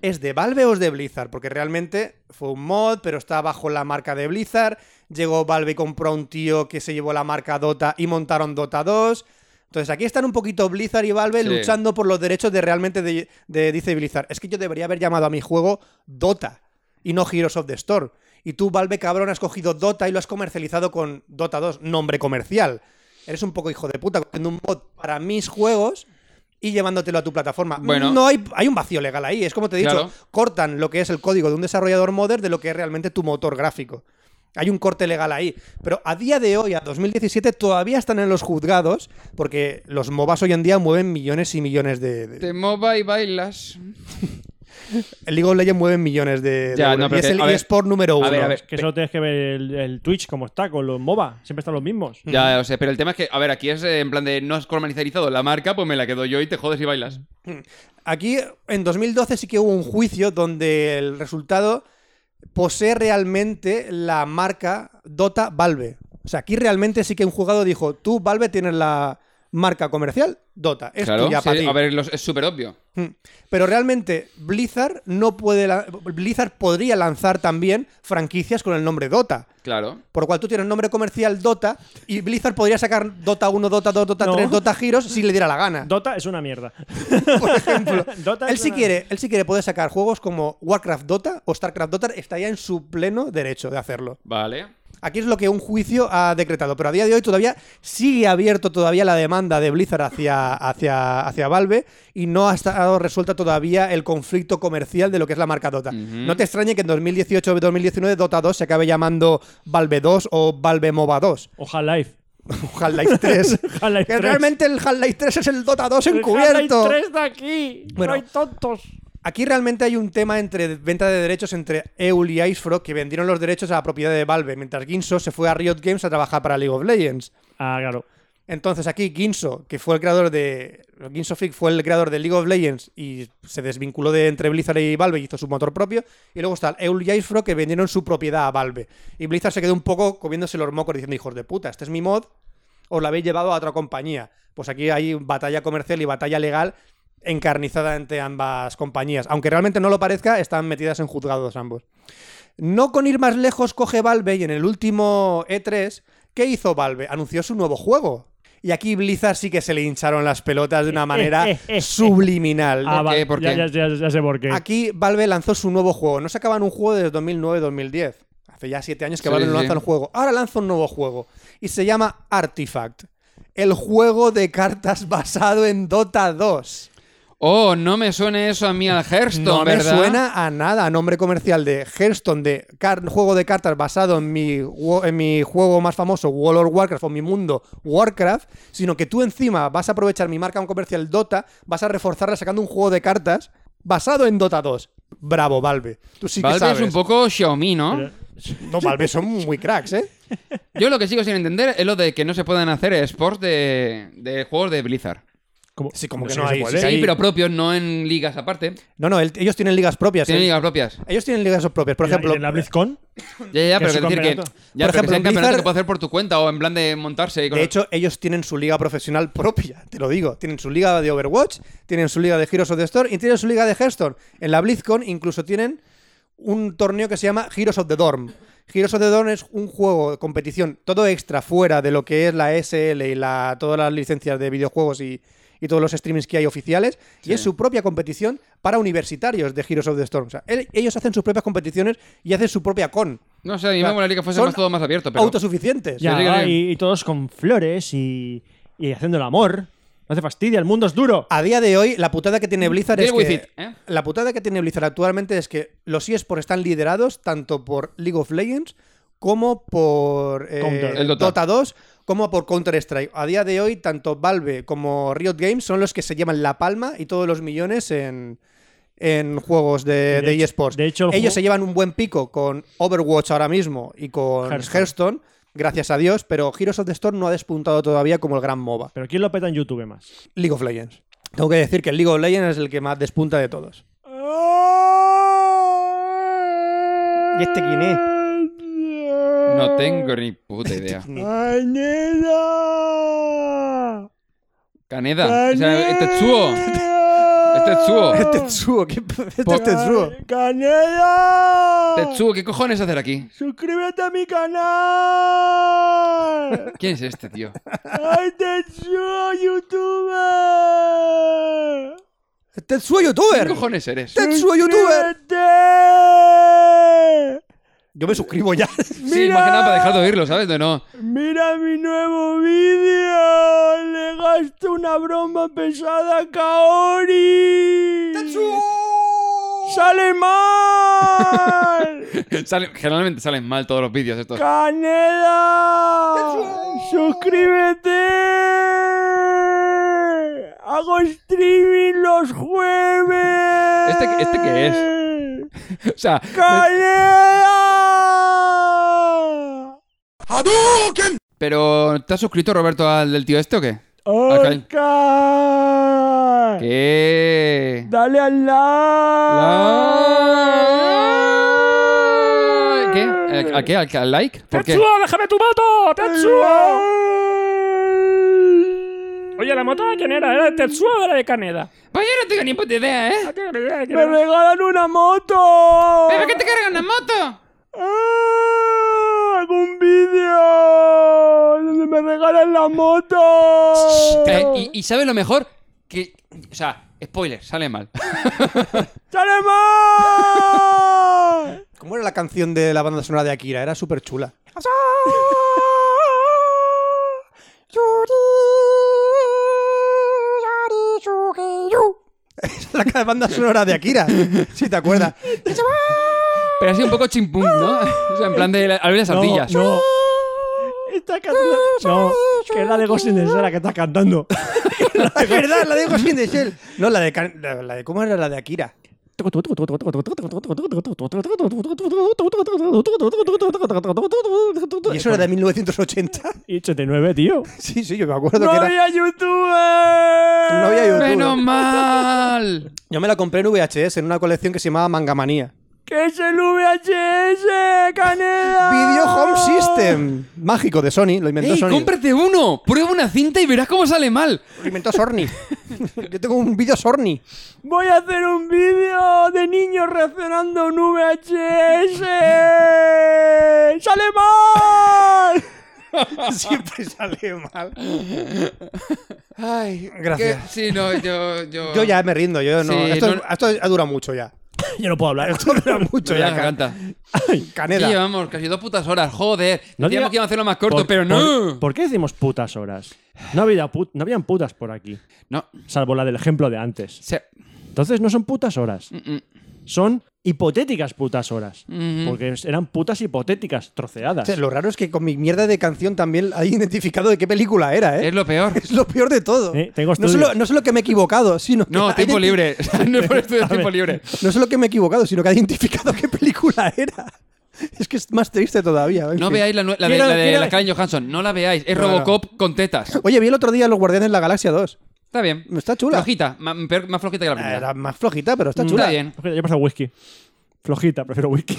[SPEAKER 6] es de Valve o es de Blizzard, porque realmente fue un mod, pero está bajo la marca de Blizzard. Llegó Valve y compró a un tío que se llevó la marca Dota y montaron Dota 2. Entonces aquí están un poquito Blizzard y Valve
[SPEAKER 5] Sí.
[SPEAKER 6] luchando por los derechos de realmente de, de- dice Blizzard. Es que yo debería haber llamado a mi juego Dota y no Heroes of the Storm. Y tú, Valve, cabrón, has cogido Dota y lo has comercializado con Dota 2, nombre comercial. Eres un poco hijo de puta cogiendo un mod para mis juegos y llevándotelo a tu plataforma.
[SPEAKER 5] Bueno.
[SPEAKER 6] no hay, hay un vacío legal ahí. Es como te he dicho,
[SPEAKER 5] Claro.
[SPEAKER 6] cortan lo que es el código de un desarrollador modder de lo que es realmente tu motor gráfico. Hay un corte legal ahí. Pero a día de hoy, a 2017, todavía están en los juzgados porque los MOBAs hoy en día mueven millones y millones de... de-
[SPEAKER 5] Te moba y bailas.
[SPEAKER 6] El League of Legends mueve millones de... de
[SPEAKER 5] Ya,
[SPEAKER 6] euros.
[SPEAKER 5] no, pero
[SPEAKER 6] y es
[SPEAKER 5] que-
[SPEAKER 6] el
[SPEAKER 5] a ver,
[SPEAKER 6] eSport número uno.
[SPEAKER 5] a ver, a ver.
[SPEAKER 4] Que solo tienes que ver el, el Twitch como está con los MOBA. Siempre están los mismos.
[SPEAKER 5] Ya, o sea, pero el tema es que, a ver, aquí es eh, en plan de no has comercializado la marca, pues me la quedo yo y te jodes y bailas.
[SPEAKER 6] Aquí en 2012 sí que hubo un juicio donde el resultado posee realmente la marca Dota Valve. O sea, aquí realmente sí que un juzgado dijo, tú Valve tienes la marca comercial Dota, es
[SPEAKER 5] claro.
[SPEAKER 6] tuya
[SPEAKER 5] sí,
[SPEAKER 6] para ti".
[SPEAKER 5] a ver, los- es súper obvio.
[SPEAKER 6] Mm. Pero realmente Blizzard no puede la- Blizzard podría lanzar también franquicias con el nombre Dota.
[SPEAKER 5] Claro.
[SPEAKER 6] Por lo cual tú tienes nombre comercial Dota y Blizzard podría sacar Dota 1, Dota 2, Dota
[SPEAKER 4] No.
[SPEAKER 6] 3, Dota Heroes si le diera la gana.
[SPEAKER 4] Dota es una mierda.
[SPEAKER 6] por ejemplo.
[SPEAKER 4] Dota
[SPEAKER 6] él
[SPEAKER 4] es
[SPEAKER 6] sí
[SPEAKER 4] una-
[SPEAKER 6] quiere, él sí quiere poder sacar juegos como Warcraft Dota o Starcraft Dota, está ya en su pleno derecho de hacerlo.
[SPEAKER 5] Vale.
[SPEAKER 6] Aquí es lo que un juicio ha decretado, pero a día de hoy todavía sigue abierto todavía la demanda de Blizzard hacia, hacia, hacia Valve y no ha estado resuelta todavía el conflicto comercial de lo que es la marca Dota. No te extrañe que en 2018 o 2019 Dota 2 se acabe llamando Valve 2 o Valve MOBA 2
[SPEAKER 4] O Half-Life.
[SPEAKER 6] o Half-Life 3.
[SPEAKER 4] Half-Life
[SPEAKER 6] que
[SPEAKER 4] 3.
[SPEAKER 6] realmente el Half-Life 3 es el Dota 2 encubierto.
[SPEAKER 4] Half-Life 3 de aquí. No
[SPEAKER 6] Bueno.
[SPEAKER 4] hay tontos.
[SPEAKER 6] Aquí realmente hay un tema entre venta de derechos entre EUL y Icefrog que vendieron los derechos a la propiedad de Valve, mientras Ginso se fue a Riot Games a trabajar para League of Legends.
[SPEAKER 4] Ah, claro.
[SPEAKER 6] Entonces aquí Ginso, que fue el creador de... Ginso Fick fue el creador de League of Legends y se desvinculó de entre Blizzard y Valve y hizo su motor propio. Y luego está el Eul y Icefro que vendieron su propiedad a Valve. Y Blizzard se quedó un poco comiéndose los mocos diciendo, hijos de puta, este es mi mod, os lo habéis llevado a otra compañía. Pues aquí hay batalla comercial y batalla legal encarnizada entre ambas compañías. Aunque realmente no lo parezca, están metidas en juzgados ambos. No con ir más lejos coge Valve y en el último E3, ¿qué hizo Valve? Anunció su nuevo juego. Y aquí Blizzard sí que se le hincharon las pelotas de una manera
[SPEAKER 4] eh, eh, eh.
[SPEAKER 6] subliminal.
[SPEAKER 4] Ah,
[SPEAKER 5] ¿Por qué?
[SPEAKER 4] va-
[SPEAKER 5] ¿Por
[SPEAKER 4] ya,
[SPEAKER 5] qué?
[SPEAKER 4] ya- ya- ya sé por qué.
[SPEAKER 6] Aquí Valve lanzó su nuevo juego. No sacaban un juego desde 2009-2010. Hace ya siete años que
[SPEAKER 5] Sí,
[SPEAKER 6] Valve no
[SPEAKER 5] sí.
[SPEAKER 6] lanza un juego. Ahora lanza un nuevo juego. Y se llama Artifact. El juego de cartas basado en Dota 2.
[SPEAKER 5] Oh, no me suene eso a mí al Hearthstone,
[SPEAKER 6] No me
[SPEAKER 5] ¿verdad?
[SPEAKER 6] suena a nada. a Nombre comercial de Hearthstone, de car- juego de cartas basado en mi, wo- en mi juego más famoso, World of Warcraft, o mi mundo, Warcraft. Sino que tú encima vas a aprovechar mi marca comercial Dota, vas a reforzarla sacando un juego de cartas basado en Dota 2. Bravo, Valve. Tú sí que
[SPEAKER 5] Valve
[SPEAKER 6] sabes.
[SPEAKER 5] es un poco Xiaomi, ¿no?
[SPEAKER 6] No, Valve son muy cracks, ¿eh?
[SPEAKER 5] Yo lo que sigo sin entender es lo de que no se puedan hacer sports de, de juegos de Blizzard.
[SPEAKER 6] Sí, como
[SPEAKER 4] No
[SPEAKER 6] que
[SPEAKER 4] sé
[SPEAKER 6] no
[SPEAKER 4] si se
[SPEAKER 6] hay.
[SPEAKER 4] puede.
[SPEAKER 6] sí,
[SPEAKER 5] Sí,
[SPEAKER 6] hay-
[SPEAKER 5] pero propios, no en ligas aparte.
[SPEAKER 6] No, no, el- ellos tienen ligas propias.
[SPEAKER 5] Tienen
[SPEAKER 6] ¿eh?
[SPEAKER 5] ligas propias.
[SPEAKER 6] Ellos tienen ligas propias. Por
[SPEAKER 4] ¿Y la- y
[SPEAKER 6] ejemplo,
[SPEAKER 4] en la BlizzCon?
[SPEAKER 5] Ya, ya,
[SPEAKER 4] Que
[SPEAKER 5] pero
[SPEAKER 4] es
[SPEAKER 5] que
[SPEAKER 4] un
[SPEAKER 5] decir que.
[SPEAKER 4] campeonato.
[SPEAKER 5] Ya, pero
[SPEAKER 6] Por
[SPEAKER 5] que
[SPEAKER 6] ejemplo,
[SPEAKER 5] sea un campeonato
[SPEAKER 6] Blizzard-
[SPEAKER 5] que puedes hacer por tu cuenta o en plan de montarse. Y
[SPEAKER 6] De hecho, ellos tienen su liga profesional propia, te lo digo. Tienen su liga de Overwatch, tienen su liga de Heroes of the Storm y tienen su liga de Hearthstone. En la BlizzCon incluso tienen un torneo que se llama Heroes of the Dorm. Heroes of the Dorm es un juego de competición todo extra fuera de lo que es la SL y la, todas las licencias de videojuegos y, y todos los streamings que hay oficiales. Y es su propia competición para universitarios de Heroes of the Storm. O sea, el- ellos hacen sus propias competiciones y hacen su propia con.
[SPEAKER 5] No sé, a mí me molaría que fuese
[SPEAKER 6] Son
[SPEAKER 5] más todo más abierto, pero.
[SPEAKER 6] Autosuficientes.
[SPEAKER 4] Ya,
[SPEAKER 5] sí, sí.
[SPEAKER 4] va, y, y todos con flores y, y haciendo el amor. No hace fastidia, el mundo es duro.
[SPEAKER 6] A día de hoy, la putada que
[SPEAKER 4] Mm,
[SPEAKER 6] tiene Blizzard
[SPEAKER 5] Deal
[SPEAKER 6] es
[SPEAKER 5] with
[SPEAKER 6] que,
[SPEAKER 5] it, ¿eh?
[SPEAKER 6] la putada que tiene Blizzard actualmente es que los eSports están liderados tanto por League of Legends como por eh,
[SPEAKER 4] Counter.
[SPEAKER 5] El Dota.
[SPEAKER 6] 2 como por Counter Strike. A día de hoy, tanto Valve como Riot Games son los que se llevan la palma y todos los millones en, en juegos
[SPEAKER 4] De
[SPEAKER 6] de, de
[SPEAKER 4] hecho-
[SPEAKER 6] eSports.
[SPEAKER 4] de hecho, el juego-
[SPEAKER 6] ellos se llevan un buen pico con Overwatch ahora mismo y con
[SPEAKER 4] Hearthstone.
[SPEAKER 6] Hearthstone. Gracias a Dios, pero Heroes of the Storm no ha despuntado todavía como el gran MOBA.
[SPEAKER 4] Pero ¿quién lo peta en YouTube más?
[SPEAKER 6] League of Legends. Tengo que decir que el League of Legends es el que más despunta de todos. ¿Y este quién es?
[SPEAKER 5] No tengo ni puta idea.
[SPEAKER 6] Ah.
[SPEAKER 5] Caneda. O sea, este es Tetsuo. Este es Tetsuo.
[SPEAKER 6] Tetsuo, ¿qué este es Tetsuo?
[SPEAKER 5] Tetsuo, ¿qué cojones hacer aquí?
[SPEAKER 4] ¡Suscríbete a mi canal!
[SPEAKER 5] ¿Quién es este, tío?
[SPEAKER 4] ¡Ay, te youtuber!
[SPEAKER 6] Tetsuo
[SPEAKER 5] ¿Qué
[SPEAKER 6] youtuber.
[SPEAKER 5] cojones eres?
[SPEAKER 6] Tetsuo youtuber.
[SPEAKER 4] ¡Suscríbete!
[SPEAKER 6] Yo me suscribo ya.
[SPEAKER 5] Sí, más que nada para dejar de oírlo, ¿sabes? De no.
[SPEAKER 4] ¡Mira mi nuevo vídeo! ¡Le gasto una broma pesada a Kaori! ¡Sale mal!
[SPEAKER 5] Salen- generalmente salen mal todos los vídeos estos.
[SPEAKER 4] ¡Caneda! ¡Suscríbete! ¡Hago streaming los jueves!
[SPEAKER 5] ¿Este, este qué es?
[SPEAKER 4] es?
[SPEAKER 5] O sea,
[SPEAKER 4] ¡Caneda!
[SPEAKER 5] pero ¿te has suscrito, Roberto, al del tío este o qué?
[SPEAKER 6] Oh.
[SPEAKER 5] Al Kai.
[SPEAKER 4] ¡Oscar!
[SPEAKER 5] ¿Qué?
[SPEAKER 4] ¡Dale al like!
[SPEAKER 5] La- ¿Qué? ¿A- ¿A qué? ¿Al, al like? ¿Por qué?
[SPEAKER 11] ¡Tetsuo, déjame tu moto! ¡Tetsuo! Oye, la moto de quién era? ¿Era de Tetsuo o era de Caneda?
[SPEAKER 5] Pues yo no tengo ni puta idea, ¿eh?
[SPEAKER 11] No tengo ni idea de quién
[SPEAKER 4] ¡Me
[SPEAKER 11] era.
[SPEAKER 4] regalan una moto!
[SPEAKER 5] ¿Pero qué te cargan una moto?
[SPEAKER 4] ¡Ah! ¡Hago un vídeo! ¡Donde me regalan la
[SPEAKER 6] Oh.
[SPEAKER 4] moto!
[SPEAKER 5] Eh, y, y sabes lo mejor que. O sea, spoiler, sale mal.
[SPEAKER 4] ¡Sale más!
[SPEAKER 6] ¿Cómo era la canción de la banda sonora de Akira? Era súper chula. Es la ca- banda sonora de Akira, si te acuerdas.
[SPEAKER 5] Pero así un poco chimpum, ¿no? O sea, en plan de la- al ver las ardillas.
[SPEAKER 4] No. Está cantando. No, que es la de Ghost in the Shell la que está cantando.
[SPEAKER 6] Es verdad, la de Ghost in the Shell. No, la de, Can- la la de. ¿Cómo era la de Akira? ¿Y eso era de 1980?
[SPEAKER 4] Y 89, tío.
[SPEAKER 6] Sí, sí, yo me acuerdo
[SPEAKER 4] ¡No
[SPEAKER 6] que era.
[SPEAKER 4] había YouTube!
[SPEAKER 6] No había YouTube.
[SPEAKER 5] ¡Menos mal!
[SPEAKER 6] Yo me la compré en VHS, en una colección que se llamaba Mangamanía.
[SPEAKER 4] ¿Qué es el VHS, Caneda?
[SPEAKER 6] Video Home System. Mágico de Sony, lo inventó
[SPEAKER 5] ¡Ey,
[SPEAKER 6] Sony.
[SPEAKER 5] cómprate uno! Prueba una cinta y verás cómo sale mal.
[SPEAKER 6] Lo inventó Sorny. Yo tengo un vídeo Sorny.
[SPEAKER 4] Voy a hacer un vídeo de niños reaccionando a un VHS. ¡Sale mal!
[SPEAKER 6] Siempre sale mal. Ay, gracias.
[SPEAKER 5] Que- Sí, no, yo... Yo,
[SPEAKER 6] Yo ya me rindo, yo no.
[SPEAKER 5] Sí,
[SPEAKER 6] esto,
[SPEAKER 5] no-
[SPEAKER 6] esto ha durado mucho ya.
[SPEAKER 4] Yo no puedo hablar.
[SPEAKER 6] Esto ha durado mucho
[SPEAKER 5] Me duele la
[SPEAKER 6] ya. Can-
[SPEAKER 5] garganta.
[SPEAKER 6] Caneda.
[SPEAKER 5] Llevamos casi dos putas horas, joder.
[SPEAKER 4] No diga-
[SPEAKER 5] No Decíamos que iban a hacerlo más corto,
[SPEAKER 4] Por-
[SPEAKER 5] pero
[SPEAKER 4] Por,
[SPEAKER 5] no.
[SPEAKER 4] ¿por qué decimos putas horas? No, había put- no habían putas por aquí,
[SPEAKER 5] No.
[SPEAKER 4] salvo la del ejemplo de antes.
[SPEAKER 5] se-
[SPEAKER 6] ¿Eh?
[SPEAKER 4] Entonces no son putas horas.
[SPEAKER 5] Mm-mm.
[SPEAKER 4] Son hipotéticas putas horas.
[SPEAKER 5] Ujú.
[SPEAKER 4] Porque eran putas hipotéticas, troceadas.
[SPEAKER 6] Hostia, Lo raro es que con mi mierda de canción también hay identificado de qué película era, ¿eh?
[SPEAKER 5] Es lo peor.
[SPEAKER 6] Es lo peor de todo.
[SPEAKER 4] Eh, tengo
[SPEAKER 6] no,
[SPEAKER 4] estudios.
[SPEAKER 6] solo, no solo que me he equivocado, sino que
[SPEAKER 5] No,
[SPEAKER 6] ha
[SPEAKER 5] tiempo
[SPEAKER 6] identi-
[SPEAKER 5] libre. no es por estudiar tiempo libre.
[SPEAKER 6] No solo que me he equivocado, sino que ha identificado qué película era. Es que es más triste todavía. en
[SPEAKER 5] No
[SPEAKER 6] fin.
[SPEAKER 5] veáis la, nue- la de,
[SPEAKER 4] Quiero-
[SPEAKER 5] la de
[SPEAKER 4] quiero-
[SPEAKER 5] la Scarlett Johansson. No la veáis. Es
[SPEAKER 6] No, no.
[SPEAKER 5] Robocop con tetas.
[SPEAKER 6] Oye, vi el otro día Los Guardianes de la Galaxia 2.
[SPEAKER 5] Está bien.
[SPEAKER 6] Está chula.
[SPEAKER 5] Flojita. ma- peor- más flojita que la primera.
[SPEAKER 6] Era más flojita, pero está
[SPEAKER 5] Ah, Mm,
[SPEAKER 6] chula.
[SPEAKER 5] Está bien.
[SPEAKER 4] Yo he pasado whisky. Flojita, prefiero whisky.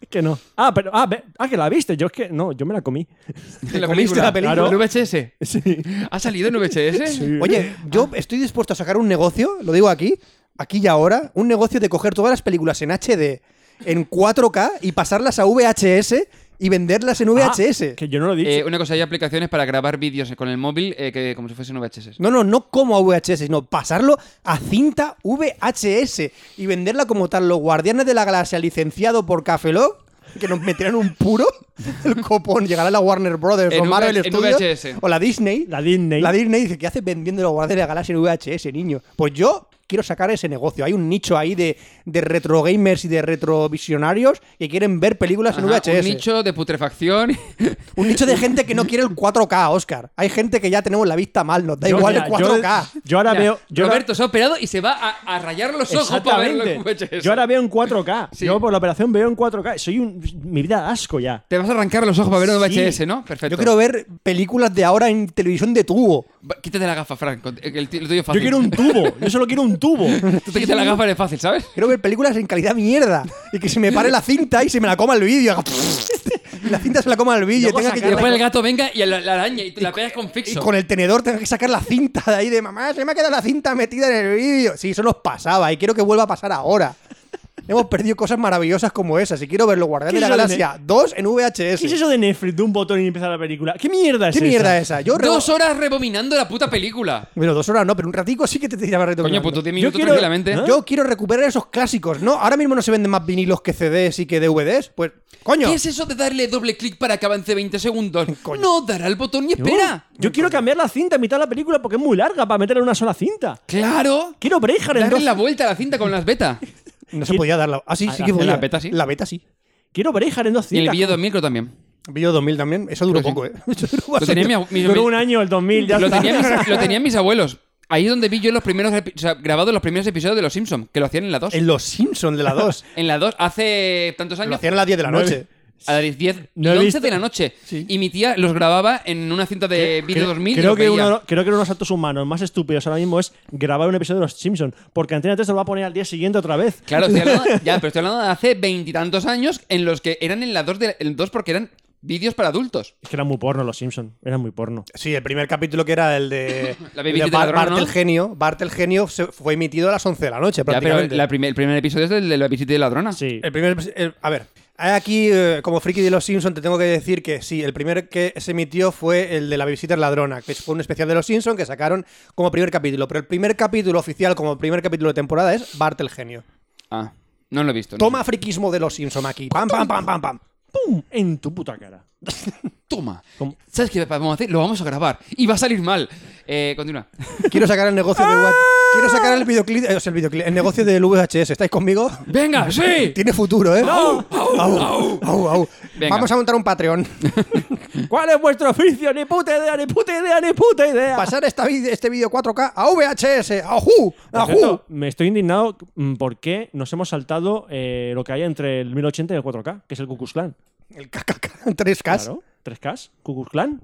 [SPEAKER 4] es que no. Ah, pero, ah, ve- ah, que la viste. Yo es que no, yo me la comí.
[SPEAKER 5] La
[SPEAKER 6] comiste la película?
[SPEAKER 5] Claro. ¿En VHS?
[SPEAKER 4] Sí.
[SPEAKER 5] ¿Ha salido en VHS?
[SPEAKER 6] Oye, yo estoy dispuesto a sacar un negocio, lo digo aquí, aquí y ahora, un negocio de coger todas las películas en HD, en 4K y pasarlas a VHS y venderlas en VHS.
[SPEAKER 4] Ah, que yo no lo he dicho.
[SPEAKER 5] Eh, una cosa, hay aplicaciones para grabar vídeos con el móvil eh, que como si fuesen VHS.
[SPEAKER 6] No, no, no como a VHS, sino pasarlo a cinta VHS y venderla como tal. Los Guardianes de la Galaxia, licenciado por Cafelog, que nos meterán un puro, el copón, llegará la Warner Brothers
[SPEAKER 5] En
[SPEAKER 6] o
[SPEAKER 5] V-
[SPEAKER 6] Marvel
[SPEAKER 5] en
[SPEAKER 6] Studios
[SPEAKER 5] VHS.
[SPEAKER 6] o la Disney.
[SPEAKER 4] La Disney.
[SPEAKER 6] La Disney dice, ¿qué haces vendiendo los Guardianes de la Galaxia en VHS, niño? Pues yo quiero sacar ese negocio. Hay un nicho ahí de, de retro gamers y de retrovisionarios que quieren ver películas en
[SPEAKER 5] Ajá,
[SPEAKER 6] VHS.
[SPEAKER 5] un nicho de putrefacción.
[SPEAKER 6] Un nicho de gente que no quiere el 4K, Oscar. Hay gente que ya tenemos la vista mal, nos da
[SPEAKER 4] Yo-
[SPEAKER 6] igual
[SPEAKER 4] mira,
[SPEAKER 6] el
[SPEAKER 4] yo-
[SPEAKER 6] 4K.
[SPEAKER 4] Yo, ahora
[SPEAKER 5] Mira,
[SPEAKER 4] veo. Yo ahora-
[SPEAKER 5] Roberto se ha operado y se va a, a rayar los ojos para verlo en
[SPEAKER 4] Exactamente.
[SPEAKER 5] VHS.
[SPEAKER 4] Yo ahora veo en 4K.
[SPEAKER 5] Sí.
[SPEAKER 4] Yo por la operación veo en 4K. Soy un. Mi vida da asco ya.
[SPEAKER 5] Te vas a arrancar los ojos para verlo en
[SPEAKER 4] Sí.
[SPEAKER 5] VHS, ¿no? Perfecto.
[SPEAKER 6] Yo quiero ver películas de ahora en televisión de tubo.
[SPEAKER 5] Va, Quítate la gafa, Frank. con- El, el tuyo es fácil.
[SPEAKER 4] Yo quiero un tubo. Yo solo quiero un tubo.
[SPEAKER 5] Tú te quitas la gafa, es fácil, ¿sabes?
[SPEAKER 6] Quiero ver películas en calidad mierda. Y que se me pare la cinta y se me la coma el vídeo. Haga Y la cinta se la coma el vídeo.
[SPEAKER 5] Luego
[SPEAKER 6] tenga que
[SPEAKER 5] sacarla-
[SPEAKER 6] llevar-
[SPEAKER 5] después el gato venga y la, la araña y te la pegas con
[SPEAKER 6] y
[SPEAKER 5] fixo.
[SPEAKER 6] con el tenedor tenga que sacar la cinta de ahí de mamá. Se me ha quedado la cinta metida en el vídeo. Sí, eso nos pasaba y quiero que vuelva a pasar ahora. Hemos perdido cosas maravillosas como esas. Y quiero verlo Guardián
[SPEAKER 4] ¿Qué
[SPEAKER 6] de la
[SPEAKER 4] es eso de
[SPEAKER 6] Galaxia 2 en VHS.
[SPEAKER 4] ¿Qué es eso de Netflix de un botón y empezar la película? ¿Qué mierda es
[SPEAKER 6] ¿Qué
[SPEAKER 4] esa?
[SPEAKER 6] mierda es esa? Yo re-
[SPEAKER 5] Dos horas rebominando la puta película.
[SPEAKER 6] Bueno, dos horas no, pero un ratico sí que te tiraba
[SPEAKER 5] Coño,
[SPEAKER 6] redoblando.
[SPEAKER 5] pues tú 10 minutos
[SPEAKER 4] quiero-
[SPEAKER 5] tranquilamente.
[SPEAKER 4] ¿Ah?
[SPEAKER 6] Yo quiero recuperar esos clásicos, ¿no? Ahora mismo no se venden más vinilos que CDs y que DVDs. Pues, coño.
[SPEAKER 5] ¿Qué es eso de darle doble clic para que avance 20 segundos?
[SPEAKER 6] Coño.
[SPEAKER 5] No, dará el botón y
[SPEAKER 4] Yo-
[SPEAKER 5] espera.
[SPEAKER 4] Yo quiero cambiar la cinta a mitad de la película porque es muy larga para meterla en una sola cinta.
[SPEAKER 5] Claro.
[SPEAKER 4] Quiero Braveheart en
[SPEAKER 5] Darle
[SPEAKER 4] dos.
[SPEAKER 5] la vuelta a la cinta con las beta.
[SPEAKER 6] No se podía dar la. Ah, sí, sí que
[SPEAKER 5] la
[SPEAKER 6] podía.
[SPEAKER 5] beta sí.
[SPEAKER 6] La beta sí.
[SPEAKER 4] Quiero Braveheart en dos
[SPEAKER 5] Y el
[SPEAKER 4] cintas.
[SPEAKER 5] vídeo de micro también.
[SPEAKER 6] Video 2000 también. Eso duró
[SPEAKER 5] Creo
[SPEAKER 6] poco,
[SPEAKER 5] que
[SPEAKER 6] ¿eh? Eso duró
[SPEAKER 5] Lo tenía,
[SPEAKER 6] bastante.
[SPEAKER 5] mi ab- mi-
[SPEAKER 4] Duró
[SPEAKER 5] mi-
[SPEAKER 4] un año el 2000. Ya
[SPEAKER 5] lo
[SPEAKER 4] está.
[SPEAKER 5] tenía mis, lo tenían mis abuelos. Ahí es donde vi yo los primeros epi- o sea, grabados los primeros episodios de Los Simpsons, que lo hacían en la 2.
[SPEAKER 6] En los Simpsons de la 2.
[SPEAKER 5] En la 2, hace tantos
[SPEAKER 6] Lo
[SPEAKER 5] años.
[SPEAKER 6] hacían a las 10 de la noche.
[SPEAKER 4] Nueve.
[SPEAKER 5] A las 10
[SPEAKER 4] No he
[SPEAKER 5] y 11
[SPEAKER 4] visto.
[SPEAKER 5] de la noche. Y mi tía los grababa en una cinta de vídeo 2000. y
[SPEAKER 4] creo,
[SPEAKER 5] los
[SPEAKER 4] que
[SPEAKER 5] veía.
[SPEAKER 4] uno, creo que uno de los actos humanos más estúpidos ahora mismo es grabar un episodio de Los Simpsons, porque Antena 3 lo va a poner al día siguiente otra vez.
[SPEAKER 5] Claro, estoy hablando- ya, pero estoy hablando de hace veintitantos años en los que eran en la 2 de, en dos porque eran vídeos para adultos.
[SPEAKER 4] Es que eran muy porno Los Simpsons, eran muy porno.
[SPEAKER 6] Sí, el primer capítulo que era el de.
[SPEAKER 5] La
[SPEAKER 6] el
[SPEAKER 5] baby
[SPEAKER 6] de
[SPEAKER 5] de ladrón,
[SPEAKER 6] Bart
[SPEAKER 5] ¿no?
[SPEAKER 6] el genio. Bart el genio se fue emitido a las 11 de la noche,
[SPEAKER 5] Ya, pero
[SPEAKER 6] prácticamente.
[SPEAKER 5] la primer- el primer episodio es el de la visita de ladrona.
[SPEAKER 4] Sí.
[SPEAKER 6] El primer, el- a ver, aquí, eh, como friki de los Simpsons, te tengo que decir que sí, el primer que se emitió fue el de la visita ladrona, que fue un especial de los Simpsons que sacaron como primer capítulo. Pero el primer capítulo oficial, como primer capítulo de temporada, es Bart el genio.
[SPEAKER 5] Ah, no lo he visto. no.
[SPEAKER 6] Toma friquismo de los Simpsons aquí. Pam, pam, pam, pam, pam.
[SPEAKER 4] ¡Pum! En tu puta cara.
[SPEAKER 5] Toma.
[SPEAKER 4] ¿Cómo?
[SPEAKER 5] ¿Sabes qué vamos a hacer? Lo vamos a grabar. Y va a salir mal. Eh, continúa.
[SPEAKER 6] Quiero sacar el negocio de What. Quiero sacar el videoclip, eh, o sea, el videoclip, el negocio del VHS. ¿Estáis conmigo?
[SPEAKER 5] ¡Venga, sí!
[SPEAKER 6] Tiene futuro, ¿eh?
[SPEAKER 5] Au, au,
[SPEAKER 6] Au,
[SPEAKER 5] au.
[SPEAKER 6] au, au.
[SPEAKER 5] Venga.
[SPEAKER 6] Vamos a montar un Patreon.
[SPEAKER 4] ¿Cuál es vuestro oficio? Ni puta idea, ni puta idea, ni puta idea.
[SPEAKER 6] Pasar esta vid- este vídeo 4K a VHS. ¡Ajú!
[SPEAKER 4] Por
[SPEAKER 6] ¡Ajú!
[SPEAKER 4] cierto, me estoy indignado mm, porque nos hemos saltado eh, lo que hay entre el 1080 y el 4K, que es el Ku Klux Klan.
[SPEAKER 6] El KKK en 3K.
[SPEAKER 4] Claro, 3K, Ku Klux Klan.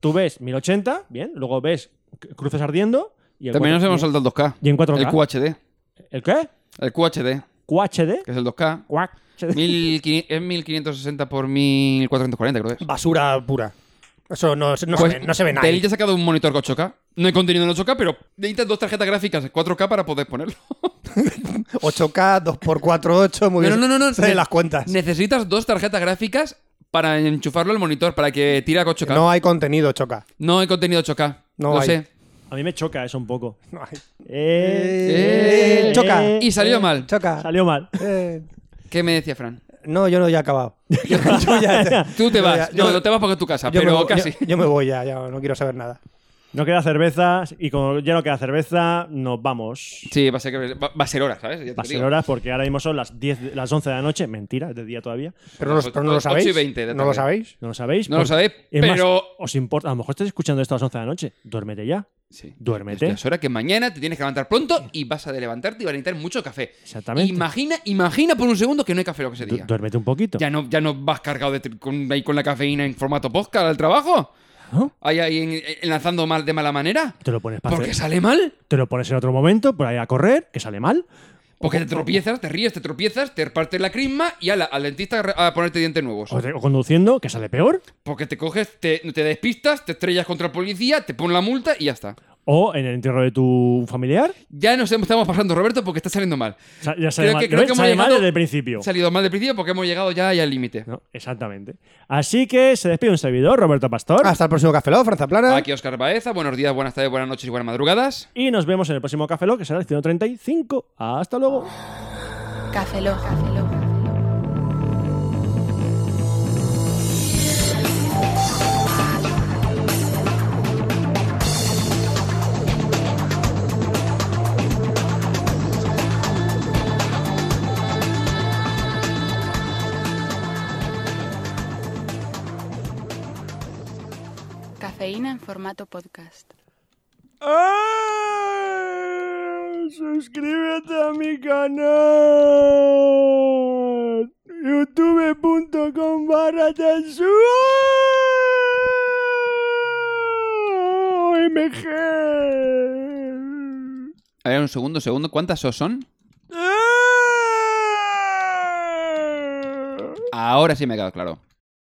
[SPEAKER 4] Tú ves 1080, bien, luego ves c- cruces ardiendo y el
[SPEAKER 5] También nos
[SPEAKER 4] 4K.
[SPEAKER 5] hemos saltado el 2K.
[SPEAKER 4] ¿Y en 4K?
[SPEAKER 5] El QHD.
[SPEAKER 4] ¿El qué?
[SPEAKER 5] El QHD,
[SPEAKER 4] ¿QHD?
[SPEAKER 5] que es el 2K.
[SPEAKER 4] QHD.
[SPEAKER 5] 1500 es 1560 por 1440, creo que es.
[SPEAKER 6] Basura pura. Eso no, se- no
[SPEAKER 5] Pues,
[SPEAKER 6] se ve, no se ve nada.
[SPEAKER 5] Dell ya ha sacado un monitor 8K. No hay contenido en 8K, pero necesitas dos tarjetas gráficas en 4K para poder ponerlo.
[SPEAKER 6] 8K, 2x4, 8, muy
[SPEAKER 5] No,
[SPEAKER 6] bien.
[SPEAKER 5] no, no, no.
[SPEAKER 6] Se ven
[SPEAKER 5] Ne-
[SPEAKER 6] las cuentas.
[SPEAKER 5] Necesitas dos tarjetas gráficas para enchufarlo al monitor, para que tire a 8K.
[SPEAKER 6] No hay contenido 8K.
[SPEAKER 5] No hay contenido 8K.
[SPEAKER 6] No
[SPEAKER 5] lo
[SPEAKER 6] hay.
[SPEAKER 5] sé.
[SPEAKER 4] A mí me choca eso un poco.
[SPEAKER 6] No hay.
[SPEAKER 5] Eh,
[SPEAKER 6] choca.
[SPEAKER 4] eh,
[SPEAKER 5] Y salió mal.
[SPEAKER 6] Choca.
[SPEAKER 4] Salió mal.
[SPEAKER 6] Eh,
[SPEAKER 5] ¿Qué me decía Fran?
[SPEAKER 6] no, yo no ya he acabado. Yo ya-
[SPEAKER 5] Tú te
[SPEAKER 6] yo
[SPEAKER 5] vas.
[SPEAKER 6] ya- yo
[SPEAKER 5] no,
[SPEAKER 6] me-
[SPEAKER 5] no te vas porque es tu casa,
[SPEAKER 6] yo me
[SPEAKER 5] pero
[SPEAKER 6] voy-
[SPEAKER 5] casi.
[SPEAKER 6] Yo, yo me voy ya, ya no quiero saber nada.
[SPEAKER 4] No queda cerveza y como ya no queda cerveza, nos vamos.
[SPEAKER 5] Sí, va a ser, que- va, va a ser horas, ¿sabes? Ya te
[SPEAKER 4] Va a ser
[SPEAKER 5] digo.
[SPEAKER 4] horas porque ahora mismo son las 10, de- las 11 de la noche. Mentira, es de día todavía.
[SPEAKER 6] Pero no,
[SPEAKER 5] Ocho-
[SPEAKER 6] pero no lo
[SPEAKER 5] ocho y
[SPEAKER 6] sabéis.
[SPEAKER 5] 20 de
[SPEAKER 6] ¿No lo
[SPEAKER 5] tarde.
[SPEAKER 6] sabéis?
[SPEAKER 4] No lo sabéis.
[SPEAKER 5] No lo
[SPEAKER 4] porque-
[SPEAKER 5] sabéis,
[SPEAKER 4] Es más,
[SPEAKER 5] pero-
[SPEAKER 4] os importa. A lo mejor estáis escuchando esto a las 11 de la noche. Duérmete ya.
[SPEAKER 5] Sí. Es,
[SPEAKER 4] Duérmete.
[SPEAKER 5] que es hora que mañana te tienes que levantar pronto y vas a de levantarte y vas a necesitar mucho café.
[SPEAKER 4] Exactamente.
[SPEAKER 5] Imagina, imagina por un segundo que no hay café lo que se
[SPEAKER 4] Du-
[SPEAKER 5] diga.
[SPEAKER 4] duérmete un poquito.
[SPEAKER 5] Ya no, ya no vas cargado de tri- con, ahí con la cafeína en formato podcast al trabajo.
[SPEAKER 4] ¿No?
[SPEAKER 5] Ahí, ahí en- en- lanzando mal de mala manera.
[SPEAKER 4] Te lo pones para
[SPEAKER 5] Porque sale mal.
[SPEAKER 4] Te lo pones en otro momento, por ahí a correr, que sale mal.
[SPEAKER 5] Porque
[SPEAKER 4] Oh,
[SPEAKER 5] te tropiezas, te ríes, te tropiezas, te partes la crisma y ala, al dentista a a ponerte dientes nuevos.
[SPEAKER 4] O, te- o conduciendo, que sale peor.
[SPEAKER 5] Porque te coges, te, te despistas, te estrellas contra el policía, te ponen la multa y ya está.
[SPEAKER 4] O en el entierro de tu familiar.
[SPEAKER 5] Ya nos estamos pasando, Roberto, porque está saliendo mal.
[SPEAKER 4] Sa- Ya sale
[SPEAKER 5] Creo
[SPEAKER 4] mal,
[SPEAKER 5] que-
[SPEAKER 4] ¿lo
[SPEAKER 5] creo
[SPEAKER 4] ves?
[SPEAKER 5] que hemos
[SPEAKER 4] Sale mal
[SPEAKER 5] llegado-
[SPEAKER 4] desde el principio.
[SPEAKER 5] Ha salido mal de principio porque hemos llegado ya ya al límite.
[SPEAKER 4] No, exactamente. Así que se despide un servidor, Roberto Pastor.
[SPEAKER 6] Hasta el próximo Café Lock, Franza Plana.
[SPEAKER 5] Aquí Oscar Baeza, buenos días, buenas tardes, buenas noches y buenas madrugadas.
[SPEAKER 4] Y nos vemos en el próximo Café Lock, que será el 135. Hasta luego.
[SPEAKER 3] Café Lock. Café Lock. Cafeína en formato podcast.
[SPEAKER 4] Suscríbete a mi canal. youtube.com barra MG.
[SPEAKER 5] A ver, un segundo, un segundo. ¿Cuántas os son? ¡Ah! Ahora sí me ha quedado claro.